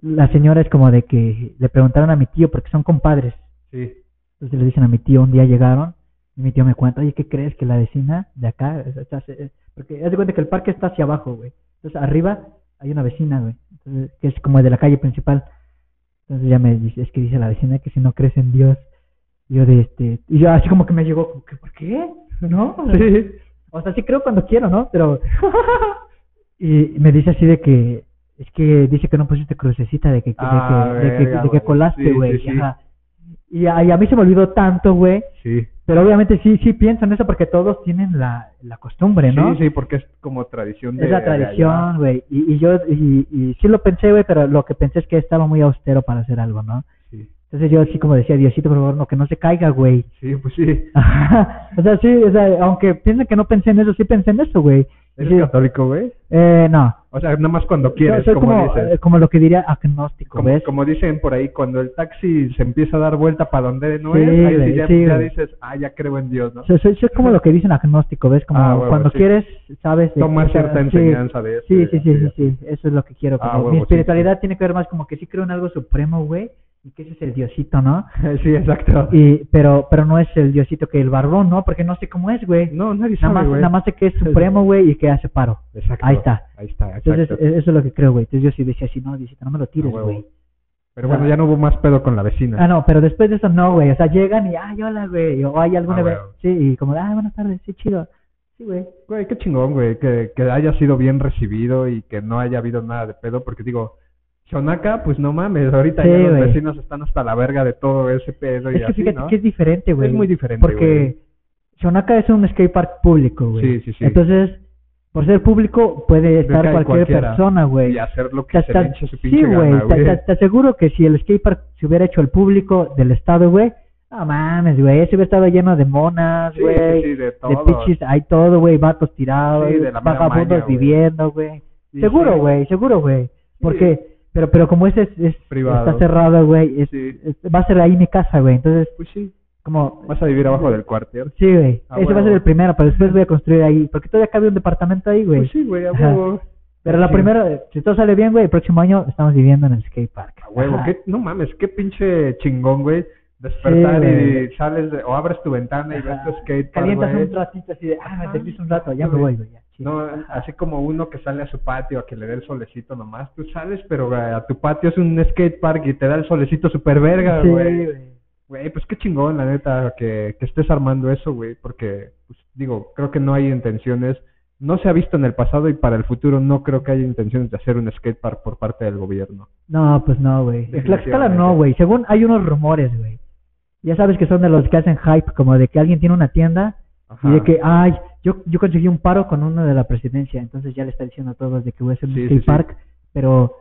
Speaker 2: la señora es como de que le preguntaron a mi tío, porque son compadres.
Speaker 1: Sí.
Speaker 2: Entonces le dicen a mi tío, un día llegaron, y mi tío me cuenta, oye, ¿qué crees que la vecina de acá? o sea, está- se- porque haz de cuenta que el parque está hacia abajo, güey. Entonces arriba hay una vecina, güey, entonces, que es como de la calle principal. Entonces ya me dice, es que dice la vecina que si no crees en Dios, yo de este, y yo así como que me llegó, como que, ¿por qué? ¿No? O sea,
Speaker 1: Sí.
Speaker 2: o sea, sí creo cuando quiero, ¿no? Pero... y me dice así de que... Es que dice que no pusiste crucecita de que, de que,
Speaker 1: Ah,
Speaker 2: de que,
Speaker 1: verga,
Speaker 2: de que
Speaker 1: güey.
Speaker 2: colaste,
Speaker 1: Sí, sí,
Speaker 2: güey.
Speaker 1: sí.
Speaker 2: ajá. Y, a, y a mí se me olvidó tanto, güey.
Speaker 1: Sí.
Speaker 2: Pero obviamente sí, sí pienso en eso porque todos tienen la, la costumbre, ¿no?
Speaker 1: Sí, sí, porque es como tradición de
Speaker 2: es la
Speaker 1: de allá.
Speaker 2: tradición, güey. Y, y yo y, y sí lo pensé, güey, pero lo que pensé es que estaba muy austero para hacer algo, ¿no?
Speaker 1: Sí.
Speaker 2: Entonces yo así como decía, Diosito, por favor, no, que no se caiga, güey.
Speaker 1: Sí, pues sí.
Speaker 2: Ajá. o sea, sí, o sea, aunque piensen que no pensé en eso, sí pensé en eso, güey.
Speaker 1: ¿Eres
Speaker 2: Ah, Sí.
Speaker 1: católico, güey?
Speaker 2: Eh, no.
Speaker 1: O sea, nada más cuando
Speaker 2: Yo
Speaker 1: quieres,
Speaker 2: soy
Speaker 1: como,
Speaker 2: como, eh,
Speaker 1: dices.
Speaker 2: como lo que diría agnóstico,
Speaker 1: Como,
Speaker 2: ¿ves?
Speaker 1: como dicen por ahí, cuando el taxi se empieza a dar vuelta para donde no
Speaker 2: Sí,
Speaker 1: es, ahí sí
Speaker 2: güey,
Speaker 1: ya,
Speaker 2: sí,
Speaker 1: ya
Speaker 2: güey.
Speaker 1: dices, ah, ya creo en Dios, ¿no?
Speaker 2: Soy, soy- soy como lo que dicen agnóstico, ¿ves? Como
Speaker 1: Ah, huevo,
Speaker 2: cuando
Speaker 1: sí.
Speaker 2: quieres, sabes... de-
Speaker 1: Toma
Speaker 2: o sea,
Speaker 1: cierta
Speaker 2: sí.
Speaker 1: enseñanza de eso.
Speaker 2: Sí,
Speaker 1: de
Speaker 2: sí, sí, sí,
Speaker 1: así.
Speaker 2: sí, eso es lo que quiero. como
Speaker 1: Ah, huevo,
Speaker 2: mi
Speaker 1: sí,
Speaker 2: espiritualidad tiene que ver más como que sí creo en algo supremo, güey, y que ese es el diosito, ¿no?
Speaker 1: Sí, exacto.
Speaker 2: Y, pero, pero no es el diosito que el barbón, ¿no? Porque no sé cómo es, güey.
Speaker 1: No, nadie
Speaker 2: nada,
Speaker 1: sabe,
Speaker 2: más,
Speaker 1: güey.
Speaker 2: nada más sé que es supremo, güey, y que hace paro.
Speaker 1: Exacto.
Speaker 2: Ahí está.
Speaker 1: Ahí está,
Speaker 2: Entonces,
Speaker 1: exacto.
Speaker 2: e- eso es lo que creo, güey. Entonces yo sí decía así, no, diosito, no me lo tires,
Speaker 1: Ah, huevo.
Speaker 2: güey.
Speaker 1: Pero bueno, ya no hubo más pedo con la vecina.
Speaker 2: Ah, no, pero después de eso no, güey. O sea, llegan y, ay, hola, güey. O hay alguna
Speaker 1: Ah,
Speaker 2: vez.
Speaker 1: huevo.
Speaker 2: Sí, y como, ay, buenas tardes, sí, chido. Sí, güey.
Speaker 1: Güey, qué chingón, güey, que, que haya sido bien recibido y que no haya habido nada de pedo, porque digo, Sonaca, pues no mames, ahorita
Speaker 2: Sí,
Speaker 1: ya los
Speaker 2: güey.
Speaker 1: vecinos están hasta la verga de todo ese pedo y
Speaker 2: Es que
Speaker 1: así,
Speaker 2: fíjate
Speaker 1: ¿no?
Speaker 2: que es diferente, güey.
Speaker 1: Es muy diferente, güey.
Speaker 2: Porque Shonaka es un skatepark público, güey.
Speaker 1: Sí, sí, sí.
Speaker 2: Entonces, por ser público, puede estar
Speaker 1: cae
Speaker 2: cualquier
Speaker 1: cualquiera.
Speaker 2: persona, güey.
Speaker 1: Y hacer lo que
Speaker 2: Te-
Speaker 1: se
Speaker 2: te-
Speaker 1: le hinche su pinche
Speaker 2: Sí,
Speaker 1: gana,
Speaker 2: güey. Te-
Speaker 1: güey.
Speaker 2: Te te aseguro que si el skatepark se hubiera hecho el público del estado, güey. No mames, güey. Ese hubiera estado lleno de monas,
Speaker 1: Sí,
Speaker 2: güey.
Speaker 1: sí, sí, de
Speaker 2: de
Speaker 1: todo.
Speaker 2: pichis, hay todo, güey. Vatos tirados,
Speaker 1: Sí, de la mera
Speaker 2: vagabundos
Speaker 1: maña, güey.
Speaker 2: viviendo, güey.
Speaker 1: Sí,
Speaker 2: seguro,
Speaker 1: sí.
Speaker 2: güey, seguro, güey. Porque, pero, pero como ese es, es-
Speaker 1: Privado.
Speaker 2: está cerrado, güey. es-
Speaker 1: Sí.
Speaker 2: es- va a ser ahí mi casa, güey. Entonces,
Speaker 1: Pues sí,
Speaker 2: como
Speaker 1: vas a vivir abajo del cuartel.
Speaker 2: Sí, güey.
Speaker 1: Ah,
Speaker 2: Ese va a
Speaker 1: huevo.
Speaker 2: ser el primero, pero después voy a construir ahí. Porque todavía cabe un departamento ahí, güey.
Speaker 1: Pues sí, güey, a
Speaker 2: Ajá.
Speaker 1: huevo.
Speaker 2: pero la
Speaker 1: Sí.
Speaker 2: primera, eh, si todo sale bien, güey, el próximo año estamos viviendo en el skatepark.
Speaker 1: A Ah, huevo,
Speaker 2: Ajá.
Speaker 1: qué- no mames, qué pinche chingón, güey. Despertar y
Speaker 2: güey.
Speaker 1: sales de- o abres tu ventana y ves
Speaker 2: Ajá.
Speaker 1: tu skate.
Speaker 2: Calientas un ratito así de, ah, me
Speaker 1: Ajá.
Speaker 2: deslizo un rato, ya
Speaker 1: Sí,
Speaker 2: me
Speaker 1: güey.
Speaker 2: voy, güey. ya, chido.
Speaker 1: No, así como uno que sale a su patio a que le dé el solecito nomás, tú sales, pero güey, a tu patio es un skate park y te da el solecito super verga,
Speaker 2: Sí,
Speaker 1: güey.
Speaker 2: güey.
Speaker 1: Güey, pues qué chingón, la neta, que, que estés armando eso, güey, porque, pues, digo, creo que no hay intenciones, no se ha visto en el pasado y para el futuro no creo que haya intenciones de hacer un skatepark por parte del gobierno.
Speaker 2: No, pues no, güey. En Tlaxcala no,
Speaker 1: Definitivamente.
Speaker 2: güey. Según hay unos rumores, güey. Ya sabes que son de los que hacen hype, como de que alguien tiene una tienda
Speaker 1: Ajá.
Speaker 2: y de que, ay, yo, yo conseguí un paro con uno de la presidencia, entonces ya le está diciendo a todos de que voy a hacer un
Speaker 1: Sí, sí,
Speaker 2: skate
Speaker 1: sí.
Speaker 2: park, pero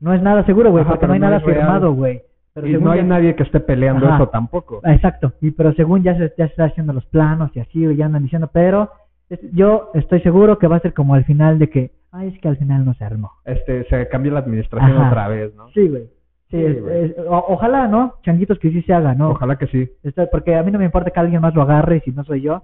Speaker 2: no es nada seguro, güey,
Speaker 1: Ajá,
Speaker 2: porque
Speaker 1: pero
Speaker 2: no hay
Speaker 1: no
Speaker 2: nada
Speaker 1: es real.
Speaker 2: firmado, güey. Pero
Speaker 1: y
Speaker 2: según
Speaker 1: no hay
Speaker 2: ya-
Speaker 1: nadie que esté peleando
Speaker 2: Ajá.
Speaker 1: eso tampoco.
Speaker 2: Ah, Exacto, y pero según ya se, ya se está haciendo los planos y así, güey, ya andan diciendo, pero es- yo estoy seguro que va a ser como al final de que, ay, es que al final no se armó.
Speaker 1: Este, se cambió la administración
Speaker 2: Ajá.
Speaker 1: otra vez, ¿no?
Speaker 2: Sí, güey. Sí,
Speaker 1: Sí,
Speaker 2: es-
Speaker 1: güey.
Speaker 2: es- o- ojalá, ¿no? Changuitos que sí se haga, ¿no?
Speaker 1: Ojalá que sí.
Speaker 2: Esto- porque a mí no me importa que alguien más lo agarre si no soy yo,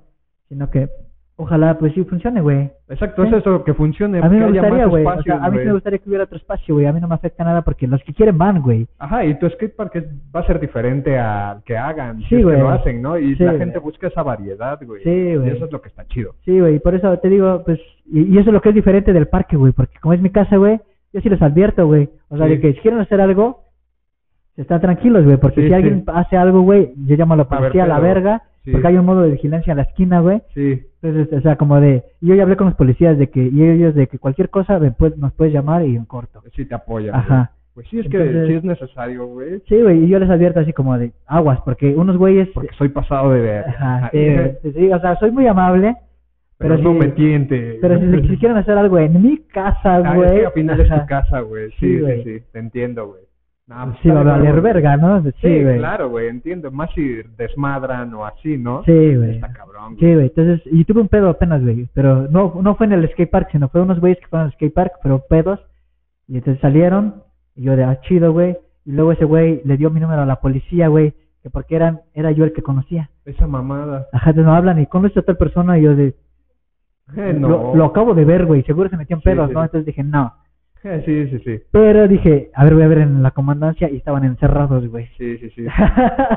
Speaker 2: sino que ojalá pues sí funcione, güey.
Speaker 1: Exacto,
Speaker 2: Sí.
Speaker 1: es eso, que funcione,
Speaker 2: A
Speaker 1: que
Speaker 2: mí me
Speaker 1: haya
Speaker 2: gustaría,
Speaker 1: más
Speaker 2: güey. O
Speaker 1: espacios,
Speaker 2: sea, a mí sí
Speaker 1: güey.
Speaker 2: me gustaría que hubiera otro espacio, güey. A mí no me afecta nada porque los que quieren van, güey.
Speaker 1: Ajá, y tu skatepark es- va a ser diferente al que hagan,
Speaker 2: Sí,
Speaker 1: si es que
Speaker 2: güey.
Speaker 1: lo hacen, ¿no? Y
Speaker 2: Sí,
Speaker 1: la
Speaker 2: güey.
Speaker 1: gente busca esa variedad, güey.
Speaker 2: Sí,
Speaker 1: y
Speaker 2: güey.
Speaker 1: eso es lo que está chido.
Speaker 2: Sí, güey. Por eso te digo, pues. Y, y eso es lo que es diferente del parque, güey. Porque como es mi casa, güey, yo sí les advierto, güey. O sea,
Speaker 1: Sí.
Speaker 2: de que si quieren hacer algo, están tranquilos, güey.
Speaker 1: Sí,
Speaker 2: Porque si
Speaker 1: sí.
Speaker 2: alguien hace algo, güey, yo llamo a la
Speaker 1: haber
Speaker 2: policía a la
Speaker 1: pedo.
Speaker 2: verga.
Speaker 1: Sí.
Speaker 2: Porque hay un modo de vigilancia a la esquina, güey.
Speaker 1: Sí,
Speaker 2: Entonces, o sea, como de. Yo ya hablé con los policías de que. Y ellos de que cualquier cosa me puede- nos puedes llamar y en corto.
Speaker 1: sí te apoyan.
Speaker 2: Ajá.
Speaker 1: güey. Pues sí, es que
Speaker 2: Entonces-
Speaker 1: sí es necesario, güey.
Speaker 2: Sí, güey. Y yo les advierto así como de aguas. Porque unos güeyes.
Speaker 1: Porque soy pasado de ver.
Speaker 2: Ajá, sí, güey. Sí, sí, o sea, soy muy amable,
Speaker 1: pero
Speaker 2: pero
Speaker 1: no
Speaker 2: sí-
Speaker 1: me tiente.
Speaker 2: pero si, si quieren hacer algo en mi casa,
Speaker 1: Ah,
Speaker 2: güey.
Speaker 1: es que al final es tu
Speaker 2: ajá,
Speaker 1: casa, güey.
Speaker 2: Sí,
Speaker 1: Sí, sí,
Speaker 2: güey.
Speaker 1: sí, Te entiendo, güey. No, pues
Speaker 2: Sí, va a
Speaker 1: dale,
Speaker 2: valer
Speaker 1: dale, güey.
Speaker 2: verga, ¿no? Sí,
Speaker 1: Sí,
Speaker 2: güey.
Speaker 1: claro, güey. Entiendo. Más si desmadran o así, ¿no?
Speaker 2: Sí, güey.
Speaker 1: Está cabrón, güey.
Speaker 2: Sí, güey. Entonces, y tuve un pedo apenas, güey. Pero no, no fue en el skatepark, sino fue unos güeyes que fueron al skatepark, pero pedos. Y entonces salieron. Y yo de, ah, chido, güey. Y luego ese güey le dio mi número a la policía, güey. Que porque eran, era yo el que conocía.
Speaker 1: Esa mamada.
Speaker 2: Ajá, entonces me hablan y conoces a tal persona. Y yo de,
Speaker 1: Eh, no.
Speaker 2: Lo, lo acabo de ver, güey. Seguro se metió en
Speaker 1: Sí,
Speaker 2: pedos,
Speaker 1: sí.
Speaker 2: ¿no? Entonces dije, no.
Speaker 1: Eh, sí, sí, sí.
Speaker 2: Pero dije, a ver, voy a ver en la comandancia y estaban encerrados, güey.
Speaker 1: Sí, sí, sí.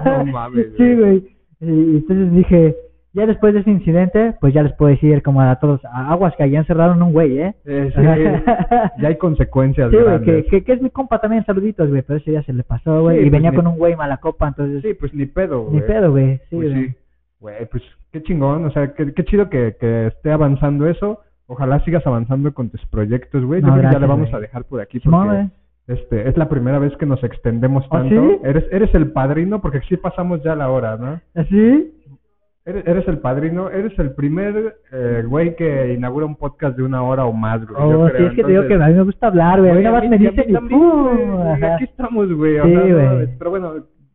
Speaker 2: no
Speaker 1: mames,
Speaker 2: Sí,
Speaker 1: güey.
Speaker 2: güey. Y entonces dije, ya después de ese incidente, pues ya les puedo decir como a todos, "A- aguas que allá encerraron un güey, ¿eh?
Speaker 1: Eh, sí. ya hay consecuencias
Speaker 2: Sí, güey,
Speaker 1: grandes.
Speaker 2: que, que, que es mi compa también, saluditos, güey, pero ese ya se le pasó, güey,
Speaker 1: Sí,
Speaker 2: y
Speaker 1: pues
Speaker 2: venía
Speaker 1: ni-
Speaker 2: con un güey mala copa, entonces,
Speaker 1: Sí, pues ni pedo,
Speaker 2: ni
Speaker 1: güey.
Speaker 2: pedo, güey, sí,
Speaker 1: Pues
Speaker 2: güey.
Speaker 1: sí. Güey, pues qué chingón, o sea, qué, qué chido que, que esté avanzando eso. Ojalá sigas avanzando con tus proyectos, güey. Yo
Speaker 2: No,
Speaker 1: creo que ya
Speaker 2: gracias,
Speaker 1: le vamos
Speaker 2: güey.
Speaker 1: a dejar por aquí
Speaker 2: Simón,
Speaker 1: porque
Speaker 2: güey.
Speaker 1: este es la primera vez que nos extendemos
Speaker 2: ¿Ah,
Speaker 1: tanto.
Speaker 2: sí?
Speaker 1: Eres eres el padrino porque sí pasamos ya la hora, ¿no?
Speaker 2: ¿Ah, ¿Así?
Speaker 1: Eres, eres el padrino, eres el primer eh, güey que inaugura un podcast de una hora o más, güey. Pues yo
Speaker 2: Oh, sí,
Speaker 1: creo.
Speaker 2: es que te digo que
Speaker 1: Entonces,
Speaker 2: a mí me gusta hablar, güey, a mí
Speaker 1: güey,
Speaker 2: nada
Speaker 1: mí-
Speaker 2: más me
Speaker 1: a mí
Speaker 2: dicen y
Speaker 1: también,
Speaker 2: ¡pum!
Speaker 1: güey,
Speaker 2: Ajá.
Speaker 1: Aquí estamos, güey. o
Speaker 2: Sí,
Speaker 1: sea, no
Speaker 2: güey.
Speaker 1: mames, pero bueno,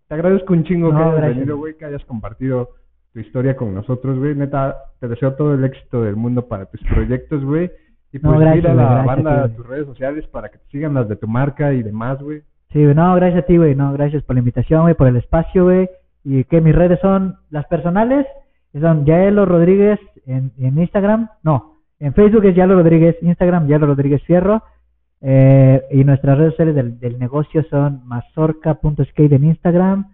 Speaker 1: te agradezco un chingo
Speaker 2: No,
Speaker 1: que hayas
Speaker 2: gracias.
Speaker 1: venido, güey, que hayas compartido tu historia con nosotros, güey. Neta, te deseo todo el éxito del mundo para tus proyectos, güey. Y
Speaker 2: No,
Speaker 1: pues
Speaker 2: gracias,
Speaker 1: mira
Speaker 2: güey,
Speaker 1: la
Speaker 2: gracias a ti,
Speaker 1: banda a
Speaker 2: güey.
Speaker 1: tus redes sociales para que te sigan las de tu marca y demás, güey.
Speaker 2: Sí, güey, no, gracias a ti, güey, no, gracias por la invitación, güey, por el espacio, güey, y que mis redes son las personales, que son Yaelo Rodríguez en, en Instagram, no, en Facebook es Yaelo Rodríguez, Instagram Yaelo Rodríguez Fierro, eh, y nuestras redes sociales del, del negocio son mazorca.skate en Instagram,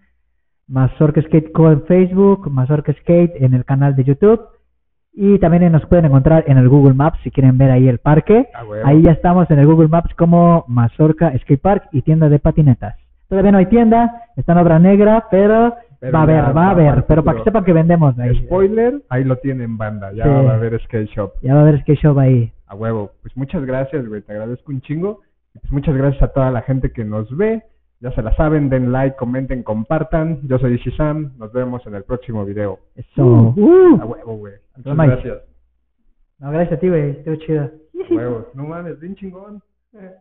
Speaker 2: Mazorca Skate Co en Facebook, Mazorca Skate en el canal de YouTube, y también nos pueden encontrar en el Google Maps si quieren ver ahí el parque.
Speaker 1: Ah, güey.
Speaker 2: Ahí ya estamos en el Google Maps como Mazorca Skate Park y tienda de patinetas. Todavía no hay tienda, está en obra negra, pero,
Speaker 1: Pero
Speaker 2: va a
Speaker 1: ya
Speaker 2: haber, va
Speaker 1: para
Speaker 2: a
Speaker 1: el
Speaker 2: haber. Pero para que
Speaker 1: futuro.
Speaker 2: sepan que vendemos ahí.
Speaker 1: Spoiler, ahí lo tienen, banda. Ya
Speaker 2: Sí.
Speaker 1: va a haber skate shop.
Speaker 2: Ya va a haber skate shop ahí.
Speaker 1: A huevo. Pues muchas gracias, güey. Te agradezco un chingo. Y pues muchas gracias a toda la gente que nos ve. Ya se la saben, den like, comenten, compartan. Yo soy Ishi Sam. Nos vemos en el próximo video.
Speaker 2: Eso.
Speaker 1: Uh, A huevo, güey. Muchas
Speaker 2: Toma.
Speaker 1: gracias.
Speaker 2: No, gracias a ti, güey. Estuvo chido.
Speaker 1: A huevo. No mames, bien chingón. Eh.